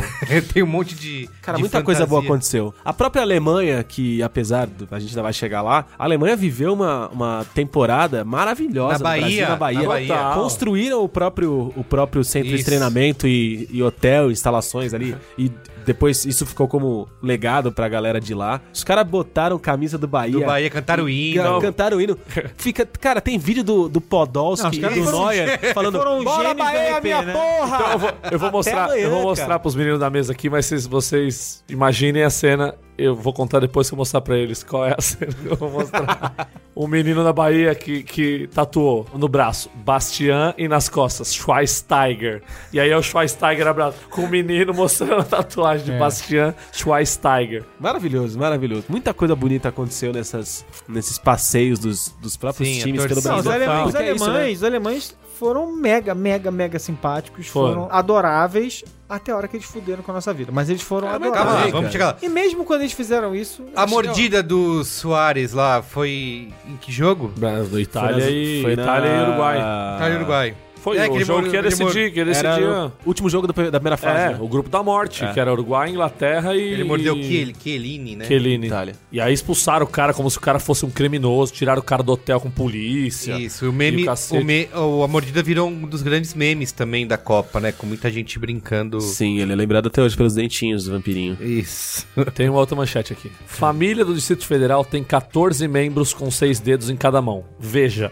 [SPEAKER 1] Tem um monte de.
[SPEAKER 2] Cara,
[SPEAKER 1] de
[SPEAKER 2] muita coisa boa
[SPEAKER 1] fantasia.
[SPEAKER 2] aconteceu. A própria Alemanha, que apesar do a gente ainda vai chegar lá, a Alemanha viveu uma, uma temporada maravilhosa
[SPEAKER 1] Na
[SPEAKER 2] no
[SPEAKER 1] Bahia,
[SPEAKER 2] Brasil, na
[SPEAKER 1] na
[SPEAKER 2] Bahia.
[SPEAKER 1] Bahia.
[SPEAKER 2] Total. Construíram o próprio, o próprio centro de
[SPEAKER 1] Isso.
[SPEAKER 2] treinamento e, e hotel, instalações ali. E depois isso ficou como legado pra galera de lá. Os caras botaram camisa do Bahia.
[SPEAKER 1] Do Bahia, cantaram o hino.
[SPEAKER 2] Can- Cantaram o hino. Fica, cara, tem vídeo do,
[SPEAKER 4] Não,
[SPEAKER 2] do
[SPEAKER 4] os
[SPEAKER 2] Podolski e
[SPEAKER 4] caras
[SPEAKER 2] do
[SPEAKER 4] foram-
[SPEAKER 2] Neuer falando
[SPEAKER 4] foram
[SPEAKER 2] Bora
[SPEAKER 4] gênios do
[SPEAKER 2] Bahia,
[SPEAKER 4] RP,
[SPEAKER 2] minha
[SPEAKER 4] né?"
[SPEAKER 2] porra!
[SPEAKER 3] Então eu vou, eu vou
[SPEAKER 2] Até
[SPEAKER 3] mostrar, eu vou
[SPEAKER 2] amanhã,
[SPEAKER 3] mostrar
[SPEAKER 2] cara.
[SPEAKER 3] pros meninos da mesa aqui, mas vocês, vocês imaginem a cena. Eu vou contar depois que eu mostrar pra eles qual é a cena que eu vou mostrar. um menino na Bahia que, que tatuou no braço Bastian e nas costas Schweinsteiger. E aí é o Schweinsteiger abraço com o menino mostrando a tatuagem de Bastian Schweinsteiger.
[SPEAKER 2] Maravilhoso, maravilhoso. Muita coisa bonita aconteceu nessas, nesses passeios dos, dos próprios
[SPEAKER 1] Sim, a
[SPEAKER 2] times pelo
[SPEAKER 1] torcida.
[SPEAKER 4] Não, os,
[SPEAKER 2] Brasil.
[SPEAKER 1] Total.
[SPEAKER 4] alemães, os
[SPEAKER 2] Porque é isso,
[SPEAKER 1] né?
[SPEAKER 4] alemães, os alemães foram mega, mega, mega simpáticos, foram,
[SPEAKER 3] Foram.
[SPEAKER 4] adoráveis até a hora que eles fuderam com a nossa vida. Mas eles foram
[SPEAKER 1] É, Calma lá,
[SPEAKER 4] adoráveis.
[SPEAKER 1] vamos chegar lá.
[SPEAKER 4] E mesmo quando eles fizeram isso.
[SPEAKER 1] A
[SPEAKER 4] eles-
[SPEAKER 1] mordida do Soares lá foi em que jogo?
[SPEAKER 2] Do
[SPEAKER 3] Itália e- Itália e Uruguai.
[SPEAKER 2] Ah.
[SPEAKER 1] Itália e Uruguai.
[SPEAKER 3] Foi
[SPEAKER 1] É,
[SPEAKER 3] o
[SPEAKER 1] aquele
[SPEAKER 3] jogo
[SPEAKER 1] muro-
[SPEAKER 3] que ia
[SPEAKER 1] aquele muro-
[SPEAKER 3] decidir, que ia decidir.
[SPEAKER 2] Era o último jogo da pri- da primeira fase,
[SPEAKER 3] É,
[SPEAKER 2] né?
[SPEAKER 3] o grupo da morte, que era Uruguai, Inglaterra e.
[SPEAKER 1] Ele mordeu o Kiel- Chiellini, né?
[SPEAKER 3] Chiellini.
[SPEAKER 2] Itália.
[SPEAKER 3] E aí expulsaram o cara como se o cara fosse um criminoso, tiraram o cara do hotel com polícia.
[SPEAKER 1] Isso, o
[SPEAKER 3] E
[SPEAKER 1] meme,
[SPEAKER 3] o
[SPEAKER 1] o
[SPEAKER 3] cacete.
[SPEAKER 1] me- o- a mordida virou um dos grandes memes também da Copa, né? Com muita gente brincando.
[SPEAKER 2] Sim, ele é lembrado até hoje pelos dentinhos do vampirinho.
[SPEAKER 1] Isso.
[SPEAKER 3] Tem uma outra manchete aqui. Família do Distrito Federal tem 14 membros com seis dedos em cada mão. Veja.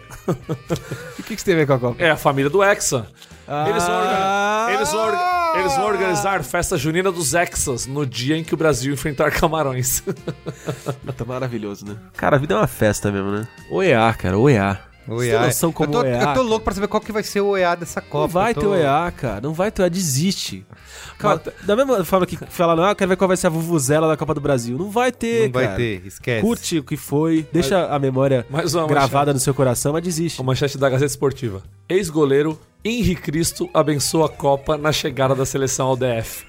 [SPEAKER 4] O que, que você tem a ver com a Copa?
[SPEAKER 3] É a família do Hexa. Eles, vão orga- eles vão orga- eles vão organizar festa junina dos Hexas no dia em que o Brasil enfrentar Camarões.
[SPEAKER 2] Tá maravilhoso, né? Cara, a vida é uma festa mesmo, né? OEA, cara, OEA.
[SPEAKER 1] O
[SPEAKER 2] Você tem
[SPEAKER 1] EA.
[SPEAKER 2] noção como
[SPEAKER 1] eu, tô,
[SPEAKER 2] OEA?
[SPEAKER 1] eu tô
[SPEAKER 2] cara?
[SPEAKER 1] louco pra saber qual que vai ser o EA dessa Copa.
[SPEAKER 2] Não vai
[SPEAKER 1] eu tô...
[SPEAKER 2] ter OEA, cara. Não vai ter OEA, desiste. Cara, da mesma forma que falaram, ah, quero ver qual vai ser a vuvuzela da Copa do Brasil. Não vai ter,
[SPEAKER 1] Não vai
[SPEAKER 2] cara.
[SPEAKER 1] ter, esquece.
[SPEAKER 2] Curte o que foi, deixa a memória
[SPEAKER 3] Mais uma
[SPEAKER 2] gravada no seu coração, mas desiste.
[SPEAKER 3] A manchete da Gazeta Esportiva. Ex-goleiro Henri Cristo abençoa a Copa na chegada da seleção ao DF.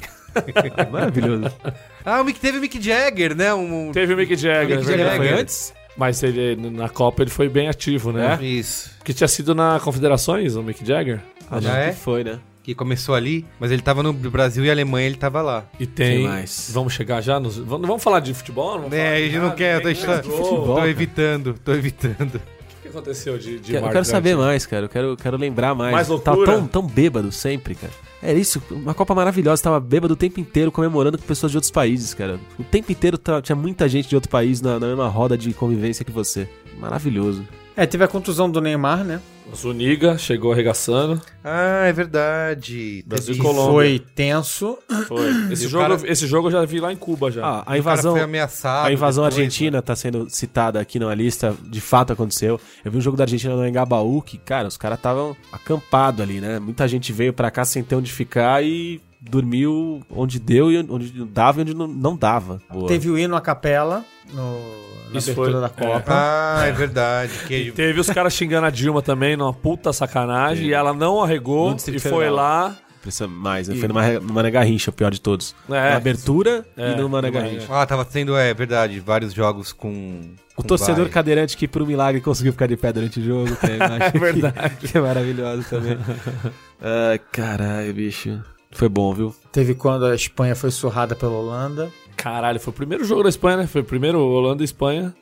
[SPEAKER 1] é
[SPEAKER 2] Maravilhoso.
[SPEAKER 1] Ah, o Mick teve o Mick Jagger, né? Um...
[SPEAKER 3] Teve o Mick Jagger,
[SPEAKER 1] Mick
[SPEAKER 3] né?
[SPEAKER 1] Jagger.
[SPEAKER 3] Foi antes? Mas ele, na Copa ele foi bem ativo, né?
[SPEAKER 1] Isso.
[SPEAKER 3] Que tinha sido na Confederações, o Mick Jagger.
[SPEAKER 1] Já
[SPEAKER 2] Acho
[SPEAKER 1] é?
[SPEAKER 2] que foi, né?
[SPEAKER 1] Que começou ali, mas ele tava no Brasil e Alemanha, ele tava lá.
[SPEAKER 3] E tem.
[SPEAKER 2] Quem mais?
[SPEAKER 3] Vamos chegar já nos. Vamos, vamos falar de futebol? Né, Não vamos falar
[SPEAKER 1] É,
[SPEAKER 3] de
[SPEAKER 1] ele não
[SPEAKER 3] nada?
[SPEAKER 1] quer, eu tô,
[SPEAKER 3] Tem
[SPEAKER 1] está...
[SPEAKER 3] mais gol?
[SPEAKER 2] futebol,
[SPEAKER 1] tô
[SPEAKER 2] cara.
[SPEAKER 1] evitando, tô evitando.
[SPEAKER 3] O que aconteceu de, de
[SPEAKER 2] Que- eu
[SPEAKER 3] Mark
[SPEAKER 2] quero
[SPEAKER 3] Grant?
[SPEAKER 2] saber mais, cara. Eu quero, quero lembrar mais.
[SPEAKER 3] Mais
[SPEAKER 2] Tava
[SPEAKER 3] loucura?
[SPEAKER 2] tão, tão bêbado sempre, cara. É isso, uma Copa maravilhosa. Tava bêbado o tempo inteiro comemorando com pessoas de outros países, cara. O tempo inteiro tá- tinha muita gente de outro país na, na mesma roda de convivência que você. Maravilhoso.
[SPEAKER 4] É, teve a contusão do Neymar, né?
[SPEAKER 3] Zuniga chegou arregaçando.
[SPEAKER 1] Ah, é verdade.
[SPEAKER 3] Brasil
[SPEAKER 1] Teve
[SPEAKER 3] e
[SPEAKER 1] isso.
[SPEAKER 3] Colômbia.
[SPEAKER 4] Foi tenso.
[SPEAKER 3] Foi. Esse,
[SPEAKER 1] E o
[SPEAKER 3] jogo,
[SPEAKER 1] cara-
[SPEAKER 3] esse jogo eu já vi lá em Cuba já.
[SPEAKER 2] Ah, a
[SPEAKER 1] O É. cara
[SPEAKER 2] invasão.
[SPEAKER 1] foi ameaçado.
[SPEAKER 2] A invasão
[SPEAKER 1] depois, né?
[SPEAKER 2] argentina tá sendo citada aqui na lista, de fato aconteceu. Eu vi um jogo da Argentina no Engabaú que, cara, os caras estavam acampado ali, né? Muita gente veio pra cá sem ter onde ficar e dormiu onde deu e onde dava e onde não, não dava. Boa.
[SPEAKER 4] Teve o hino à capela no, na
[SPEAKER 3] Isso
[SPEAKER 4] abertura
[SPEAKER 3] foi-
[SPEAKER 4] da
[SPEAKER 1] né?
[SPEAKER 4] Copa.
[SPEAKER 1] Ah, é verdade. Que...
[SPEAKER 3] Teve os caras xingando a Dilma também, numa puta sacanagem, e ela não
[SPEAKER 2] No
[SPEAKER 3] arregou e foi
[SPEAKER 2] Distrito Federal.
[SPEAKER 3] lá.
[SPEAKER 2] Precisa mais, né? Foi numa, numa nega Garrincha, o pior de todos.
[SPEAKER 3] É.
[SPEAKER 2] na abertura
[SPEAKER 3] É,
[SPEAKER 2] e numa
[SPEAKER 3] numa
[SPEAKER 2] nega
[SPEAKER 3] Garrincha.
[SPEAKER 2] Garrincha.
[SPEAKER 1] Ah, tava tendo, é verdade, vários jogos com.
[SPEAKER 2] O torcedor
[SPEAKER 1] caiu.
[SPEAKER 2] cadeirante que, por um milagre, conseguiu ficar de pé durante o jogo. Que é verdade. Que, é maravilhoso também. ah, caralho, bicho. Foi bom, viu?
[SPEAKER 4] Teve quando a Espanha foi surrada pela Holanda.
[SPEAKER 3] Caralho, foi o primeiro jogo da Espanha, né? Foi o primeiro Holanda e Espanha,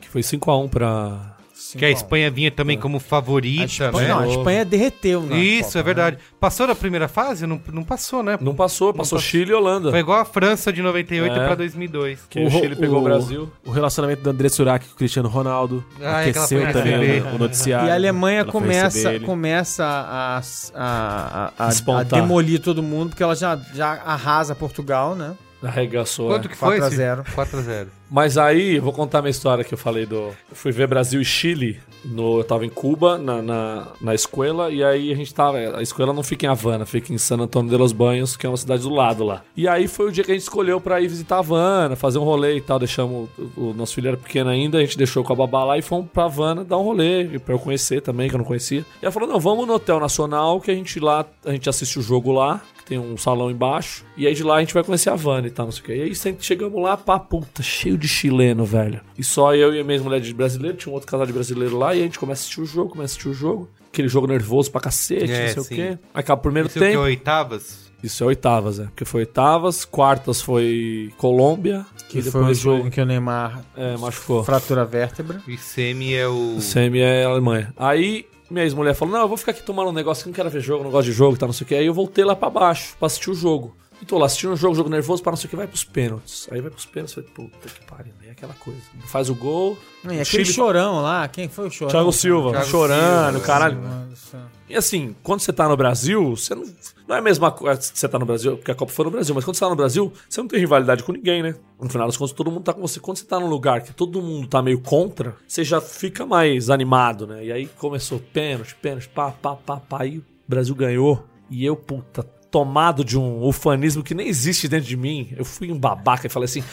[SPEAKER 3] que foi 5x1 pra.
[SPEAKER 1] Que a
[SPEAKER 4] 5 1.
[SPEAKER 1] Espanha vinha também como favorita,
[SPEAKER 4] A Espanha,
[SPEAKER 1] né?
[SPEAKER 4] não, a Espanha derreteu, né?
[SPEAKER 1] Isso, é verdade. Passou da primeira fase? Não, não passou, né?
[SPEAKER 3] Não passou, passou Chile e Holanda.
[SPEAKER 1] Foi igual a França de 98
[SPEAKER 3] É.
[SPEAKER 1] pra 2002.
[SPEAKER 3] Que o Chile pegou o Brasil.
[SPEAKER 2] O relacionamento do André Surak com o Cristiano Ronaldo
[SPEAKER 1] Ah, é que ela
[SPEAKER 2] aqueceu
[SPEAKER 1] foi
[SPEAKER 2] também
[SPEAKER 1] receber.
[SPEAKER 2] o, o noticiário.
[SPEAKER 4] E a Alemanha
[SPEAKER 2] Ela foi
[SPEAKER 4] começa,
[SPEAKER 2] receber ele.
[SPEAKER 4] começa a, a, a, a- a
[SPEAKER 3] Despontar.
[SPEAKER 4] demolir todo mundo, porque ela já, já arrasa Portugal, né?
[SPEAKER 3] Arregaçou.
[SPEAKER 1] Quanto
[SPEAKER 3] é.
[SPEAKER 1] que foi?
[SPEAKER 4] 4 a
[SPEAKER 1] esse?
[SPEAKER 4] 0.
[SPEAKER 1] 4 a 0
[SPEAKER 3] Mas aí, eu vou contar minha história que eu falei do. Eu fui ver Brasil e Chile. No, eu tava em Cuba, na, na, na escola, e aí a gente tava. A escola não fica em Havana, fica em San Antônio de los Banhos, que é uma cidade do lado lá. E aí foi o dia que a gente escolheu pra ir visitar Havana, fazer um rolê e tal. Deixamos. O, o nosso filho era pequeno ainda, a gente deixou com a babá lá e fomos pra Havana dar um rolê, e pra eu conhecer também, que eu não conhecia. E ela falou: não, vamos no Hotel Nacional, que a gente lá, a gente assiste o jogo lá, que tem um salão embaixo. E aí de lá a gente vai conhecer a Havana e tal, não sei o que. E aí sempre chegamos lá, pá, puta, cheio de chileno, velho. E só eu e a minha mulher de brasileiro, tinha um outro casal de brasileiro lá, e a gente começa a assistir o jogo, começa a assistir o jogo. Aquele jogo nervoso pra cacete,
[SPEAKER 1] É,
[SPEAKER 3] não sei
[SPEAKER 1] sim.
[SPEAKER 3] o quê. Acaba o primeiro
[SPEAKER 1] Isso é o que,
[SPEAKER 3] tempo.
[SPEAKER 1] oitavas?
[SPEAKER 3] Isso é oitavas, é. Porque foi oitavas, quartas foi Colômbia, que
[SPEAKER 4] Que
[SPEAKER 3] depois
[SPEAKER 1] um
[SPEAKER 4] foi o jogo
[SPEAKER 3] jogo
[SPEAKER 4] em que o Neymar
[SPEAKER 3] é, machucou.
[SPEAKER 4] fratura a vértebra.
[SPEAKER 1] E semi é o...
[SPEAKER 3] Semi é Alemanha. Aí minha ex-mulher falou: Não, eu vou ficar aqui tomando um negócio que eu não quero ver jogo, não gosto de jogo, tá, não sei o que. Aí eu voltei lá pra baixo pra assistir o jogo. E tô lá assistindo um jogo, jogo nervoso, para não sei o que, vai pros pênaltis. Aí vai pros pênaltis, falei, puta que pariu, é aquela coisa. Faz o gol.
[SPEAKER 4] Não, e
[SPEAKER 3] o
[SPEAKER 4] aquele
[SPEAKER 3] Chile-
[SPEAKER 4] chorão lá, quem foi o chorão?
[SPEAKER 3] Thiago Silva,
[SPEAKER 1] Thiago
[SPEAKER 3] chorando,
[SPEAKER 1] Silva,
[SPEAKER 3] caralho.
[SPEAKER 4] Mano do céu.
[SPEAKER 3] E assim, quando você tá no Brasil, você não. Não é a mesma coisa que você tá no Brasil, porque a Copa foi no Brasil, mas quando você tá no Brasil, você não tem rivalidade com ninguém, né? No final das contas, todo mundo tá com você. Quando você tá num lugar que todo mundo tá meio contra, você já fica mais animado, né? E aí começou pênalti, pênalti, pá, pá, pá, pá, e o Brasil ganhou. E eu, puta, tomado de um ufanismo que nem existe dentro de mim, eu fui um babaca e falei assim.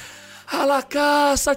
[SPEAKER 3] A la casa,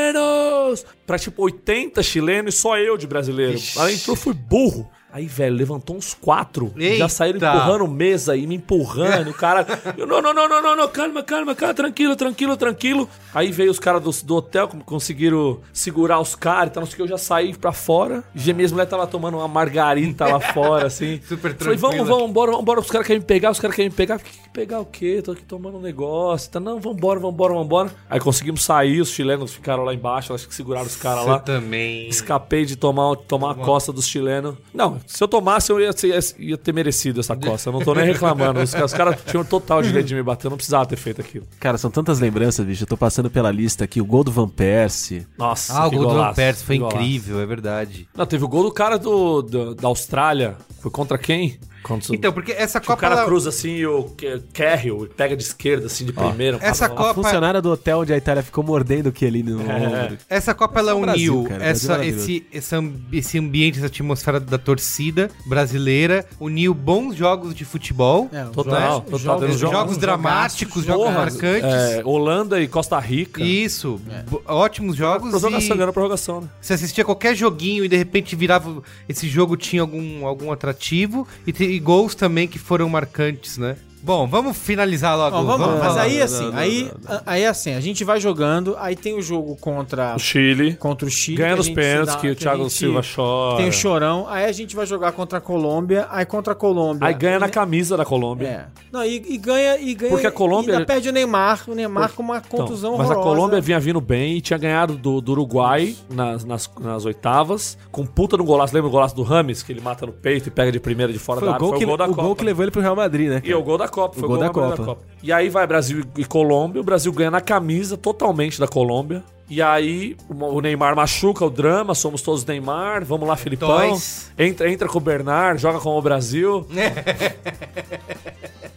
[SPEAKER 3] chilenos! Pra tipo 80 chilenos e só eu de brasileiro. Além de tudo, então, eu fui burro. Aí, velho, levantou uns quatro. Já
[SPEAKER 1] Eita!
[SPEAKER 3] saíram empurrando mesa e me empurrando. O cara. Eu, não, não, não, não, não, não, calma, calma, calma, tranquilo, tranquilo, tranquilo. Aí veio os caras do, do hotel, como conseguiram segurar os caras e tal, não sei o que. Eu já saí pra fora. E minha mulher tava tomando uma margarita lá fora, assim.
[SPEAKER 1] Super
[SPEAKER 3] Falei, vamos,
[SPEAKER 1] tranquila.
[SPEAKER 3] vamos, vambora, vambora, os caras querem me pegar, os caras querem me pegar. Que- que Pegar o quê? Tô aqui tomando um negócio. Tá, não, vambora, vambora, vambora. Aí conseguimos sair, os chilenos ficaram lá embaixo, acho que seguraram os caras lá.
[SPEAKER 1] Eu também.
[SPEAKER 3] Escapei de tomar, tomar a costa dos chilenos. Não, se eu tomasse, eu ia, ser- ia ter merecido essa costa. Eu não tô nem reclamando. Os, caras- os caras tinham total direito de me bater, eu não precisava ter feito aquilo.
[SPEAKER 2] Cara, são tantas lembranças, bicho. Eu tô passando pela lista aqui. O gol do Van Persie.
[SPEAKER 3] Nossa,
[SPEAKER 1] Ah, o
[SPEAKER 3] que
[SPEAKER 1] gol do
[SPEAKER 3] golaço,
[SPEAKER 1] Lampert foi
[SPEAKER 3] que golaço.
[SPEAKER 1] incrível, é verdade.
[SPEAKER 3] Não, teve o gol do cara do, do- da Austrália. Foi contra quem? Contra
[SPEAKER 1] Então, porque essa
[SPEAKER 3] Que o
[SPEAKER 1] Copa...
[SPEAKER 3] cara
[SPEAKER 1] ela-
[SPEAKER 3] cruza assim e o Ke- Cahill e pega de esquerda, assim, de primeira.
[SPEAKER 1] Essa
[SPEAKER 3] Fala,
[SPEAKER 2] A
[SPEAKER 1] Copa-
[SPEAKER 2] funcionária do hotel onde a Itália ficou mordendo o Chiellini no ombro.
[SPEAKER 1] Essa Copa ela
[SPEAKER 2] só É. o Brasil,
[SPEAKER 1] uniu
[SPEAKER 2] cara, o Brasil é
[SPEAKER 1] essa,
[SPEAKER 2] maravilhoso.
[SPEAKER 1] esse, esse, am- esse ambiente, essa atmosfera da torcida brasileira, uniu bons jogos de futebol,
[SPEAKER 4] É, os
[SPEAKER 3] Total,
[SPEAKER 4] jogos-
[SPEAKER 3] total,
[SPEAKER 4] os jogos-
[SPEAKER 3] teve
[SPEAKER 1] jogos,
[SPEAKER 3] jogos-
[SPEAKER 1] dramáticos, jogos
[SPEAKER 3] Porra,
[SPEAKER 1] marcantes.
[SPEAKER 3] é, Holanda e Costa Rica.
[SPEAKER 1] Isso, bo- ótimos jogos.
[SPEAKER 3] prorrogação,
[SPEAKER 1] e
[SPEAKER 3] ganhou a prorrogação, né?
[SPEAKER 1] você assistia qualquer joguinho e de repente virava. Esse jogo tinha algum, algum atrativo e, te- e gols também que foram marcantes, né? Bom, vamos finalizar logo.
[SPEAKER 4] Bom, vamos, mas
[SPEAKER 1] falar.
[SPEAKER 4] aí assim,
[SPEAKER 2] não, não,
[SPEAKER 4] aí,
[SPEAKER 2] não,
[SPEAKER 4] aí assim, a gente vai jogando, aí tem o jogo contra,
[SPEAKER 3] O Chile.
[SPEAKER 4] contra o Chile.
[SPEAKER 3] Ganhando
[SPEAKER 4] que a
[SPEAKER 3] os
[SPEAKER 4] gente
[SPEAKER 3] pênaltis
[SPEAKER 4] se dá-
[SPEAKER 3] que o
[SPEAKER 4] a
[SPEAKER 3] Thiago
[SPEAKER 4] gente
[SPEAKER 3] Silva chora.
[SPEAKER 4] Tem o chorão, aí a gente vai jogar contra a Colômbia, aí contra a Colômbia. Né?
[SPEAKER 2] É.
[SPEAKER 3] Aí ganha na camisa da Colômbia.
[SPEAKER 4] É. Não, e, e ganha, e ganha.
[SPEAKER 3] Porque a Colômbia-
[SPEAKER 4] e ainda perde o Neymar, o Neymar
[SPEAKER 3] Porque-
[SPEAKER 4] com uma
[SPEAKER 3] Então,
[SPEAKER 4] contusão
[SPEAKER 3] mas a
[SPEAKER 4] horrorosa.
[SPEAKER 3] Colômbia vinha vindo bem e tinha ganhado do, do Uruguai nas, nas, nas oitavas, com puta no golaço. Lembra o golaço do Rames, que ele mata no peito e pega de primeira de fora
[SPEAKER 2] Foi
[SPEAKER 3] da
[SPEAKER 2] o
[SPEAKER 3] área?
[SPEAKER 2] gol, que, o gol que levou ele pro Real Madrid, né?
[SPEAKER 3] E é o gol da Copa. Foi o gol, da, Copa. E aí vai Brasil e Colômbia. O Brasil ganha na camisa totalmente da Colômbia. E aí o o Neymar machuca o drama. Somos todos Neymar. Vamos lá, Filipão.
[SPEAKER 1] Dois.
[SPEAKER 3] Entra, entra com o Bernard, joga com o Brasil.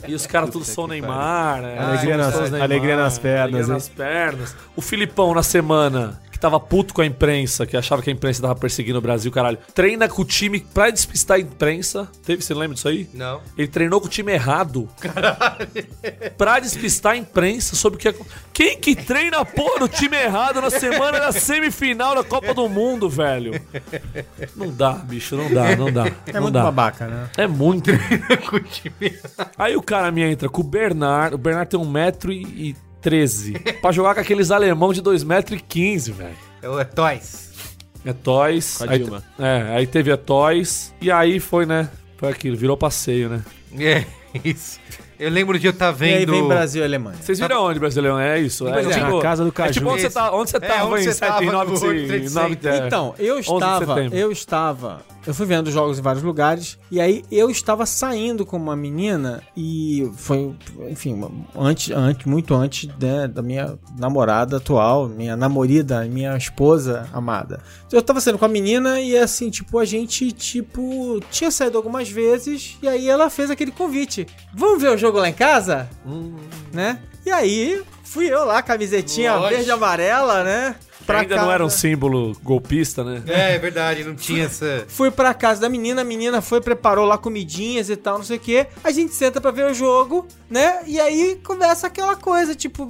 [SPEAKER 3] e os caras tudo são Neymar. Né?
[SPEAKER 2] Alegria
[SPEAKER 3] Somos
[SPEAKER 2] nas-
[SPEAKER 3] todos
[SPEAKER 2] alegria nas pernas,
[SPEAKER 3] alegria
[SPEAKER 2] hein?
[SPEAKER 3] nas pernas. O Filipão na semana. Que tava puto com a imprensa, que achava que a imprensa tava perseguindo o Brasil, caralho. Treina com o time pra despistar a imprensa. Teve, você lembra disso aí?
[SPEAKER 1] Não.
[SPEAKER 3] Ele treinou com o time errado. Caralho. Pra despistar a imprensa sobre o que é. Quem que treina a porra do time errado na semana da semifinal da Copa do Mundo, velho? Não dá, bicho, não dá, não dá.
[SPEAKER 4] É
[SPEAKER 3] não
[SPEAKER 4] muito
[SPEAKER 3] dá.
[SPEAKER 4] babaca, né?
[SPEAKER 3] É muito.
[SPEAKER 1] Com o time.
[SPEAKER 3] Aí o cara me entra com o Bernard. O Bernard tem 1,13m. Pra jogar com aqueles alemão de 2,15m, velho.
[SPEAKER 1] É o- É Toys.
[SPEAKER 3] É Toys.
[SPEAKER 2] Com a
[SPEAKER 3] aí,
[SPEAKER 2] Dilma.
[SPEAKER 3] te- É, aí teve a Toys. E aí foi, né? Foi aquilo, virou passeio, né?
[SPEAKER 1] É, isso. Eu lembro de eu estar
[SPEAKER 4] E aí
[SPEAKER 1] vendo.
[SPEAKER 4] vem Brasil e Alemanha.
[SPEAKER 3] Vocês
[SPEAKER 1] Tá.
[SPEAKER 3] viram onde, brasileirão? É isso. É,
[SPEAKER 4] Pois é,
[SPEAKER 3] tipo,
[SPEAKER 2] na casa do
[SPEAKER 3] É
[SPEAKER 2] Caju.
[SPEAKER 3] tipo onde você
[SPEAKER 1] Esse.
[SPEAKER 3] tá, onde você
[SPEAKER 1] É,
[SPEAKER 3] tava
[SPEAKER 1] onde
[SPEAKER 3] em
[SPEAKER 1] você tava
[SPEAKER 3] 79,
[SPEAKER 1] no World Trade
[SPEAKER 3] 79, é.
[SPEAKER 4] Então, eu
[SPEAKER 3] 11 de
[SPEAKER 4] estava,
[SPEAKER 3] setembro.
[SPEAKER 4] eu estava, eu fui vendo jogos em vários lugares e aí eu estava saindo com uma menina e foi, enfim, uma- antes, antes, muito antes né, da minha namorada atual, minha namorada, minha esposa amada. Eu estava saindo com a menina e assim, tipo, a gente tipo tinha saído algumas vezes e aí ela fez aquele convite. Vamos ver o jogo lá em casa?
[SPEAKER 3] Hum.
[SPEAKER 4] Né? E aí fui eu lá, camisetinha
[SPEAKER 1] Lógico.
[SPEAKER 4] verde e amarela, né? Pra
[SPEAKER 3] ainda não era um
[SPEAKER 4] casa.
[SPEAKER 3] símbolo golpista, né?
[SPEAKER 1] É, é verdade, não tinha essa.
[SPEAKER 4] Fui pra casa da menina, a menina foi, preparou lá comidinhas e tal, não sei o quê. A gente senta pra ver o jogo, né? E aí começa aquela coisa, tipo,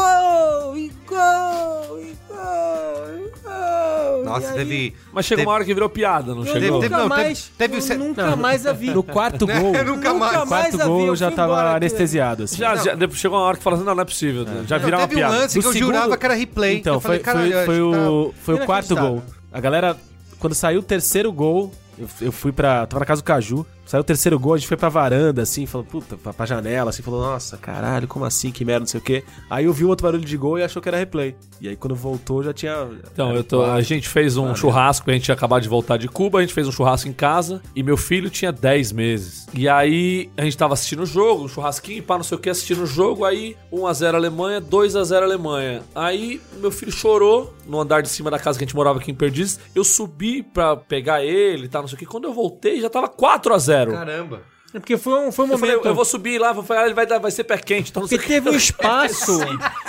[SPEAKER 4] gol, e gol, e gol, e gol.
[SPEAKER 1] Nossa,
[SPEAKER 4] E aí,
[SPEAKER 1] teve.
[SPEAKER 3] Mas chegou
[SPEAKER 1] Teve-
[SPEAKER 3] uma hora que virou piada, não
[SPEAKER 4] Eu
[SPEAKER 3] chegou?
[SPEAKER 1] Teve-
[SPEAKER 4] nunca
[SPEAKER 1] não, teve-
[SPEAKER 4] mais,
[SPEAKER 1] teve o
[SPEAKER 4] eu
[SPEAKER 1] set-
[SPEAKER 4] nunca mais a vi.
[SPEAKER 2] No quarto gol,
[SPEAKER 1] É, nunca mais.
[SPEAKER 2] no quarto
[SPEAKER 4] a vi,
[SPEAKER 2] gol eu
[SPEAKER 4] fui
[SPEAKER 2] já tava
[SPEAKER 4] embora, que-
[SPEAKER 2] anestesiado, assim.
[SPEAKER 3] Já, já- depois chegou uma hora que falou assim, não, não é possível. Já
[SPEAKER 1] Não,
[SPEAKER 3] virou uma
[SPEAKER 1] teve um
[SPEAKER 3] piada.
[SPEAKER 1] lance
[SPEAKER 2] Do
[SPEAKER 1] que eu
[SPEAKER 2] segundo-
[SPEAKER 1] jurava que era replay.
[SPEAKER 2] Então,
[SPEAKER 1] eu
[SPEAKER 2] foi,
[SPEAKER 1] falei, caralho,
[SPEAKER 2] foi,
[SPEAKER 1] acho
[SPEAKER 2] foi
[SPEAKER 1] que tá-
[SPEAKER 2] o, foi o quarto gol.
[SPEAKER 4] Inacreditável.
[SPEAKER 2] A galera, quando saiu o terceiro gol, eu, eu fui pra. Tava na casa do Caju. Saiu o terceiro gol, a gente foi pra varanda, assim, falou, puta, pra, pra janela, assim, falou, nossa, caralho, como assim, que merda, não sei o quê. Aí eu vi um outro barulho de gol e achou que era replay. E aí quando voltou já tinha.
[SPEAKER 3] Então, eu tô, a gente fez um churrasco, a gente tinha acabado de voltar de Cuba, a gente fez um churrasco em casa e meu filho tinha 10 meses. E aí a gente tava assistindo o jogo, um churrasquinho, pá, não sei o que, assistindo o jogo, aí 1x0 Alemanha, 2x0 Alemanha. Aí meu filho chorou no andar de cima da casa que a gente morava aqui em Perdizes, eu subi pra pegar ele, tá, não sei o que, quando eu voltei já tava 4x0.
[SPEAKER 1] Caramba.
[SPEAKER 4] É porque foi um, foi um
[SPEAKER 3] Eu falei,
[SPEAKER 4] momento.
[SPEAKER 3] eu vou subir lá, vou falar, ele vai, dar, vai ser pé quente, então não sei o
[SPEAKER 4] Porque
[SPEAKER 3] que.
[SPEAKER 4] teve um espaço.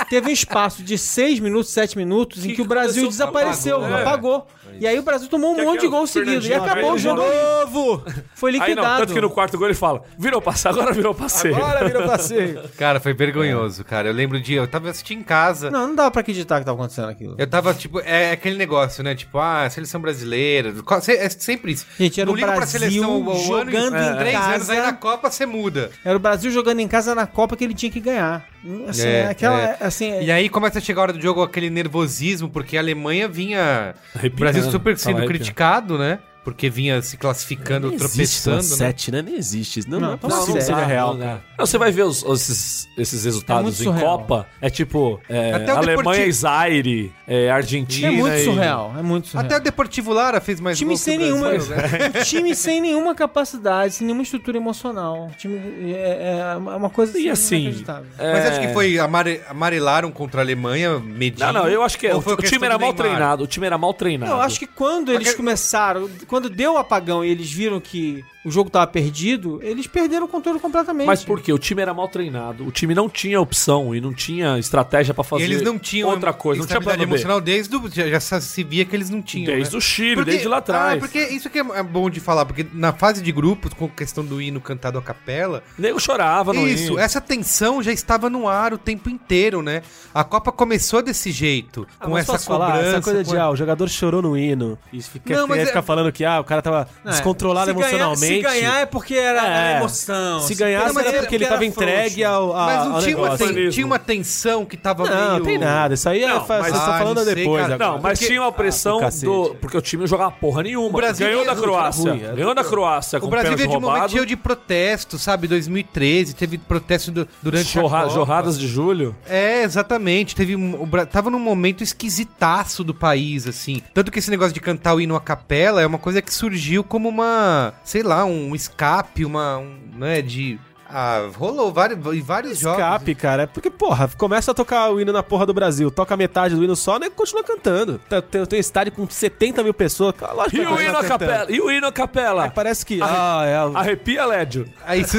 [SPEAKER 4] teve um espaço de 6 minutos, 7 minutos em
[SPEAKER 3] Que
[SPEAKER 4] que o Brasil
[SPEAKER 3] aconteceu?
[SPEAKER 4] desapareceu,
[SPEAKER 3] Apagou,
[SPEAKER 4] apagou.
[SPEAKER 3] né?
[SPEAKER 4] E aí o Brasil tomou um
[SPEAKER 3] Que
[SPEAKER 4] monte de
[SPEAKER 3] aquela-
[SPEAKER 4] gol seguido. E
[SPEAKER 3] Fernandinho
[SPEAKER 4] acabou o
[SPEAKER 3] Fernandinho
[SPEAKER 4] jogo. Novo! Foi
[SPEAKER 3] Aí não,
[SPEAKER 4] liquidado.
[SPEAKER 3] tanto que no quarto gol ele fala, virou passeio, agora virou passeio.
[SPEAKER 4] Agora virou passeio.
[SPEAKER 1] Cara, foi vergonhoso, cara. Eu lembro de. Eu tava assistindo em casa.
[SPEAKER 4] Não, não dava pra acreditar que tava acontecendo aquilo.
[SPEAKER 1] Eu tava, tipo, é aquele negócio, né? Tipo, ah, seleção brasileira. qual- se- É sempre isso.
[SPEAKER 4] Gente, era
[SPEAKER 1] não
[SPEAKER 4] o
[SPEAKER 1] liga pra
[SPEAKER 4] Brasil
[SPEAKER 1] seleção o, o
[SPEAKER 4] jogando
[SPEAKER 1] ano,
[SPEAKER 4] em
[SPEAKER 1] em três
[SPEAKER 4] casa.
[SPEAKER 1] anos, aí na Copa você muda.
[SPEAKER 4] Era o Brasil jogando em casa na Copa que ele tinha que ganhar. Assim,
[SPEAKER 1] É,
[SPEAKER 4] aquela.
[SPEAKER 1] é.
[SPEAKER 4] Assim,
[SPEAKER 1] E aí começa a chegar a hora do jogo aquele nervosismo, porque a Alemanha vinha. O
[SPEAKER 3] Arrepiando,
[SPEAKER 1] Brasil super
[SPEAKER 3] tava
[SPEAKER 1] sendo
[SPEAKER 3] arrepiando.
[SPEAKER 1] criticado, né? Porque vinha se classificando, tropeçando.
[SPEAKER 2] Existe
[SPEAKER 1] né?
[SPEAKER 2] 7, né? Nem existe. Não,
[SPEAKER 4] Não,
[SPEAKER 2] não, é
[SPEAKER 1] Então
[SPEAKER 4] não
[SPEAKER 2] possível que
[SPEAKER 4] existe.
[SPEAKER 2] seja
[SPEAKER 4] Ah,
[SPEAKER 2] real.
[SPEAKER 3] Não, não. Não, você vai ver os- os- esses, esses resultados
[SPEAKER 4] É
[SPEAKER 3] em
[SPEAKER 4] muito surreal.
[SPEAKER 3] Copa. É tipo é,
[SPEAKER 1] Até o
[SPEAKER 3] Alemanha
[SPEAKER 1] Deportivo-
[SPEAKER 3] e Zaire, é, Argentina.
[SPEAKER 4] é muito
[SPEAKER 3] e-
[SPEAKER 4] surreal. É muito
[SPEAKER 3] né?
[SPEAKER 4] surreal.
[SPEAKER 1] Até o Deportivo Lara fez mais
[SPEAKER 4] time
[SPEAKER 1] gol que o
[SPEAKER 4] sem nenhuma
[SPEAKER 1] Brasil, né?
[SPEAKER 2] é.
[SPEAKER 4] um time sem nenhuma capacidade sem nenhuma estrutura emocional Um time é, é uma coisa
[SPEAKER 3] E assim.
[SPEAKER 4] inacreditável.
[SPEAKER 3] é-
[SPEAKER 1] Mas acho que foi amare- amarelaram contra a Alemanha, medindo.
[SPEAKER 3] Não, não, eu acho que é,
[SPEAKER 1] Ou
[SPEAKER 3] o,
[SPEAKER 1] foi
[SPEAKER 3] o
[SPEAKER 1] questão
[SPEAKER 3] time era
[SPEAKER 1] do
[SPEAKER 3] mal
[SPEAKER 1] Neymar?
[SPEAKER 3] treinado. O time era mal treinado.
[SPEAKER 4] Não, eu acho que quando eles
[SPEAKER 1] Porque-
[SPEAKER 4] começaram, quando deu o apagão e eles viram que o jogo tava perdido, eles perderam o controle completamente.
[SPEAKER 3] Mas por quê? O time era mal treinado. O time não tinha opção e não tinha estratégia pra
[SPEAKER 1] E
[SPEAKER 3] fazer
[SPEAKER 1] eles não tinham
[SPEAKER 3] outra coisa. Não tinha
[SPEAKER 1] estabilidade
[SPEAKER 3] plano B.
[SPEAKER 1] emocional desde o, já, já se via que eles não tinham.
[SPEAKER 3] Desde
[SPEAKER 1] né?
[SPEAKER 3] o Chile, desde lá atrás.
[SPEAKER 1] Ah, porque isso que é é bom de falar, porque na fase de grupos, com questão do hino cantado à capela,
[SPEAKER 3] O nego chorava no
[SPEAKER 1] isso,
[SPEAKER 3] hino.
[SPEAKER 1] essa tensão já estava no ar o tempo inteiro, né? A Copa começou desse jeito,
[SPEAKER 2] Ah,
[SPEAKER 1] com
[SPEAKER 2] mas
[SPEAKER 1] essa
[SPEAKER 2] posso
[SPEAKER 1] cobrança.
[SPEAKER 2] falar? Essa coisa
[SPEAKER 1] com
[SPEAKER 2] de, ah, o jogador chorou no hino. E fica,
[SPEAKER 1] Não, mas
[SPEAKER 2] quer
[SPEAKER 1] é-
[SPEAKER 2] ficar falando que, ah, o cara tava
[SPEAKER 4] É,
[SPEAKER 2] descontrolado
[SPEAKER 4] se ganhar-
[SPEAKER 2] emocionalmente.
[SPEAKER 4] se ganhar é porque era, era
[SPEAKER 2] É.
[SPEAKER 4] emoção. é
[SPEAKER 2] Se ganhasse
[SPEAKER 1] mas
[SPEAKER 2] era
[SPEAKER 1] era-
[SPEAKER 2] porque ele
[SPEAKER 4] era
[SPEAKER 2] tava
[SPEAKER 4] frouxo.
[SPEAKER 3] né?
[SPEAKER 2] entregue ao, a,
[SPEAKER 1] Mas não
[SPEAKER 2] ao
[SPEAKER 1] tinha uma,
[SPEAKER 2] Ah, negócio.
[SPEAKER 1] ten- tinha uma tensão que tava
[SPEAKER 2] Não,
[SPEAKER 1] meio...
[SPEAKER 2] tem nada. Isso aí é,
[SPEAKER 3] Não,
[SPEAKER 2] fa-
[SPEAKER 1] mas-
[SPEAKER 2] vocês estão
[SPEAKER 1] Ah,
[SPEAKER 2] falando
[SPEAKER 1] não sei,
[SPEAKER 2] depois
[SPEAKER 1] cara.
[SPEAKER 2] agora.
[SPEAKER 3] Não, mas tinha uma pressão
[SPEAKER 2] do cacete.
[SPEAKER 3] do. Porque o time não jogava porra nenhuma.
[SPEAKER 1] O Brasil
[SPEAKER 3] ganhou
[SPEAKER 1] veio-
[SPEAKER 3] da Croácia.
[SPEAKER 2] ruim, era
[SPEAKER 3] ganhou da Croácia.
[SPEAKER 1] O
[SPEAKER 3] com
[SPEAKER 1] Brasil
[SPEAKER 3] pênalti
[SPEAKER 1] veio de um momento
[SPEAKER 3] roubado.
[SPEAKER 1] cheio de protesto, sabe? 2013, teve protesto do- durante
[SPEAKER 3] Jorra-
[SPEAKER 1] a Copa.
[SPEAKER 3] jorradas de julho.
[SPEAKER 1] É, exatamente. Teve um, o Bra- tava num momento esquisitaço do país, assim. Tanto que esse negócio de cantar o hino à capela é uma coisa que surgiu como uma, sei lá, um escape, uma, um, né, de... Ah, rolou vários, em vários jogos.
[SPEAKER 2] Escape, cara. É Porque, porra, começa a tocar o hino na porra do Brasil, toca metade do hino só, né? Continua cantando. Tá- Tem, tem um estádio com 70 mil pessoas. cara, lógico que
[SPEAKER 3] E
[SPEAKER 2] vai
[SPEAKER 3] o
[SPEAKER 2] continuar
[SPEAKER 3] hino a
[SPEAKER 2] cantando.
[SPEAKER 3] capela. E o hino a
[SPEAKER 2] Aí
[SPEAKER 3] capela.
[SPEAKER 2] parece que. Ah, é. o-
[SPEAKER 3] Arrepia, Lédio.
[SPEAKER 1] Aí isso,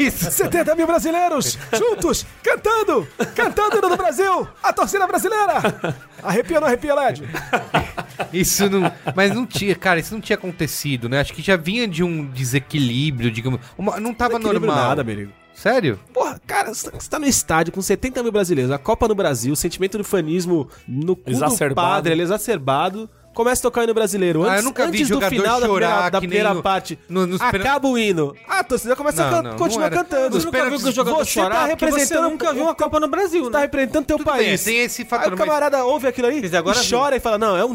[SPEAKER 1] isso
[SPEAKER 2] 70 mil brasileiros juntos, cantando, cantando o hino do Brasil, a torcida brasileira. Arrepia ou não arrepia, Led?
[SPEAKER 1] Isso não. Mas não tinha, cara, isso não tinha acontecido, né? Acho que já vinha de um desequilíbrio, digamos. Uma- não tava normal.
[SPEAKER 2] nada, Berigo.
[SPEAKER 1] Sério?
[SPEAKER 2] Porra, cara, você tá- você tá no estádio com 70 mil brasileiros, a Copa no Brasil, o sentimento do fanismo no cu do
[SPEAKER 3] Exacerbado.
[SPEAKER 2] padre, ele é exacerbado. Começa a tocar o hino brasileiro. Antes,
[SPEAKER 1] Ah, eu nunca vi
[SPEAKER 2] antes do
[SPEAKER 1] jogador
[SPEAKER 2] final da primeira,
[SPEAKER 1] chorar
[SPEAKER 2] da
[SPEAKER 1] que nem
[SPEAKER 2] primeira
[SPEAKER 1] no-
[SPEAKER 2] parte.
[SPEAKER 1] no- nos pena-
[SPEAKER 2] acaba o hino. Ah, a torcida começa
[SPEAKER 1] Não,
[SPEAKER 2] a
[SPEAKER 1] não,
[SPEAKER 2] can-
[SPEAKER 1] não
[SPEAKER 2] continua
[SPEAKER 1] era.
[SPEAKER 2] cantando.
[SPEAKER 1] Nos
[SPEAKER 4] Você nunca viu
[SPEAKER 1] pênaltis,
[SPEAKER 4] que o jogador
[SPEAKER 2] você tá
[SPEAKER 4] chorar porque você
[SPEAKER 2] representando
[SPEAKER 4] nunca viu uma Copa no Brasil,
[SPEAKER 2] Você tá
[SPEAKER 4] né?
[SPEAKER 2] representando teu
[SPEAKER 1] Tudo bem,
[SPEAKER 2] país.
[SPEAKER 1] tem esse fator,
[SPEAKER 2] Aí o
[SPEAKER 1] mas-
[SPEAKER 2] camarada ouve aquilo ali
[SPEAKER 4] Quer dizer, agora
[SPEAKER 2] e chora e fala, não, é um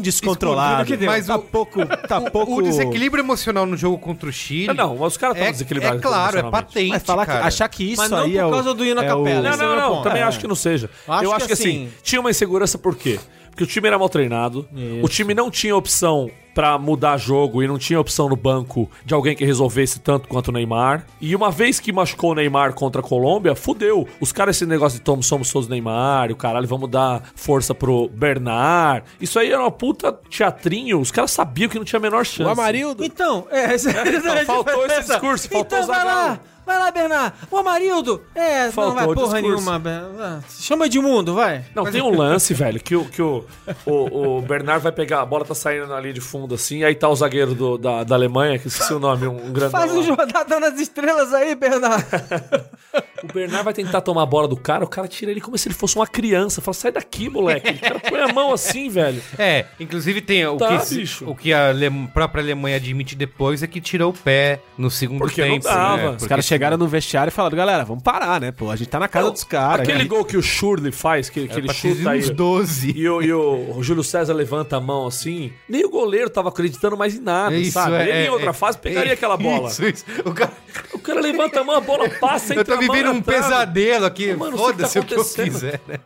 [SPEAKER 1] Descontrolado
[SPEAKER 2] descontrolado.
[SPEAKER 1] que deu.
[SPEAKER 2] Mas tá
[SPEAKER 1] o-
[SPEAKER 2] pouco, tá pouco...
[SPEAKER 1] O desequilíbrio emocional no jogo contra o Chile.
[SPEAKER 3] Ah, Não, mas os caras
[SPEAKER 1] é,
[SPEAKER 3] estão desequilibrados.
[SPEAKER 1] é claro, é
[SPEAKER 3] emocionalmente.
[SPEAKER 1] patente.
[SPEAKER 2] Mas falar que,
[SPEAKER 1] cara.
[SPEAKER 2] achar que isso
[SPEAKER 4] Mas não
[SPEAKER 2] aí
[SPEAKER 4] por
[SPEAKER 2] é o-
[SPEAKER 4] causa do hino à
[SPEAKER 2] é o-
[SPEAKER 4] capela.
[SPEAKER 3] Não,
[SPEAKER 4] Esse é o
[SPEAKER 3] não,
[SPEAKER 4] meu
[SPEAKER 3] não.
[SPEAKER 4] ponto.
[SPEAKER 3] Também
[SPEAKER 4] É.
[SPEAKER 3] acho que não seja.
[SPEAKER 4] Acho
[SPEAKER 3] eu
[SPEAKER 4] que
[SPEAKER 3] acho que assim,
[SPEAKER 4] assim-
[SPEAKER 3] tinha uma insegurança por quê? Porque o time era mal treinado, o time não tinha opção pra mudar jogo e não tinha opção no banco de alguém que resolvesse tanto quanto o Neymar. E uma vez que machucou o Neymar contra a Colômbia, fudeu. Os caras, esse negócio de Tom, somos todos Neymar, e o caralho, vamos dar força pro Bernard. Isso aí era uma puta teatrinho, os caras sabiam que não tinha a menor
[SPEAKER 2] O
[SPEAKER 3] chance.
[SPEAKER 2] Amarildo...
[SPEAKER 4] Então, é,
[SPEAKER 3] então, faltou esse discurso, faltou
[SPEAKER 4] Então, vai
[SPEAKER 3] Zagallo.
[SPEAKER 4] lá, vai lá, Bernardo. O Amarildo. É, não
[SPEAKER 3] Faltou
[SPEAKER 4] vai
[SPEAKER 3] o
[SPEAKER 4] porra
[SPEAKER 3] discurso.
[SPEAKER 4] nenhuma. Bernardo. Ah, Chama de mundo, vai.
[SPEAKER 3] Não, tem um lance, velho, que, o, que o, o, o Bernard vai pegar, a bola tá saindo ali de fundo assim, aí tá o zagueiro do- da, da Alemanha, que esqueci o nome, um grandão.
[SPEAKER 4] Faz um
[SPEAKER 3] lá.
[SPEAKER 4] jornada nas estrelas aí, Bernardo.
[SPEAKER 3] O Bernard vai tentar tomar a bola do cara, o cara tira ele como se ele fosse uma criança. Fala, sai daqui, moleque. O cara põe a mão assim, velho.
[SPEAKER 1] É, inclusive tem o
[SPEAKER 3] Tá,
[SPEAKER 1] que,
[SPEAKER 3] bicho.
[SPEAKER 1] o que a Ale- própria Alemanha admite depois é que tirou o pé no segundo
[SPEAKER 3] Porque não
[SPEAKER 1] tempo. né?
[SPEAKER 3] dava. Os
[SPEAKER 2] Os
[SPEAKER 1] Porque-
[SPEAKER 2] caras chegaram no vestiário e falaram, galera, vamos parar, né? Pô, a gente tá na casa
[SPEAKER 3] Não,
[SPEAKER 2] dos caras.
[SPEAKER 3] Aquele
[SPEAKER 2] né?
[SPEAKER 3] gol que o Shurley faz, que, que ele
[SPEAKER 1] é pra ter
[SPEAKER 3] chuta aí.
[SPEAKER 1] uns 12.
[SPEAKER 3] E o, e o Júlio César levanta a mão assim. Nem o goleiro tava acreditando mais em nada, sabe? ele em outra fase pegaria
[SPEAKER 1] é,
[SPEAKER 3] aquela bola.
[SPEAKER 1] Isso, isso. O cara-
[SPEAKER 3] O cara levanta a mão, a bola passa
[SPEAKER 1] eu
[SPEAKER 3] entra
[SPEAKER 1] tô
[SPEAKER 3] Tá a mão
[SPEAKER 1] vivendo
[SPEAKER 3] na
[SPEAKER 1] um
[SPEAKER 3] trave.
[SPEAKER 1] pesadelo aqui.
[SPEAKER 3] Mano, não sei o que tá
[SPEAKER 1] Foda-se o que eu
[SPEAKER 3] acontecendo.
[SPEAKER 1] quiser, né?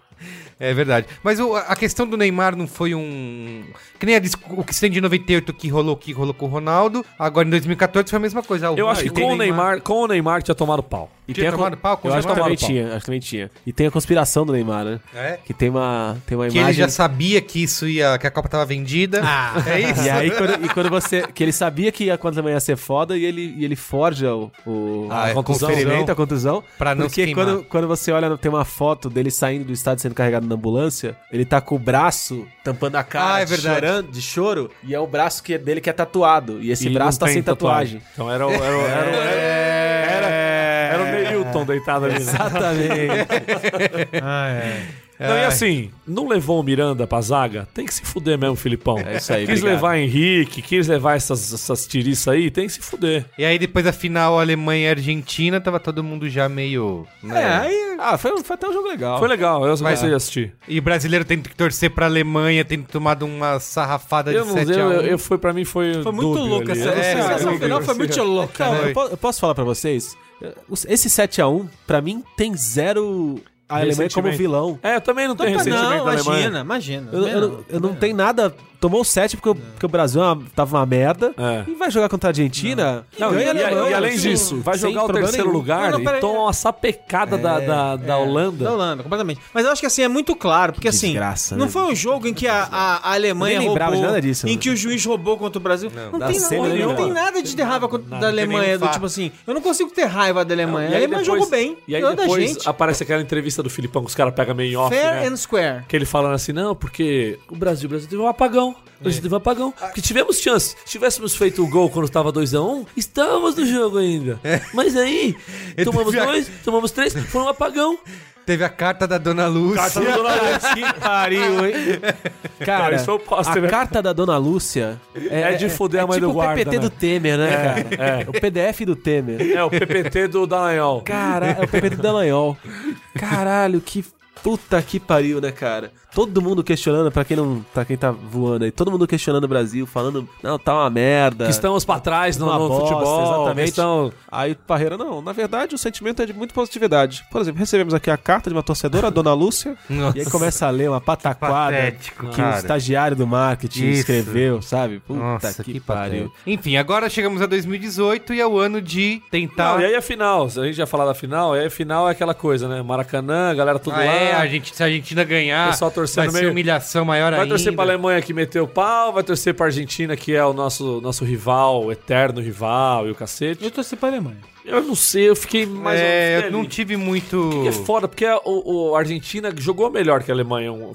[SPEAKER 1] É verdade. Mas o- a questão do Neymar não foi um. Que nem a dis- o que se tem de 98 que rolou, que rolou com o Ronaldo. Agora em 2014 foi a mesma coisa. Ah,
[SPEAKER 3] Eu acho que
[SPEAKER 1] Ronaldo-
[SPEAKER 3] com o Neymar, com o Neymar que tinha tomado pau.
[SPEAKER 2] E
[SPEAKER 1] Tinha
[SPEAKER 2] a
[SPEAKER 1] tomado pau com o
[SPEAKER 2] Eu acho que
[SPEAKER 1] Neymar?
[SPEAKER 2] também tinha, acho que também tinha. E tem a conspiração do Neymar, né?
[SPEAKER 1] É.
[SPEAKER 2] Que tem uma, tem uma
[SPEAKER 1] Que ele
[SPEAKER 2] imagem... Ah.
[SPEAKER 1] já sabia que isso ia. que a Copa tava vendida. é isso.
[SPEAKER 2] E aí, quando, e quando você... Que ele sabia que a quanto também ia ser foda e ele, e ele forja o... o
[SPEAKER 1] Ah, é,
[SPEAKER 2] contusão.
[SPEAKER 1] conferência.
[SPEAKER 2] experimenta a contusão.
[SPEAKER 1] Pra não se
[SPEAKER 2] Porque
[SPEAKER 1] queimar.
[SPEAKER 2] quando, quando você olha, tem uma foto dele saindo do estádio sendo carregado na ambulância, ele tá com o braço tampando a cara,
[SPEAKER 1] Ah, é
[SPEAKER 2] de
[SPEAKER 1] verdade.
[SPEAKER 2] chorando, de choro, e é o braço que é dele que é tatuado. E esse
[SPEAKER 3] E
[SPEAKER 2] braço
[SPEAKER 3] não
[SPEAKER 2] tá
[SPEAKER 3] tem
[SPEAKER 2] sem tatuagem.
[SPEAKER 3] Então era o, era, o- era, o- era,
[SPEAKER 2] É.
[SPEAKER 3] era o Neilton deitado ali. né?
[SPEAKER 2] Exatamente.
[SPEAKER 4] Ah, é.
[SPEAKER 3] Não, e assim, não levou o Miranda pra zaga? Tem que se fuder mesmo, Filipão.
[SPEAKER 2] É isso aí,
[SPEAKER 3] Quis
[SPEAKER 2] obrigado.
[SPEAKER 3] levar Henrique, quis levar essas, essas tiriças aí, tem que se fuder.
[SPEAKER 1] E aí depois a final Alemanha e Argentina, tava todo mundo já meio.
[SPEAKER 2] é,
[SPEAKER 1] né?
[SPEAKER 2] aí. Ah, foi, um- foi até um jogo legal.
[SPEAKER 3] Foi legal, eu
[SPEAKER 1] Vai
[SPEAKER 3] gostei de
[SPEAKER 1] lá.
[SPEAKER 3] assistir.
[SPEAKER 1] E brasileiro tendo que torcer pra Alemanha, tendo tomado uma sarrafada
[SPEAKER 3] Eu
[SPEAKER 1] Tá de
[SPEAKER 3] não sei,
[SPEAKER 1] 7 a 1
[SPEAKER 3] eu, eu fui, pra mim foi.
[SPEAKER 4] Foi muito
[SPEAKER 3] dúbio
[SPEAKER 4] louca
[SPEAKER 3] ali.
[SPEAKER 4] essa-
[SPEAKER 3] Eu não sei
[SPEAKER 1] é,
[SPEAKER 3] se
[SPEAKER 1] essa
[SPEAKER 3] eu
[SPEAKER 1] final
[SPEAKER 3] lembro.
[SPEAKER 1] foi muito
[SPEAKER 2] louca.
[SPEAKER 1] né?
[SPEAKER 2] eu, po- eu posso falar pra vocês? Eh, Os- Esse 7x1, pra mim, tem zero a Alemanha como
[SPEAKER 3] Ressentimento.
[SPEAKER 2] vilão.
[SPEAKER 3] É, eu também não tenho
[SPEAKER 4] Não,
[SPEAKER 3] ressentimento da Alemanha.
[SPEAKER 4] imagina, imagina.
[SPEAKER 2] Eu, eu-
[SPEAKER 4] Tá
[SPEAKER 2] eu não tenho nada. Tomou 7 porque, o- porque o Brasil é uma- tava uma merda.
[SPEAKER 3] É.
[SPEAKER 2] E vai jogar contra a Argentina.
[SPEAKER 3] Não, e,
[SPEAKER 2] ganha a
[SPEAKER 3] e-
[SPEAKER 2] Alemanha,
[SPEAKER 3] e além
[SPEAKER 2] sem-
[SPEAKER 3] disso, vai
[SPEAKER 2] sem
[SPEAKER 3] jogar o
[SPEAKER 2] problema
[SPEAKER 3] terceiro
[SPEAKER 2] nenhum.
[SPEAKER 3] lugar
[SPEAKER 4] Não, não,
[SPEAKER 3] e
[SPEAKER 4] peraí.
[SPEAKER 3] toma uma
[SPEAKER 2] É,
[SPEAKER 3] sapecada da, da, da Holanda.
[SPEAKER 4] Da Holanda, completamente. Mas eu acho que assim, é muito claro, porque assim,
[SPEAKER 2] desgraça,
[SPEAKER 4] não
[SPEAKER 2] né?
[SPEAKER 4] foi um jogo em que a, a- a Alemanha
[SPEAKER 2] Nem
[SPEAKER 4] roubou,
[SPEAKER 2] lembrava de nada disso,
[SPEAKER 4] em
[SPEAKER 2] né?
[SPEAKER 4] que o juiz roubou contra o Brasil. Não,
[SPEAKER 2] dá
[SPEAKER 4] tem,
[SPEAKER 2] sem
[SPEAKER 4] nada, não
[SPEAKER 2] lembrar.
[SPEAKER 4] tem nada de ter raiva contra- da
[SPEAKER 1] tem nenhum
[SPEAKER 4] Alemanha, do
[SPEAKER 1] fato.
[SPEAKER 4] tipo assim, eu não consigo ter raiva da Alemanha.
[SPEAKER 3] E
[SPEAKER 4] a
[SPEAKER 3] aí
[SPEAKER 4] Alemanha
[SPEAKER 3] depois-
[SPEAKER 4] jogou bem,
[SPEAKER 3] E aí
[SPEAKER 4] ganhou da
[SPEAKER 3] depois
[SPEAKER 4] gente.
[SPEAKER 3] aparece aquela entrevista do Filipão que os caras pegam meio em off,
[SPEAKER 4] Fair
[SPEAKER 3] né?
[SPEAKER 4] and square.
[SPEAKER 3] Que ele falando assim, não, porque o Brasil, o Brasil teve um apagão. O Brasil teve um apagão. Porque tivemos chance. Se tivéssemos feito o gol quando estava 2x1, estávamos um, no jogo ainda. Mas aí,
[SPEAKER 1] Eu
[SPEAKER 3] tomamos
[SPEAKER 1] devia-
[SPEAKER 3] dois, tomamos três, foi um apagão.
[SPEAKER 1] Teve a carta da Dona Lúcia.
[SPEAKER 2] Tá, Que pariu, hein? Cara,
[SPEAKER 3] Não, isso é eu posso
[SPEAKER 2] a
[SPEAKER 3] ter-
[SPEAKER 2] carta da Dona Lúcia
[SPEAKER 3] né? É de fuder a mãe
[SPEAKER 2] tipo
[SPEAKER 3] do guarda,
[SPEAKER 2] o PPT
[SPEAKER 3] né?
[SPEAKER 2] do Temer, né, cara?
[SPEAKER 3] é.
[SPEAKER 2] O PDF do Temer.
[SPEAKER 3] É, o PPT do Dallagnol.
[SPEAKER 2] Caralho, é o PP do Dallagnol. Caralho, que puta que pariu, né, cara? Todo mundo questionando, pra quem não. Pra quem tá voando aí, todo mundo questionando o Brasil, falando, não, tá uma merda.
[SPEAKER 3] Que estamos pra trás no,
[SPEAKER 2] Uma
[SPEAKER 3] no
[SPEAKER 2] bosta,
[SPEAKER 3] futebol.
[SPEAKER 2] exatamente.
[SPEAKER 3] Estão...
[SPEAKER 2] Aí o Parreira, não, na verdade o sentimento é de muita positividade. Por exemplo, recebemos aqui a carta de uma torcedora, a dona Lúcia,
[SPEAKER 1] Nossa.
[SPEAKER 2] e aí começa a ler uma pataquada
[SPEAKER 1] patético,
[SPEAKER 2] que
[SPEAKER 1] cara.
[SPEAKER 2] o estagiário do marketing
[SPEAKER 1] Isso.
[SPEAKER 2] escreveu, sabe? Puta
[SPEAKER 1] Nossa,
[SPEAKER 2] que, pariu.
[SPEAKER 1] Enfim, agora chegamos a 2018 e é o ano de tentar.
[SPEAKER 3] Não, e aí a final, a gente já falar da final, e aí a final é aquela coisa, né? Maracanã, a galera tudo
[SPEAKER 1] Ah,
[SPEAKER 3] lá.
[SPEAKER 1] é, a gente, se a Argentina ganhar,
[SPEAKER 3] Pessoal torcendo
[SPEAKER 1] vai ser
[SPEAKER 3] meio-
[SPEAKER 1] humilhação maior
[SPEAKER 3] Vai
[SPEAKER 1] ainda.
[SPEAKER 3] torcer pra Alemanha que meteu o pau, vai torcer pra Argentina que é o nosso, nosso rival, o eterno rival e o cacete.
[SPEAKER 4] Eu torci pra Alemanha.
[SPEAKER 3] Eu não sei, eu fiquei mais ou menos
[SPEAKER 1] é, eu
[SPEAKER 3] feliz.
[SPEAKER 1] não tive muito.
[SPEAKER 3] E é foda, porque a, o, o- a Argentina jogou melhor que a Alemanha. Um-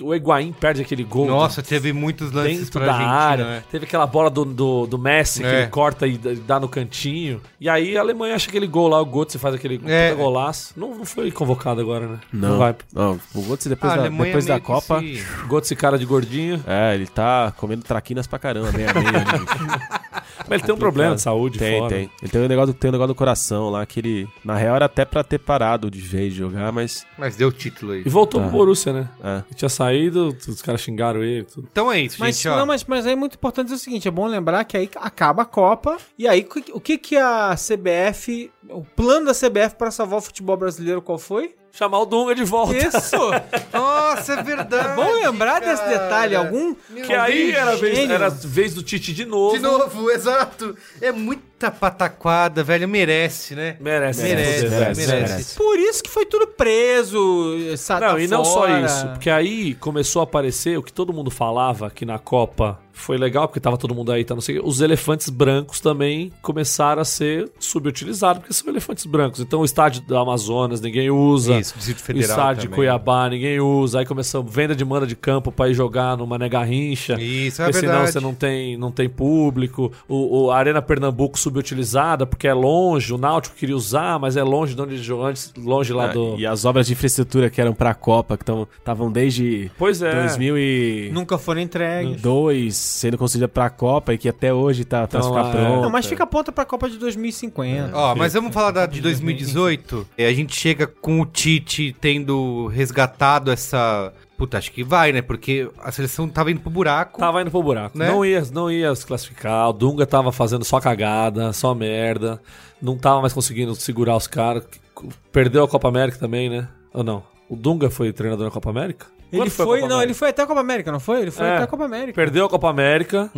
[SPEAKER 3] O Higuaín perde aquele gol
[SPEAKER 1] Nossa, teve muitos
[SPEAKER 3] de-
[SPEAKER 1] lances
[SPEAKER 3] dentro
[SPEAKER 1] pra
[SPEAKER 3] da
[SPEAKER 1] Argentina.
[SPEAKER 3] área.
[SPEAKER 1] né?
[SPEAKER 3] Teve aquela bola do, do, do Messi que
[SPEAKER 1] É.
[SPEAKER 3] ele corta e dá- dá no cantinho. E aí a Alemanha acha aquele gol lá, o Götze faz aquele
[SPEAKER 1] É.
[SPEAKER 3] puta golaço. Não, não foi convocado agora, né?
[SPEAKER 2] Não,
[SPEAKER 3] vai.
[SPEAKER 2] não, o Götze depois
[SPEAKER 1] A
[SPEAKER 2] da,
[SPEAKER 1] Ah, Alemanha
[SPEAKER 2] depois da
[SPEAKER 1] meio que
[SPEAKER 2] Copa...
[SPEAKER 1] se-
[SPEAKER 3] Götze cara de gordinho.
[SPEAKER 2] É, ele tá comendo traquinas pra caramba, meia meia. né?
[SPEAKER 3] Mas ele tem um problema de saúde
[SPEAKER 2] Tem,
[SPEAKER 3] fora.
[SPEAKER 2] tem. Ele tem um, negócio, tem um negócio do coração lá que ele. Na real era até pra ter parado de vez de jogar, mas.
[SPEAKER 1] Mas deu o título aí.
[SPEAKER 3] E voltou pro Borussia, né?
[SPEAKER 2] É.
[SPEAKER 3] Ele tinha saído, os caras xingaram ele. Tudo.
[SPEAKER 1] Então é isso,
[SPEAKER 4] Mas,
[SPEAKER 1] gente. Ó.
[SPEAKER 4] não, mas, mas aí é muito importante dizer o seguinte: é bom lembrar que aí acaba a Copa. E aí, o que- o que, que a CBF. O plano da CBF pra salvar o futebol brasileiro qual foi?
[SPEAKER 3] Chamar o Dunga de volta.
[SPEAKER 4] Isso!
[SPEAKER 1] Nossa, é verdade.
[SPEAKER 4] bom lembrar
[SPEAKER 1] cara.
[SPEAKER 4] desse detalhe. Algum.
[SPEAKER 3] Que aí era a vez,
[SPEAKER 4] Gênio.
[SPEAKER 3] era a vez do Tite de novo.
[SPEAKER 1] é um De novo, exato. É muita pataquada, velho. Merece, né?
[SPEAKER 3] Merece,
[SPEAKER 1] Merece,
[SPEAKER 3] merece,
[SPEAKER 1] merece.
[SPEAKER 3] merece.
[SPEAKER 4] Por isso que foi tudo preso. sa-
[SPEAKER 3] Não,
[SPEAKER 4] tá
[SPEAKER 3] e não só
[SPEAKER 4] fora.
[SPEAKER 3] isso, porque aí começou a aparecer o que todo mundo falava que na Copa foi legal, porque tava todo mundo aí, tá não sei, o quê. os elefantes brancos também começaram a ser subutilizados, porque são elefantes brancos. Então o estádio do Amazonas ninguém usa.
[SPEAKER 1] Isso, Distrito
[SPEAKER 3] O
[SPEAKER 1] Federal.
[SPEAKER 3] estádio de
[SPEAKER 1] também.
[SPEAKER 3] Cuiabá, ninguém usa. Aí começou venda de manda de campo pra ir jogar no Mané Garrincha.
[SPEAKER 1] Isso, é
[SPEAKER 3] Porque senão
[SPEAKER 1] verdade.
[SPEAKER 3] você não tem, não tem público. O, o Arena Pernambuco subutilizada porque é longe, o Náutico queria usar, mas é longe de onde ele jogou antes, longe lá
[SPEAKER 2] Ah,
[SPEAKER 3] do.
[SPEAKER 2] E as obras de infraestrutura que eram pra Copa, que estavam desde
[SPEAKER 3] Pois é.
[SPEAKER 2] 2002
[SPEAKER 4] Nunca foram entregues.
[SPEAKER 2] sendo construída pra Copa e que até hoje tá pra
[SPEAKER 3] Então,
[SPEAKER 2] ficar
[SPEAKER 3] é.
[SPEAKER 2] pronta.
[SPEAKER 4] Não, mas fica a ponta pra Copa de 2050.
[SPEAKER 1] Ó, mas vamos falar da de 2018. É, a gente chega com o Tite tendo resgatado essa. Puta, acho que vai, né? Porque a seleção tava indo pro buraco.
[SPEAKER 3] Tava indo pro buraco.
[SPEAKER 1] Né?
[SPEAKER 3] Não, ia, não ia se classificar. O Dunga tava fazendo só cagada, só merda. Não tava mais conseguindo segurar os caras. Perdeu a Copa América também, né? Ou não? O Dunga foi treinador na Copa América?
[SPEAKER 4] Ele
[SPEAKER 3] Quando
[SPEAKER 4] foi,
[SPEAKER 3] a Copa
[SPEAKER 4] não, ele
[SPEAKER 3] América?
[SPEAKER 4] foi até a Copa América, não foi? Ele foi
[SPEAKER 3] É.
[SPEAKER 4] até a Copa América.
[SPEAKER 3] Perdeu a Copa América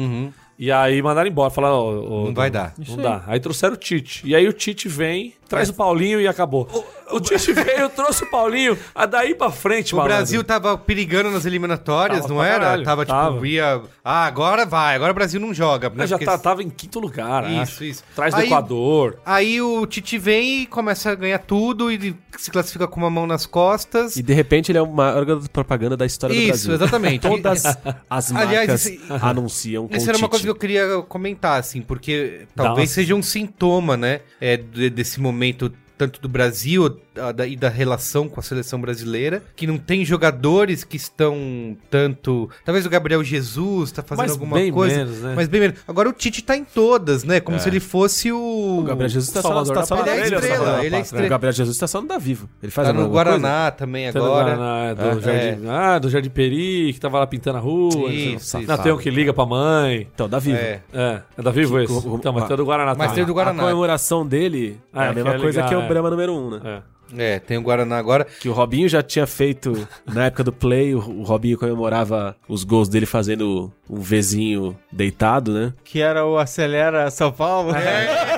[SPEAKER 3] e aí mandaram embora. Falaram, ó, ó,
[SPEAKER 1] Uhum. Não
[SPEAKER 3] Dunga,
[SPEAKER 1] vai dar.
[SPEAKER 3] Não dá. Aí trouxeram o Tite. E aí o Tite vem, traz o Paulinho e acabou. O, Tite veio, trouxe o Paulinho. A daí pra frente,
[SPEAKER 1] O
[SPEAKER 3] malandro.
[SPEAKER 1] Brasil tava perigando nas eliminatórias,
[SPEAKER 3] Tava
[SPEAKER 1] não
[SPEAKER 3] pra
[SPEAKER 1] era?
[SPEAKER 3] caralho,
[SPEAKER 1] tava tipo,
[SPEAKER 3] tava.
[SPEAKER 1] ia. Ah, agora vai, agora o Brasil não joga. né?
[SPEAKER 3] Mas já
[SPEAKER 1] Porque
[SPEAKER 3] tá- tava em quinto lugar,
[SPEAKER 1] Isso,
[SPEAKER 3] acho.
[SPEAKER 1] isso.
[SPEAKER 3] Traz do
[SPEAKER 1] Aí-
[SPEAKER 3] Equador.
[SPEAKER 1] Aí o Tite vem e começa a ganhar tudo e se classifica com uma mão nas costas.
[SPEAKER 2] E de repente ele é o maior garoto de propaganda da história do
[SPEAKER 1] Isso,
[SPEAKER 2] Brasil.
[SPEAKER 1] exatamente.
[SPEAKER 2] Todas as marcas
[SPEAKER 1] Aliás, esse-
[SPEAKER 2] anunciam com
[SPEAKER 1] Isso era uma
[SPEAKER 2] Tite.
[SPEAKER 1] coisa que eu queria comentar, assim, porque
[SPEAKER 3] Dá
[SPEAKER 1] talvez
[SPEAKER 3] uma-
[SPEAKER 1] seja um sintoma, né, é, de- desse momento tanto do Brasil a da- e da relação com a seleção brasileira, que não tem jogadores que estão tanto... Talvez o Gabriel Jesus tá fazendo
[SPEAKER 3] Mas
[SPEAKER 1] alguma
[SPEAKER 3] bem
[SPEAKER 1] coisa,
[SPEAKER 3] menos, né? É.
[SPEAKER 1] mas bem menos. Agora o Tite tá em todas, né, como se ele fosse o...
[SPEAKER 2] O Gabriel Jesus tá
[SPEAKER 3] O Salvador
[SPEAKER 2] só, tá
[SPEAKER 3] da
[SPEAKER 2] só
[SPEAKER 1] Pátria. Ele é
[SPEAKER 2] tá só-
[SPEAKER 1] estrela,
[SPEAKER 2] tá
[SPEAKER 1] ele é
[SPEAKER 2] só-
[SPEAKER 1] estrela.
[SPEAKER 2] O Gabriel Jesus tá só no Dá Vivo. Ele faz
[SPEAKER 1] Tá no
[SPEAKER 2] alguma coisa?
[SPEAKER 1] Guaraná também
[SPEAKER 3] Tá no
[SPEAKER 1] agora.
[SPEAKER 3] Guaraná, é, do,
[SPEAKER 1] É.
[SPEAKER 3] Jardim, Ah, do Jardim Peri, que tava lá pintando a rua.
[SPEAKER 1] Isso,
[SPEAKER 3] não, sei.
[SPEAKER 1] isso.
[SPEAKER 3] não tem um que liga pra mãe.
[SPEAKER 2] Então, Dá Vivo.
[SPEAKER 1] É.
[SPEAKER 3] É, é da Vivo esse?
[SPEAKER 2] co-
[SPEAKER 3] Então, mas tem o do Guaraná
[SPEAKER 1] ah, Mas tem o do
[SPEAKER 2] é A
[SPEAKER 1] Guaraná.
[SPEAKER 2] comemoração dele
[SPEAKER 3] Ah,
[SPEAKER 2] é a
[SPEAKER 3] que
[SPEAKER 2] mesma
[SPEAKER 3] é
[SPEAKER 2] coisa
[SPEAKER 3] legal,
[SPEAKER 2] que é o
[SPEAKER 3] é.
[SPEAKER 2] Brahma número 1, um, né?
[SPEAKER 3] É.
[SPEAKER 1] É, tem o Guaraná agora.
[SPEAKER 2] Que o Robinho já tinha feito na época do Play, o, o Robinho comemorava os gols dele fazendo um Vzinho deitado, né?
[SPEAKER 4] Que era o Acelera São Paulo.
[SPEAKER 1] É.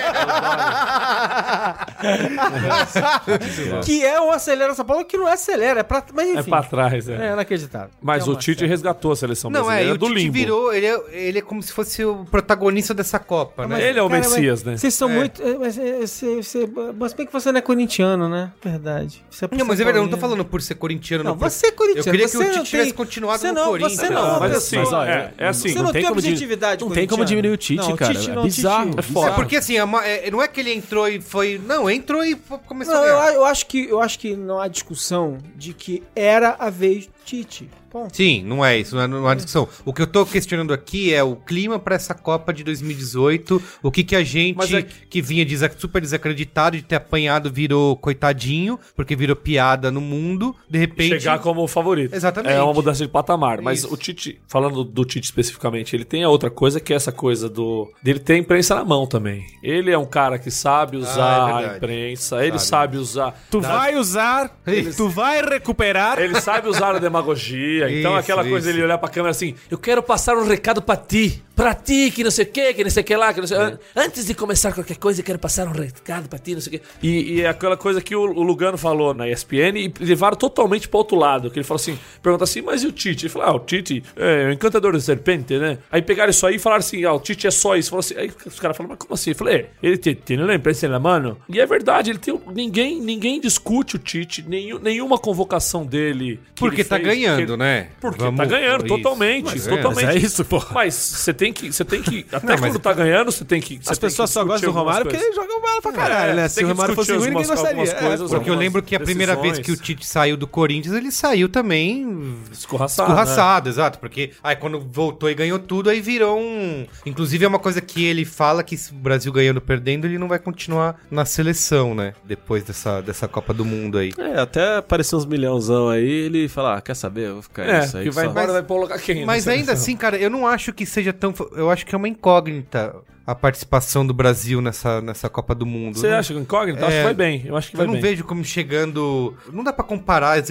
[SPEAKER 4] que é o Acelera São Paulo, que não é Acelera, é pra. Mas enfim.
[SPEAKER 3] É pra trás, é.
[SPEAKER 4] É inacreditável.
[SPEAKER 3] Mas
[SPEAKER 4] É
[SPEAKER 3] o
[SPEAKER 4] uma
[SPEAKER 3] Tite resgatou a seleção
[SPEAKER 1] Não, é,
[SPEAKER 3] brasileira
[SPEAKER 1] e o
[SPEAKER 3] Então, do
[SPEAKER 1] Tite
[SPEAKER 3] limbo.
[SPEAKER 1] virou, ele é, ele é como se fosse o protagonista dessa Copa, né?
[SPEAKER 3] Ele é o
[SPEAKER 4] Cara, mas
[SPEAKER 3] Messias, né?
[SPEAKER 4] Vocês são
[SPEAKER 1] É.
[SPEAKER 4] muito. é, Mas, é, você, você, mas bem que você não é corintiano, né? Verdade. Você é
[SPEAKER 1] Não, mas é verdade, eu não tô
[SPEAKER 4] paulino.
[SPEAKER 1] falando por ser corintiano.
[SPEAKER 4] Não,
[SPEAKER 1] por-
[SPEAKER 4] você é corintiano.
[SPEAKER 1] Eu queria que
[SPEAKER 4] você
[SPEAKER 1] o Tite
[SPEAKER 4] não
[SPEAKER 1] tivesse
[SPEAKER 4] tem-
[SPEAKER 1] continuado
[SPEAKER 4] você
[SPEAKER 1] no
[SPEAKER 4] não,
[SPEAKER 1] Corinthians.
[SPEAKER 4] Você não,
[SPEAKER 3] Não,
[SPEAKER 4] é uma
[SPEAKER 3] mas
[SPEAKER 4] pessoa-
[SPEAKER 3] assim, é- é assim,
[SPEAKER 4] Você não, tem,
[SPEAKER 2] como di-
[SPEAKER 4] objetividade.
[SPEAKER 2] não tem como
[SPEAKER 4] corintiana.
[SPEAKER 2] diminuir o Tite,
[SPEAKER 4] Não,
[SPEAKER 2] cara,
[SPEAKER 4] Tite
[SPEAKER 2] é
[SPEAKER 4] não,
[SPEAKER 2] bizarro.
[SPEAKER 4] Tite-
[SPEAKER 2] É
[SPEAKER 1] É
[SPEAKER 2] foda.
[SPEAKER 1] porque assim, é uma- é- não é que ele entrou e foi. Não, entrou e fo- começou
[SPEAKER 4] Não,
[SPEAKER 1] a
[SPEAKER 4] eu,
[SPEAKER 2] é.
[SPEAKER 1] ganhar.
[SPEAKER 4] eu acho que, eu acho que não há discussão de que era a vez do Tite. Ponto.
[SPEAKER 1] Sim, não é isso, não, é, não há discussão. O que eu tô questionando aqui é o clima pra essa Copa de 2018, o que que a
[SPEAKER 3] Mas
[SPEAKER 1] gente
[SPEAKER 3] é
[SPEAKER 1] que vinha desa- super desacreditado de ter apanhado virou coitadinho, porque virou piada no mundo, de repente...
[SPEAKER 3] Chegar como favorito.
[SPEAKER 1] é Exatamente.
[SPEAKER 3] É uma mudança de patamar. Mas
[SPEAKER 1] Isso.
[SPEAKER 3] o Tite, falando do Tite especificamente, ele tem a outra coisa que é essa coisa do. dele ter a imprensa na mão também. Ele é um cara que sabe
[SPEAKER 1] Ah, é
[SPEAKER 3] usar
[SPEAKER 1] verdade.
[SPEAKER 3] a imprensa, ele
[SPEAKER 1] Sabe.
[SPEAKER 3] sabe usar.
[SPEAKER 2] Tu vai usar, tu vai recuperar.
[SPEAKER 3] Ele sabe usar a demagogia. então,
[SPEAKER 1] Isso,
[SPEAKER 3] aquela coisa
[SPEAKER 1] isso.
[SPEAKER 3] ele olhar pra câmera assim: eu quero passar um recado pra ti. Pra ti, que não sei o que, que não sei o que lá. Que não sei... an- Antes de começar qualquer coisa, eu quero passar um recado pra ti, não sei o que. E, e é aquela coisa que o, o Lugano falou na ESPN e levaram totalmente pro outro lado. Que ele falou assim: pergunta assim, mas e o Tite? Ele falou: ah, o Tite é o encantador de serpente, né? Aí pegaram isso aí e falaram assim: ah, o Tite é só isso. Falou assim, aí os caras falaram: mas como assim? Eu falei: "É, ele tem, tem a imprensa na mano. E é verdade, ele tem. o- Ninguém, ninguém discute o Tite, nenhum- nenhuma convocação dele que
[SPEAKER 1] Porque
[SPEAKER 3] ele
[SPEAKER 1] tá
[SPEAKER 3] fez,
[SPEAKER 1] ganhando,
[SPEAKER 3] que ele-
[SPEAKER 1] né?
[SPEAKER 3] Porque tá
[SPEAKER 1] Vamos-
[SPEAKER 3] ganhando,
[SPEAKER 1] isso.
[SPEAKER 3] totalmente.
[SPEAKER 1] Mas é,
[SPEAKER 3] totalmente.
[SPEAKER 2] mas é isso, porra.
[SPEAKER 3] Mas você tem que. Você tem que. Até
[SPEAKER 1] Não, mas-
[SPEAKER 3] quando tá ganhando, você tem que.
[SPEAKER 2] As pessoas só gostam do Romário porque ele joga bola pra caralho,
[SPEAKER 3] É,
[SPEAKER 2] né?
[SPEAKER 3] tem
[SPEAKER 2] Se
[SPEAKER 3] que
[SPEAKER 2] o Romário fosse
[SPEAKER 3] discutir
[SPEAKER 2] ruim, ninguém
[SPEAKER 3] algumas-
[SPEAKER 2] gostaria. É.
[SPEAKER 3] algumas coisas,
[SPEAKER 2] pô.
[SPEAKER 1] Porque eu lembro que a primeira vez que o Tite saiu do Corinthians, ele saiu também
[SPEAKER 4] Né?
[SPEAKER 3] Escorraçado.
[SPEAKER 1] escorraçado, exato. Porque aí quando voltou e ganhou tudo, aí virou um. Inclusive é uma coisa que ele fala que se o Brasil ganhando ou perdendo, ele não vai continuar na seleção, né? Depois dessa, dessa Copa do Mundo aí.
[SPEAKER 2] É, até apareceu uns milhãozão aí, ele fala, ah, quer saber, eu vou ficar
[SPEAKER 3] Né?
[SPEAKER 2] nisso
[SPEAKER 3] É,
[SPEAKER 2] aí.
[SPEAKER 3] que vai
[SPEAKER 2] só."
[SPEAKER 3] embora,
[SPEAKER 1] Mas-
[SPEAKER 3] vai colocar quem?
[SPEAKER 1] Mas
[SPEAKER 3] Não sei.
[SPEAKER 1] ainda assim, cara, eu não acho que seja tão. Eu acho que é uma incógnita a participação do Brasil nessa, nessa Copa do Mundo.
[SPEAKER 3] Você
[SPEAKER 1] Não-
[SPEAKER 3] acha que incógnito? Eu Acho
[SPEAKER 1] É.
[SPEAKER 3] que vai bem. Eu acho que vai
[SPEAKER 1] eu não
[SPEAKER 3] bem.
[SPEAKER 1] vejo como chegando. Não dá pra comparar as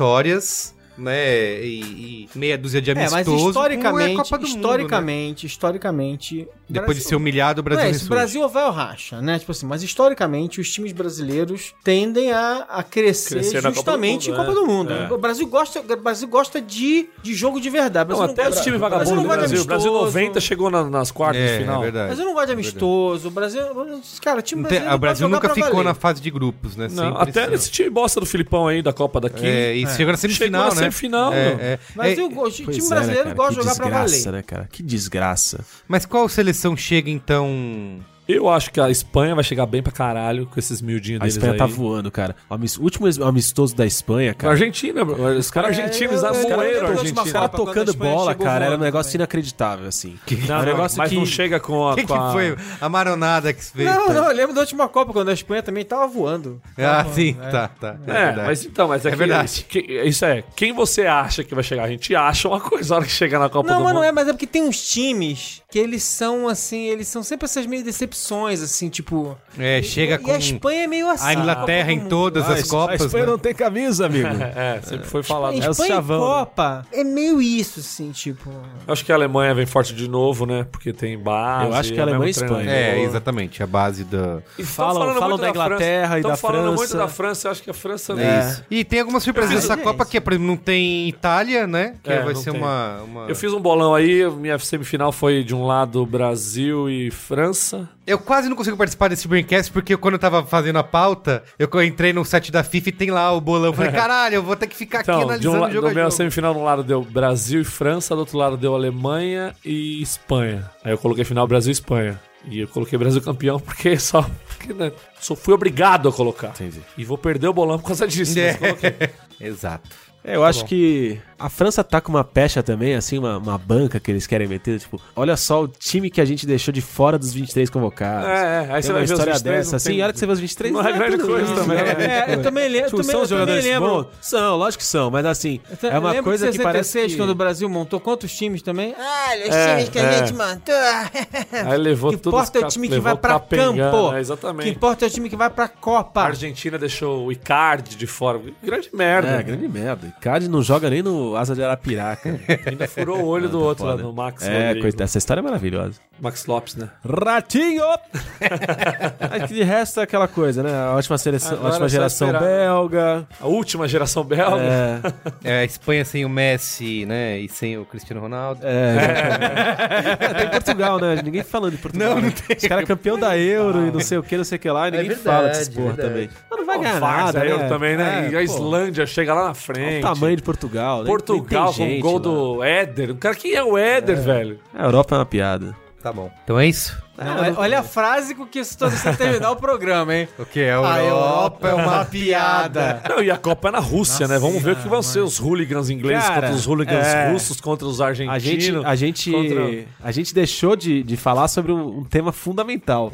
[SPEAKER 1] eliminatórias, né? E, e meia dúzia de
[SPEAKER 4] É,
[SPEAKER 1] amistosos.
[SPEAKER 4] mas
[SPEAKER 1] com a
[SPEAKER 4] historicamente,
[SPEAKER 2] é
[SPEAKER 1] Copa do Mundo, né?
[SPEAKER 4] historicamente, historicamente,
[SPEAKER 1] Depois de ser humilhado, o Brasil.
[SPEAKER 4] Não é isso,
[SPEAKER 1] ressurge.
[SPEAKER 4] Brasil vai ao racha, né? Tipo assim, mas historicamente os times brasileiros tendem a, a crescer,
[SPEAKER 3] Crescer na Copa do
[SPEAKER 4] justamente
[SPEAKER 3] Mundo,
[SPEAKER 4] em Copa
[SPEAKER 3] né?
[SPEAKER 4] do Mundo.
[SPEAKER 3] É.
[SPEAKER 4] O Brasil gosta, o Brasil gosta de, de jogo de verdade. O
[SPEAKER 3] Não,
[SPEAKER 4] Brasil
[SPEAKER 3] até
[SPEAKER 4] gosta-
[SPEAKER 3] os times
[SPEAKER 4] o Brasil
[SPEAKER 3] vagabundos
[SPEAKER 4] não
[SPEAKER 3] do
[SPEAKER 4] gosta de
[SPEAKER 3] Brasil. O Brasil
[SPEAKER 4] amistoso.
[SPEAKER 3] 90 chegou na- nas quartas de
[SPEAKER 1] É, é
[SPEAKER 3] final.
[SPEAKER 1] verdade.
[SPEAKER 4] Mas eu não gosto de amistoso. O Brasil, os cara, time
[SPEAKER 1] Não tem-
[SPEAKER 4] brasileiro
[SPEAKER 1] o Brasil
[SPEAKER 4] pode jogar
[SPEAKER 1] nunca
[SPEAKER 4] pra
[SPEAKER 1] ficou
[SPEAKER 4] valer.
[SPEAKER 1] na fase de grupos, né?
[SPEAKER 3] Não,
[SPEAKER 1] Sempre
[SPEAKER 3] até
[SPEAKER 1] assim.
[SPEAKER 3] esse time bosta do Filipão aí, da Copa daqui.
[SPEAKER 1] É, e chegou na semifinal,
[SPEAKER 3] Chegou na
[SPEAKER 1] né?
[SPEAKER 3] semifinal,
[SPEAKER 1] É,
[SPEAKER 3] meu.
[SPEAKER 1] é.
[SPEAKER 4] Mas
[SPEAKER 1] É,
[SPEAKER 4] o go- o time
[SPEAKER 2] Pois é, né,
[SPEAKER 4] brasileiro
[SPEAKER 2] cara?
[SPEAKER 4] gosta de
[SPEAKER 2] Que
[SPEAKER 4] jogar pra valer.
[SPEAKER 2] desgraça, né, cara? Que desgraça.
[SPEAKER 1] mas qual seleção chega, então,
[SPEAKER 3] Eu acho que a Espanha vai chegar bem pra caralho com esses miudinhos
[SPEAKER 2] A
[SPEAKER 3] deles
[SPEAKER 2] Espanha
[SPEAKER 3] aí.
[SPEAKER 2] tá voando, cara. O amis- último es- amistoso da Espanha,
[SPEAKER 3] A
[SPEAKER 2] cara.
[SPEAKER 3] Argentina, bro. Os caras argentinos,
[SPEAKER 4] eu- eu-
[SPEAKER 3] zamoeiro
[SPEAKER 4] eu- eu-
[SPEAKER 3] argentino.
[SPEAKER 2] Os
[SPEAKER 4] Copa,
[SPEAKER 2] caras
[SPEAKER 4] quando a
[SPEAKER 2] tocando
[SPEAKER 4] Espanha
[SPEAKER 2] bola,
[SPEAKER 4] chegou
[SPEAKER 2] cara, era um
[SPEAKER 4] voando
[SPEAKER 2] negócio
[SPEAKER 4] também.
[SPEAKER 2] inacreditável, assim.
[SPEAKER 3] Não,
[SPEAKER 2] um negócio
[SPEAKER 3] mas
[SPEAKER 2] que-
[SPEAKER 3] não chega com a...
[SPEAKER 1] O que, que
[SPEAKER 3] com a-
[SPEAKER 1] foi a maronada que se fez?
[SPEAKER 4] Não,
[SPEAKER 1] tá?
[SPEAKER 4] não, eu lembro da última Copa, quando a Espanha também tava voando.
[SPEAKER 1] Ah, sim, tá, tá.
[SPEAKER 3] É,
[SPEAKER 1] verdade.
[SPEAKER 3] mas então, mas é,
[SPEAKER 1] É
[SPEAKER 3] que-
[SPEAKER 1] verdade.
[SPEAKER 3] que- isso é, quem você acha que vai chegar? A gente acha uma coisa na hora que chega na Copa
[SPEAKER 4] Não,
[SPEAKER 3] do
[SPEAKER 4] mas não
[SPEAKER 3] Mundo.
[SPEAKER 4] é, mas é porque tem uns times que eles são assim, eles são sempre essas meio decepções, assim, tipo.
[SPEAKER 1] É, chega
[SPEAKER 4] e
[SPEAKER 1] com
[SPEAKER 4] a Espanha Ah, é meio assim.
[SPEAKER 1] a Inglaterra em todas as Copas.
[SPEAKER 2] A Espanha
[SPEAKER 1] né?
[SPEAKER 2] não tem camisa, amigo.
[SPEAKER 3] É, sempre foi falado.
[SPEAKER 4] Espanha
[SPEAKER 2] É o
[SPEAKER 4] e
[SPEAKER 2] chavão, né?
[SPEAKER 4] Copa é meio isso, assim, tipo.
[SPEAKER 3] Eu acho que a Alemanha vem forte de novo, né? Porque tem base.
[SPEAKER 2] Eu acho que
[SPEAKER 3] é
[SPEAKER 2] a
[SPEAKER 3] o mesmo
[SPEAKER 2] Alemanha e Espanha.
[SPEAKER 3] treinador. Então,
[SPEAKER 1] É, exatamente, a base da.
[SPEAKER 3] E tão
[SPEAKER 2] Falam-
[SPEAKER 3] falando
[SPEAKER 2] falam
[SPEAKER 3] muito
[SPEAKER 2] da Inglaterra
[SPEAKER 3] França.
[SPEAKER 2] e
[SPEAKER 3] Tão
[SPEAKER 2] da
[SPEAKER 3] falando muito
[SPEAKER 2] França.
[SPEAKER 3] da França, eu acho que a França...
[SPEAKER 1] É isso. E tem algumas surpresas
[SPEAKER 4] Mas
[SPEAKER 1] nessa
[SPEAKER 4] é
[SPEAKER 1] Copa
[SPEAKER 4] isso.
[SPEAKER 1] que, por exemplo, não tem Itália, né? Que
[SPEAKER 3] É,
[SPEAKER 1] vai
[SPEAKER 3] não
[SPEAKER 1] ser
[SPEAKER 3] tem.
[SPEAKER 1] uma, uma-
[SPEAKER 3] Eu fiz um bolão aí, minha semifinal foi de um lado Brasil e França.
[SPEAKER 1] Eu quase não consigo participar desse Braincast porque quando eu tava fazendo a pauta, eu co- entrei no site da FIFA e tem lá o bolão. Eu falei, caralho, eu vou ter que ficar aqui
[SPEAKER 3] Então, de um
[SPEAKER 1] analisando
[SPEAKER 3] la-
[SPEAKER 1] o
[SPEAKER 3] no
[SPEAKER 1] jogo a
[SPEAKER 3] meu
[SPEAKER 1] jogo.
[SPEAKER 3] semifinal, de um lado deu Brasil e França, do outro lado deu Alemanha e Espanha. Aí eu coloquei final Brasil e Espanha. E eu coloquei Brasil campeão porque só, porque, né, só fui obrigado a colocar.
[SPEAKER 2] Entendi.
[SPEAKER 3] E vou perder o bolão por causa disso.
[SPEAKER 1] É.
[SPEAKER 3] mas coloquei.
[SPEAKER 1] Exato.
[SPEAKER 2] É, eu acho que a França tá com uma pecha também, assim, uma, uma banca que eles querem meter. Tipo, olha só o time que a gente deixou de fora dos 23 convocados.
[SPEAKER 3] É, é, aí
[SPEAKER 2] Tem
[SPEAKER 3] você
[SPEAKER 2] uma
[SPEAKER 3] vai ver os
[SPEAKER 2] história
[SPEAKER 3] 23,
[SPEAKER 2] dessa,
[SPEAKER 3] não
[SPEAKER 2] assim,
[SPEAKER 3] tem-
[SPEAKER 2] a hora que você vê os 23...
[SPEAKER 3] Não é grande
[SPEAKER 2] tudo
[SPEAKER 3] coisa
[SPEAKER 2] isso,
[SPEAKER 3] também,
[SPEAKER 2] né?
[SPEAKER 3] né?
[SPEAKER 4] É, eu também, le- eu
[SPEAKER 2] Tipo,
[SPEAKER 4] também,
[SPEAKER 2] são
[SPEAKER 4] eu também
[SPEAKER 2] jogadores
[SPEAKER 4] lembro.
[SPEAKER 2] bons? São, lógico que são, mas assim, é
[SPEAKER 4] Eu
[SPEAKER 2] uma
[SPEAKER 4] lembro
[SPEAKER 2] coisa
[SPEAKER 4] Então, de
[SPEAKER 2] que parece
[SPEAKER 4] 66,
[SPEAKER 2] que...
[SPEAKER 4] quando o Brasil montou quantos times também?
[SPEAKER 5] Olha, os
[SPEAKER 3] É,
[SPEAKER 5] times que
[SPEAKER 3] é.
[SPEAKER 5] a gente montou. Ah,
[SPEAKER 1] É.
[SPEAKER 3] Aí levou
[SPEAKER 4] O que
[SPEAKER 3] todos os
[SPEAKER 4] importa é o
[SPEAKER 3] cap-
[SPEAKER 4] time que
[SPEAKER 3] levou
[SPEAKER 4] vai pra
[SPEAKER 3] Capengana,
[SPEAKER 4] campo.
[SPEAKER 2] né,
[SPEAKER 3] é,
[SPEAKER 4] O que
[SPEAKER 3] exatamente.
[SPEAKER 4] importa é o time que vai pra Copa.
[SPEAKER 3] A Argentina deixou o Icardi de fora. Grande merda.
[SPEAKER 2] É, grande merda. E Cade não joga nem no Asa de Arapiraca.
[SPEAKER 3] Ainda furou o olho do outro lá no Max.
[SPEAKER 2] Ah, tá É,
[SPEAKER 3] Rodrigues. né?
[SPEAKER 2] coisa, essa história é maravilhosa.
[SPEAKER 3] Max Lopes, né?
[SPEAKER 2] Ratinho! Acho que de resto é aquela coisa, né? A ótima, seleção,
[SPEAKER 3] Agora
[SPEAKER 2] ótima
[SPEAKER 3] é só
[SPEAKER 2] geração
[SPEAKER 3] esperar.
[SPEAKER 2] belga.
[SPEAKER 3] A última geração belga.
[SPEAKER 2] É,
[SPEAKER 1] É, a Espanha sem o Messi, né? E sem o Cristiano Ronaldo.
[SPEAKER 2] é. Tem Portugal, né? Ninguém falando de Portugal. Não, não tem. Os caras é campeão da Euro e não sei o que, não sei o que lá. E ninguém fala dessas
[SPEAKER 1] verdade,
[SPEAKER 2] porra
[SPEAKER 1] é verdade.
[SPEAKER 2] também. Mas não vai
[SPEAKER 3] Pô,
[SPEAKER 2] ganhar
[SPEAKER 3] Varsa,
[SPEAKER 2] nada, né?
[SPEAKER 3] eu também,
[SPEAKER 2] É,
[SPEAKER 3] né? e a
[SPEAKER 2] pô,
[SPEAKER 3] Islândia chega lá na
[SPEAKER 2] olha
[SPEAKER 3] frente.
[SPEAKER 2] o tamanho de Portugal. né?
[SPEAKER 3] Portugal
[SPEAKER 2] Nem
[SPEAKER 3] com
[SPEAKER 2] tem
[SPEAKER 3] o
[SPEAKER 2] gente
[SPEAKER 3] gol
[SPEAKER 2] lá.
[SPEAKER 3] do Éder. O cara, quem é o Éder, velho?
[SPEAKER 2] A Europa é uma piada.
[SPEAKER 1] Tá bom. Então é isso?
[SPEAKER 4] Não, olha- olha a frase com que isso todo você terminar o programa, hein?
[SPEAKER 1] O que? A Europa, é uma
[SPEAKER 4] piada.
[SPEAKER 3] Não, e a Copa é na Rússia, né? Vamos ver o que vão ser os hooligans ingleses
[SPEAKER 2] Cara,
[SPEAKER 3] contra os hooligans
[SPEAKER 2] é.
[SPEAKER 3] russos, contra os
[SPEAKER 2] A gente,
[SPEAKER 3] argentinos.
[SPEAKER 2] a gente,
[SPEAKER 3] contra-
[SPEAKER 2] a gente deixou de, de falar sobre um, um tema fundamental,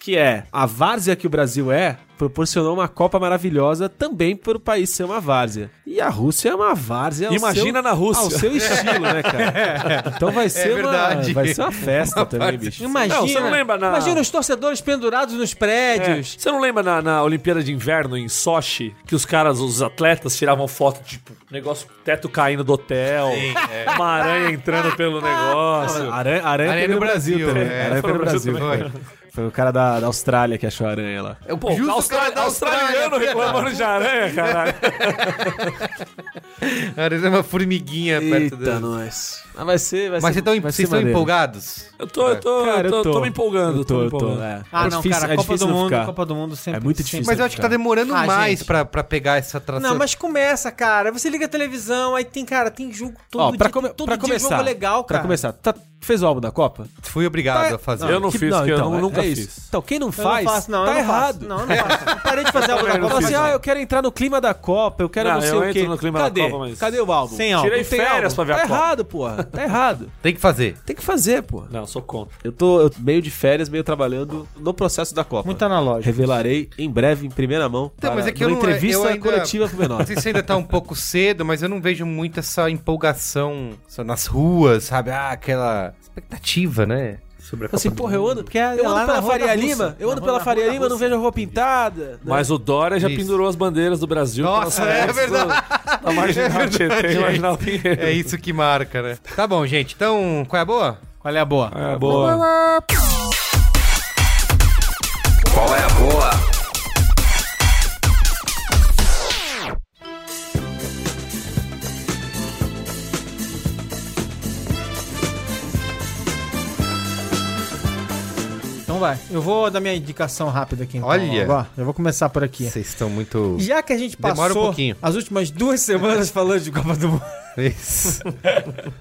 [SPEAKER 2] que é a várzea que o Brasil é proporcionou uma Copa maravilhosa também para o país ser uma várzea. E a Rússia é uma várzea. ao
[SPEAKER 3] Imagina
[SPEAKER 2] seu-
[SPEAKER 3] na Rússia. É
[SPEAKER 2] Ao seu estilo, né, cara? Então vai ser,
[SPEAKER 1] verdade.
[SPEAKER 2] uma, vai ser uma festa também, bicho.
[SPEAKER 4] Imagina,
[SPEAKER 3] Não, você não lembra, não.
[SPEAKER 4] imagina os torcedores pendurados nos
[SPEAKER 3] É.
[SPEAKER 4] prédios.
[SPEAKER 3] Você não lembra na, na Olimpíada de Inverno, em Sochi, que os caras, os atletas, tiravam foto, tipo, negócio, teto caindo do hotel, uma aranha entrando pelo negócio.
[SPEAKER 2] Aranha, aranha,
[SPEAKER 1] Aranha
[SPEAKER 2] pegou
[SPEAKER 1] no Brasil,
[SPEAKER 2] também.
[SPEAKER 1] é.
[SPEAKER 2] aranha
[SPEAKER 3] Foi
[SPEAKER 2] pegou
[SPEAKER 3] no
[SPEAKER 2] no Brasil.
[SPEAKER 3] Brasil
[SPEAKER 2] foi. Foi o cara da, da Austrália que achou a aranha lá.
[SPEAKER 1] É o
[SPEAKER 3] Pô, austra- australiano reclamando de aranha, caralho.
[SPEAKER 1] Era é uma formiguinha perto
[SPEAKER 2] Eita,
[SPEAKER 1] dele.
[SPEAKER 2] nós. Ah, vai ser, vai
[SPEAKER 1] Mas
[SPEAKER 2] ser,
[SPEAKER 1] vocês tão-
[SPEAKER 2] vai
[SPEAKER 1] vocês
[SPEAKER 2] ser
[SPEAKER 1] estão
[SPEAKER 2] maneiro.
[SPEAKER 1] empolgados?
[SPEAKER 3] Eu tô,
[SPEAKER 4] É.
[SPEAKER 3] eu tô,
[SPEAKER 2] Cara,
[SPEAKER 3] eu tô, tô me empolgando,
[SPEAKER 2] eu
[SPEAKER 3] tô,
[SPEAKER 2] tô,
[SPEAKER 3] me
[SPEAKER 2] eu tô,
[SPEAKER 3] empolgando.
[SPEAKER 2] é.
[SPEAKER 4] Ah,
[SPEAKER 2] É
[SPEAKER 4] não,
[SPEAKER 2] difícil-
[SPEAKER 4] cara,
[SPEAKER 2] é
[SPEAKER 4] Copa
[SPEAKER 2] difícil
[SPEAKER 4] do
[SPEAKER 2] não
[SPEAKER 4] Mundo,
[SPEAKER 2] ficar.
[SPEAKER 4] Copa do Mundo sempre.
[SPEAKER 2] É muito difícil. né?
[SPEAKER 1] Mas eu acho que tá demorando
[SPEAKER 4] Ah,
[SPEAKER 1] mais
[SPEAKER 4] gente.
[SPEAKER 1] pra, pra pegar essa atração.
[SPEAKER 4] Não, mas começa, cara. Você liga a televisão, aí tem, cara, tem jogo todo
[SPEAKER 2] Ó, pra,
[SPEAKER 4] dia,
[SPEAKER 2] come-
[SPEAKER 4] tem todo
[SPEAKER 2] pra
[SPEAKER 4] dia
[SPEAKER 2] começar,
[SPEAKER 4] jogo legal, cara.
[SPEAKER 2] Pra começar, tá- fez o álbum da Copa?
[SPEAKER 1] Fui obrigado a fazer.
[SPEAKER 3] tá- Eu não fiz, porque eu nu-
[SPEAKER 2] é-
[SPEAKER 3] nunca
[SPEAKER 2] é
[SPEAKER 3] fiz.
[SPEAKER 2] isso. Então, quem não
[SPEAKER 4] Eu
[SPEAKER 2] faz,
[SPEAKER 4] não faço, não,
[SPEAKER 2] tá
[SPEAKER 4] eu não faço.
[SPEAKER 2] errado.
[SPEAKER 4] Não, eu não faço. Eu Parei de fazer algo da
[SPEAKER 3] também não
[SPEAKER 4] Copa.
[SPEAKER 2] Fala
[SPEAKER 3] fiz,
[SPEAKER 4] Você,
[SPEAKER 2] assim, ah,
[SPEAKER 4] ah,
[SPEAKER 2] eu quero entrar no clima da Copa, eu quero
[SPEAKER 3] Não,
[SPEAKER 2] não sei
[SPEAKER 3] eu
[SPEAKER 2] o
[SPEAKER 3] entro
[SPEAKER 2] quê.
[SPEAKER 3] no clima da
[SPEAKER 2] Cadê?
[SPEAKER 3] Copa, mas-
[SPEAKER 2] Cadê o álbum?
[SPEAKER 4] Sem álbum.
[SPEAKER 3] Tirei
[SPEAKER 2] Não tem
[SPEAKER 3] férias
[SPEAKER 2] álbum.
[SPEAKER 3] pra ver a
[SPEAKER 2] Tá
[SPEAKER 3] Copa.
[SPEAKER 2] errado, porra. Tá errado.
[SPEAKER 1] Tem que fazer.
[SPEAKER 2] Tem que fazer, porra.
[SPEAKER 3] Não, sou contra.
[SPEAKER 2] Eu tô eu meio de férias, meio trabalhando no processo da Copa.
[SPEAKER 4] Muito analógico.
[SPEAKER 2] Revelarei em breve, em primeira mão,
[SPEAKER 1] Então, mas
[SPEAKER 2] para-
[SPEAKER 1] é que eu
[SPEAKER 2] numa
[SPEAKER 1] não-
[SPEAKER 2] entrevista
[SPEAKER 1] eu ainda-
[SPEAKER 2] coletiva com o Menor.
[SPEAKER 1] Não sei se ainda tá um pouco cedo, mas eu não vejo muito essa empolgação só nas ruas, sabe? Ah, aquela expectativa, né? Sobre a
[SPEAKER 2] Assim,
[SPEAKER 1] Copa do
[SPEAKER 2] porra, eu ando,
[SPEAKER 4] Porque é
[SPEAKER 2] eu
[SPEAKER 4] lá
[SPEAKER 2] ando
[SPEAKER 4] na
[SPEAKER 2] pela
[SPEAKER 4] Rua
[SPEAKER 2] Faria
[SPEAKER 4] da
[SPEAKER 2] Lima,
[SPEAKER 4] Russa.
[SPEAKER 2] eu ando
[SPEAKER 4] Na
[SPEAKER 2] pela
[SPEAKER 4] Rua
[SPEAKER 2] Faria
[SPEAKER 4] da
[SPEAKER 2] Lima, não
[SPEAKER 4] Russa.
[SPEAKER 2] vejo a roupa pintada. né?
[SPEAKER 3] Mas o Dória já
[SPEAKER 1] Isso.
[SPEAKER 3] pendurou as bandeiras do Brasil.
[SPEAKER 1] Nossa,
[SPEAKER 3] pra-
[SPEAKER 1] é verdade.
[SPEAKER 3] Na marginal Tietê, marginal Pinheiro.
[SPEAKER 1] É isso que marca, né? Tá bom, gente. Então, qual é a boa?
[SPEAKER 4] Qual é a boa?
[SPEAKER 3] É, boa.
[SPEAKER 4] Então vai. Eu vou dar minha indicação rápida aqui. Então,
[SPEAKER 1] Olha.
[SPEAKER 4] Agora. Eu vou começar por aqui.
[SPEAKER 1] Vocês estão muito.
[SPEAKER 4] Já que a gente
[SPEAKER 1] Demora um
[SPEAKER 4] passou
[SPEAKER 1] pouquinho.
[SPEAKER 4] as últimas duas semanas falando de Copa do Mundo.
[SPEAKER 1] Isso.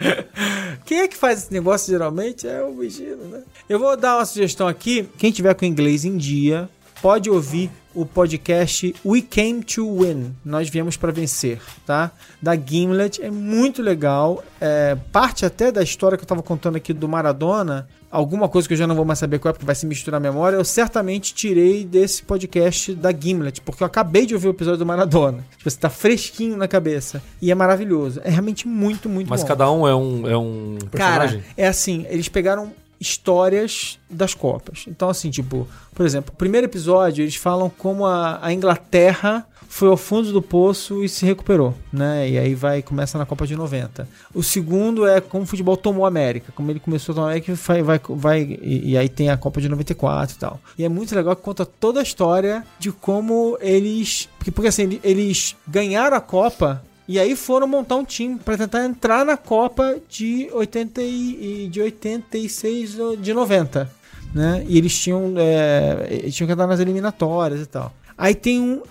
[SPEAKER 4] Quem é que faz esse negócio geralmente é o Vigino, né? Eu vou dar uma sugestão aqui. Quem tiver com inglês em dia, pode ouvir o podcast We Came to Win. Nós viemos para vencer, tá? Da Gimlet. É muito legal. É, parte até da história que eu tava contando aqui do Maradona. Alguma coisa que eu já não vou mais saber qual é, porque vai se misturar a memória. Eu certamente tirei desse podcast da Gimlet, porque eu acabei de ouvir o episódio do Maradona. Tipo, você tá fresquinho na cabeça. E é maravilhoso. É realmente muito, muito
[SPEAKER 3] Mas
[SPEAKER 4] bom.
[SPEAKER 3] cada um é um, é um personagem?
[SPEAKER 4] Cara, é assim, eles pegaram histórias das Copas. Então, assim, tipo, por exemplo, o primeiro episódio eles falam como a, a Inglaterra foi ao fundo do poço e se recuperou, né? E aí vai começa na Copa de 90. O segundo é como o futebol tomou a América, como ele começou a tomar a América, e vai, vai, vai e, e aí tem a Copa de 94 e tal. E é muito legal que conta toda a história de como eles, porque, porque assim eles ganharam a Copa e aí foram montar um time pra tentar entrar na Copa de, 80 e, e- de 86 ou de 90, né? E eles tinham, é, eles tinham que entrar nas eliminatórias e tal. Aí tem um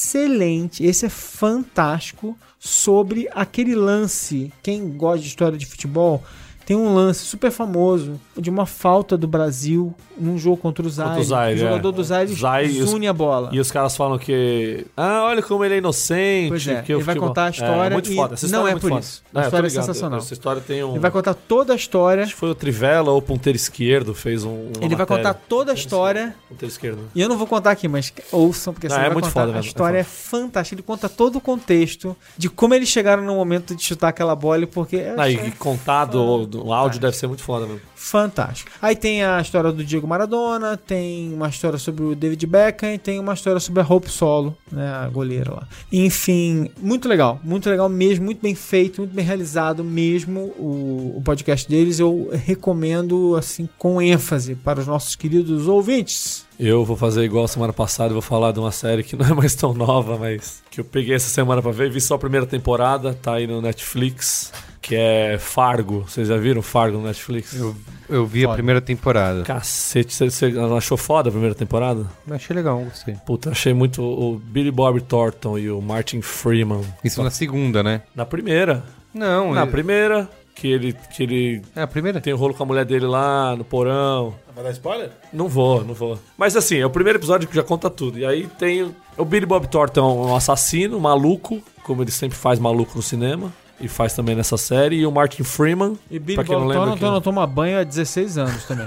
[SPEAKER 4] excelente, esse é fantástico, sobre aquele lance. Quem gosta de história de futebol tem um lance super famoso de uma falta do Brasil num jogo contra o Zaire.
[SPEAKER 3] o Zaire,
[SPEAKER 4] o jogador
[SPEAKER 3] é.
[SPEAKER 4] do Zaire,
[SPEAKER 3] Zaire e os-
[SPEAKER 4] une a bola.
[SPEAKER 3] E os caras falam que. Ah, olha como ele é inocente.
[SPEAKER 4] Pois é,
[SPEAKER 3] porque
[SPEAKER 4] ele
[SPEAKER 3] o
[SPEAKER 4] vai
[SPEAKER 3] futebol-"
[SPEAKER 4] contar a história
[SPEAKER 3] É, muito
[SPEAKER 4] e
[SPEAKER 3] foda. Essa
[SPEAKER 4] não
[SPEAKER 3] história
[SPEAKER 4] é
[SPEAKER 3] é muito
[SPEAKER 4] por
[SPEAKER 3] foda.
[SPEAKER 4] isso. A
[SPEAKER 3] É, eu tô
[SPEAKER 4] história é
[SPEAKER 3] ligado.
[SPEAKER 4] sensacional.
[SPEAKER 3] Essa história tem um.
[SPEAKER 4] Ele vai contar toda a história
[SPEAKER 3] Acho que foi o Trivela ou o Ponteiro Esquerdo fez um. uma
[SPEAKER 4] Ele vai
[SPEAKER 3] matéria.
[SPEAKER 4] contar toda a história.
[SPEAKER 3] Ponteiro Esquerdo.
[SPEAKER 4] E eu não vou contar aqui, mas ouçam, porque
[SPEAKER 3] Não,
[SPEAKER 4] você
[SPEAKER 3] é
[SPEAKER 4] vai
[SPEAKER 3] muito
[SPEAKER 4] contar.
[SPEAKER 3] foda,
[SPEAKER 4] a
[SPEAKER 3] velho, é
[SPEAKER 4] história é, fantástica. Ele conta todo o contexto de como eles chegaram no momento de chutar aquela bola, porque é,
[SPEAKER 3] Ah,
[SPEAKER 4] é
[SPEAKER 3] e contado, o- o áudio deve ser muito foda mesmo.
[SPEAKER 4] fantástico. Aí tem a história do Diego Maradona, tem uma história sobre o David Beckham e tem uma história sobre a Hope Solo, né, a goleira lá. Enfim, muito legal, muito legal mesmo, muito bem feito, muito bem realizado mesmo o, o podcast deles. Eu recomendo, assim, com ênfase para os nossos queridos ouvintes.
[SPEAKER 3] Eu vou fazer igual semana passada, vou falar de uma série que não é mais tão nova, mas que eu peguei essa semana pra ver, vi só a primeira temporada, tá aí no Netflix, que é Fargo. Vocês já viram Fargo no Netflix?
[SPEAKER 1] Eu, eu vi a
[SPEAKER 4] Foda.
[SPEAKER 1] primeira temporada.
[SPEAKER 3] Cacete, você- você achou foda a primeira temporada?
[SPEAKER 1] Achei legal, gostei.
[SPEAKER 3] Puta, achei muito o Billy Bob Thornton e o Martin Freeman.
[SPEAKER 1] Isso na segunda, né?
[SPEAKER 3] Na primeira.
[SPEAKER 1] Não,
[SPEAKER 3] Na
[SPEAKER 1] é-
[SPEAKER 3] primeira, que ele, que ele
[SPEAKER 1] é a primeira.
[SPEAKER 3] tem o rolo com a mulher dele lá no porão.
[SPEAKER 5] Vai dar spoiler?
[SPEAKER 3] Não vou, não vou. Mas assim, é o primeiro episódio que já conta tudo. E aí tem. o- O Billy Bob Thornton é um assassino, maluco, como ele sempre faz maluco no cinema. E faz também nessa série. E o Martin Freeman.
[SPEAKER 4] E Billy
[SPEAKER 3] pra quem
[SPEAKER 4] Bob
[SPEAKER 3] não lembra.
[SPEAKER 4] Thornton
[SPEAKER 3] quem- é.
[SPEAKER 4] não toma banho há 16 anos também.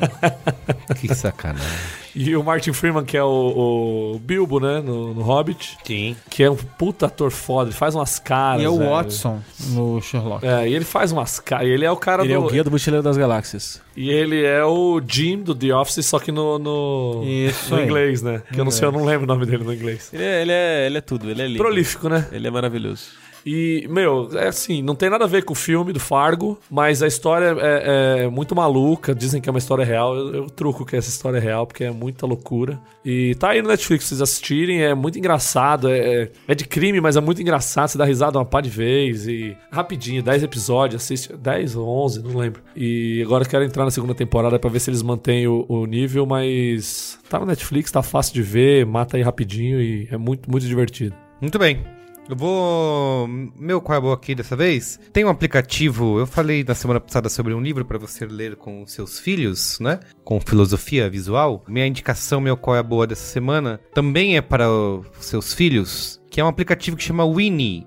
[SPEAKER 1] Que sacanagem.
[SPEAKER 3] E o Martin Freeman, que é o, o Bilbo, né? No, no Hobbit.
[SPEAKER 1] Sim.
[SPEAKER 3] Que é um puta ator foda. Ele faz umas caras.
[SPEAKER 4] e é o
[SPEAKER 3] velho.
[SPEAKER 4] Watson no Sherlock.
[SPEAKER 3] É, e ele faz umas caras. Ele é o cara
[SPEAKER 2] Ele é
[SPEAKER 3] do.
[SPEAKER 2] o guia do Mochileiro das Galáxias.
[SPEAKER 3] E ele é o Jim do The Office, só que no. no...
[SPEAKER 4] Isso
[SPEAKER 3] no
[SPEAKER 4] aí.
[SPEAKER 3] inglês, né? Que eu não sei, eu não lembro o nome dele no inglês.
[SPEAKER 2] Ele é, ele é, ele é tudo, ele é lindo.
[SPEAKER 3] Prolífico, né?
[SPEAKER 2] Ele é maravilhoso.
[SPEAKER 3] E, meu, é assim, não tem nada a ver com o filme do Fargo, mas a história é, é muito maluca, dizem que é uma história real. Eu, eu truco que essa história é real, porque é muita loucura. E tá aí no Netflix pra vocês assistirem, é muito engraçado. É, é- é de crime, mas é muito engraçado. Você dá risada uma pá de vez e rapidinho, 10 episódios, assiste 10 ou 11, não lembro. E agora eu quero entrar na segunda temporada pra ver se eles mantêm o, o nível, mas tá no Netflix, tá fácil de ver, mata aí rapidinho e é muito, muito divertido.
[SPEAKER 1] Muito bem. Eu vou. Meu qual é aqui dessa vez? Tem um aplicativo. Eu falei na semana passada sobre um livro para você ler com os seus filhos, né? Com filosofia visual. Minha indicação, meu qual é a boa dessa semana, também é para os seus filhos. Que é um aplicativo que chama Winnie,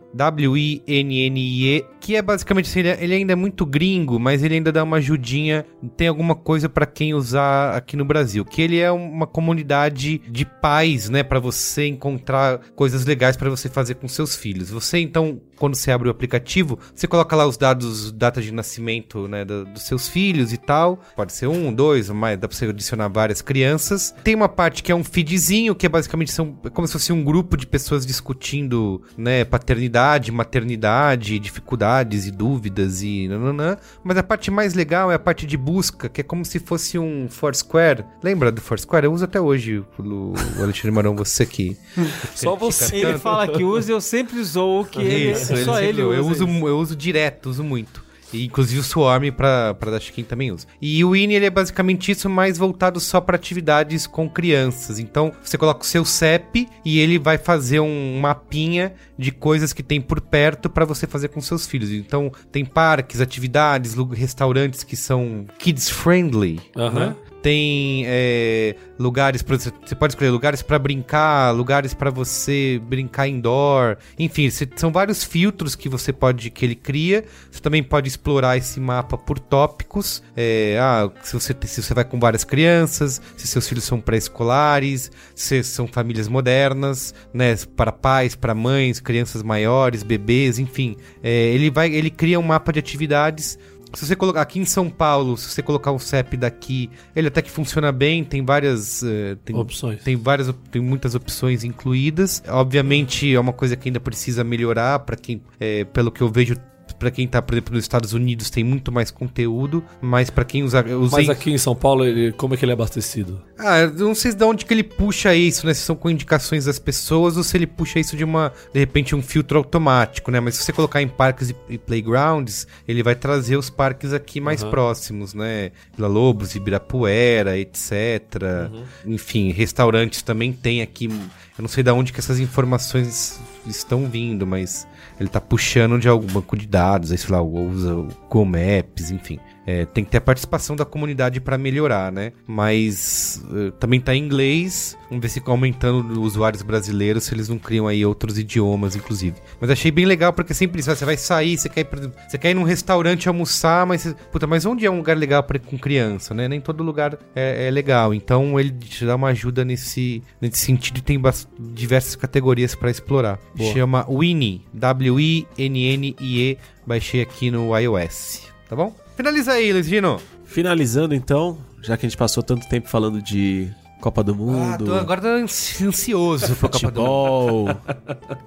[SPEAKER 1] W-I-N-N-I-E, que é basicamente assim, ele é- ele ainda é muito gringo, mas ele ainda dá uma ajudinha, tem alguma coisa para quem usar aqui no Brasil. Que ele é uma comunidade de pais, né, para você encontrar coisas legais para você fazer com seus filhos. Você então, quando você abre o aplicativo, você coloca lá os dados, data de nascimento, né, do- dos seus filhos e tal. Pode ser um, dois, mais, dá pra você adicionar várias crianças. Tem uma parte que é um feedzinho, que é basicamente são, é como se fosse um grupo de pessoas discutindo, né, paternidade, maternidade, dificuldades e dúvidas e nananã. Mas a parte mais legal é a parte de busca, que é como se fosse um Foursquare. Lembra do Foursquare? Eu uso até hoje, Lu- o Alexandre Marão, você aqui.
[SPEAKER 3] Só você.
[SPEAKER 4] Ele fala que usa, eu sempre usou o que
[SPEAKER 1] É
[SPEAKER 4] ele,
[SPEAKER 1] Isso,
[SPEAKER 4] só
[SPEAKER 1] sempre-
[SPEAKER 4] ele
[SPEAKER 1] eu
[SPEAKER 4] usa.
[SPEAKER 1] uso,
[SPEAKER 4] isso.
[SPEAKER 1] mu- eu uso direto, uso muito. E, inclusive o Swarm pra, pra Dashkin também usa. E o INI ele é basicamente isso, mas voltado só pra atividades com crianças. Então você coloca o seu CEP e ele vai fazer um mapinha de coisas que tem por perto pra você fazer com seus filhos. Então tem parques, atividades, lu- restaurantes que são kids friendly.
[SPEAKER 3] Aham.
[SPEAKER 1] né? Tem é, lugares pra você você pode escolher lugares pra brincar, lugares pra você brincar indoor. Enfim, cê- são vários filtros que você pode que ele cria. Você também pode explorar esse mapa por tópicos. É, ah, se você te- se você vai com várias crianças, se seus filhos são pré-escolares, se são famílias modernas, né, para pais, para mães, crianças maiores, bebês, enfim. É, ele vai ele cria um mapa de atividades se você colocar aqui em São Paulo, se você colocar um CEP daqui, ele até que funciona bem, tem várias eh, tem,
[SPEAKER 3] Opções.
[SPEAKER 1] tem várias op- tem muitas opções incluídas. Obviamente é uma coisa que ainda precisa melhorar para quem, eh, pelo que eu vejo, para quem tá, por exemplo, nos Estados Unidos tem muito mais conteúdo, mas para quem usa eu usei-
[SPEAKER 3] Mas aqui em São Paulo, ele, como é que ele é abastecido?
[SPEAKER 1] Ah, eu não sei de onde que ele puxa isso, né? Se são com indicações das pessoas ou se ele puxa isso de uma, de repente, um filtro automático, né? Mas se você colocar em parques e, e playgrounds, ele vai trazer os parques aqui mais próximos, né? Vila Lobos, Ibirapuera, etc. Enfim, restaurantes também tem aqui. Eu não sei de onde que essas informações estão vindo, mas ele tá puxando de algum banco de dados, aí sei lá, ou usa o Google Maps, enfim. É, tem que ter a participação da comunidade para melhorar, né? Mas eh, também tá em inglês. Vamos ver se aumentando usuários brasileiros, se eles não criam aí outros idiomas, inclusive. Mas achei bem legal, porque sempre isso, ah, você vai sair, você quer ir, pra- você quer ir num restaurante almoçar, mas. você- Puta, mas onde é um lugar legal para com criança, né? Nem todo lugar é, é legal. Então ele te dá uma ajuda nesse, nesse sentido e tem bas- diversas categorias para explorar.
[SPEAKER 3] Boa.
[SPEAKER 1] Chama Winnie, W-I-N-N-I-E. Baixei aqui no iOS, tá bom? Finaliza aí, Luiz Gino.
[SPEAKER 2] Finalizando então, já que a gente passou tanto tempo falando de Copa do
[SPEAKER 1] Ah,
[SPEAKER 2] Mundo,
[SPEAKER 1] tô, agora tô ansi- ansioso pra Copa do Mundo.
[SPEAKER 2] futebol,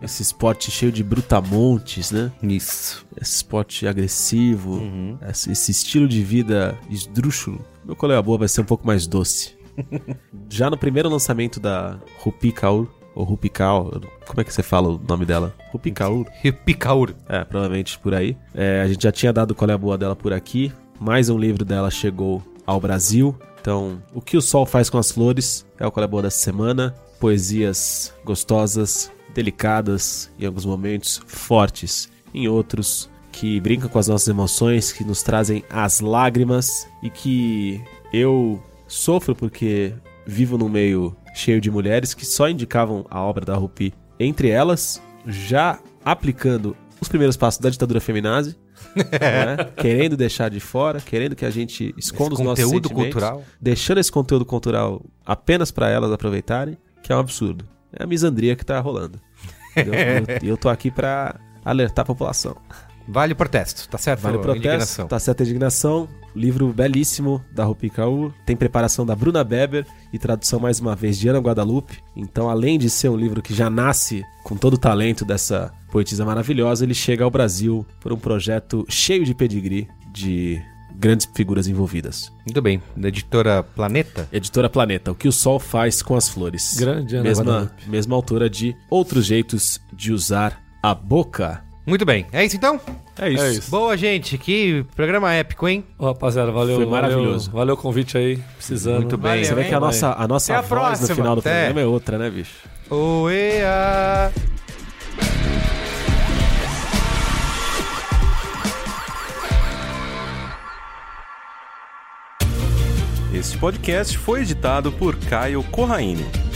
[SPEAKER 2] esse esporte cheio de brutamontes, né?
[SPEAKER 1] Isso.
[SPEAKER 2] Esse esporte agressivo, esse esse estilo de vida esdrúxulo, meu colega boa vai ser um pouco mais doce. já no primeiro lançamento da Rupi Kaur, ou Rupi Kaur, como é que você fala o nome dela? Rupi Kaur.
[SPEAKER 1] E Picauro.
[SPEAKER 2] É, provavelmente por aí. É, a gente já tinha dado qual é a boa dela por aqui. Mais um livro dela chegou ao Brasil. Então, O que o Sol faz com as flores é o qual é a boa dessa semana. Poesias gostosas, delicadas, em alguns momentos fortes, em outros que brincam com as nossas emoções, que nos trazem as lágrimas e que eu sofro porque vivo num meio cheio de mulheres que só indicavam a obra da Rupi entre elas, já aplicando os primeiros passos da ditadura feminazi, né? querendo deixar de fora, querendo que a gente esconda os é um nossos
[SPEAKER 1] conteúdo
[SPEAKER 2] sentimentos,
[SPEAKER 1] cultural.
[SPEAKER 2] deixando esse conteúdo cultural apenas para elas aproveitarem, que é um absurdo. É a misandria que tá rolando. entendeu? E eu, eu tô aqui para alertar a população.
[SPEAKER 1] Vale o protesto, tá certo?
[SPEAKER 2] Vale o protesto,
[SPEAKER 1] Indignação.
[SPEAKER 2] tá certa a indignação. Livro belíssimo da Rupi Kaur. Tem preparação da Bruna Beber e tradução mais uma vez de Ana Guadalupe. Então, além de ser um livro que já nasce com todo o talento dessa poetisa maravilhosa, ele chega ao Brasil por um projeto cheio de pedigree de grandes figuras envolvidas.
[SPEAKER 1] Muito bem. Da editora Planeta.
[SPEAKER 2] Editora Planeta, O que o Sol faz com as flores.
[SPEAKER 3] Grande Ana
[SPEAKER 2] mesma,
[SPEAKER 3] Guadalupe.
[SPEAKER 2] mesma autora de Outros Jeitos de Usar a Boca.
[SPEAKER 1] Muito bem. É isso então?
[SPEAKER 2] É isso.
[SPEAKER 3] É isso.
[SPEAKER 1] Boa, gente. Que programa épico, hein?
[SPEAKER 3] Ô, rapaziada, valeu.
[SPEAKER 2] Foi
[SPEAKER 3] valeu-
[SPEAKER 2] maravilhoso.
[SPEAKER 3] Valeu, o convite aí. Precisando.
[SPEAKER 1] Muito bem.
[SPEAKER 2] Você vê que a nossa, a nossa
[SPEAKER 4] Até a
[SPEAKER 2] voz
[SPEAKER 4] próxima.
[SPEAKER 2] no final do
[SPEAKER 1] Até.
[SPEAKER 2] programa é outra, né, bicho?
[SPEAKER 1] Oea!
[SPEAKER 5] Este podcast foi editado por Caio Corraini.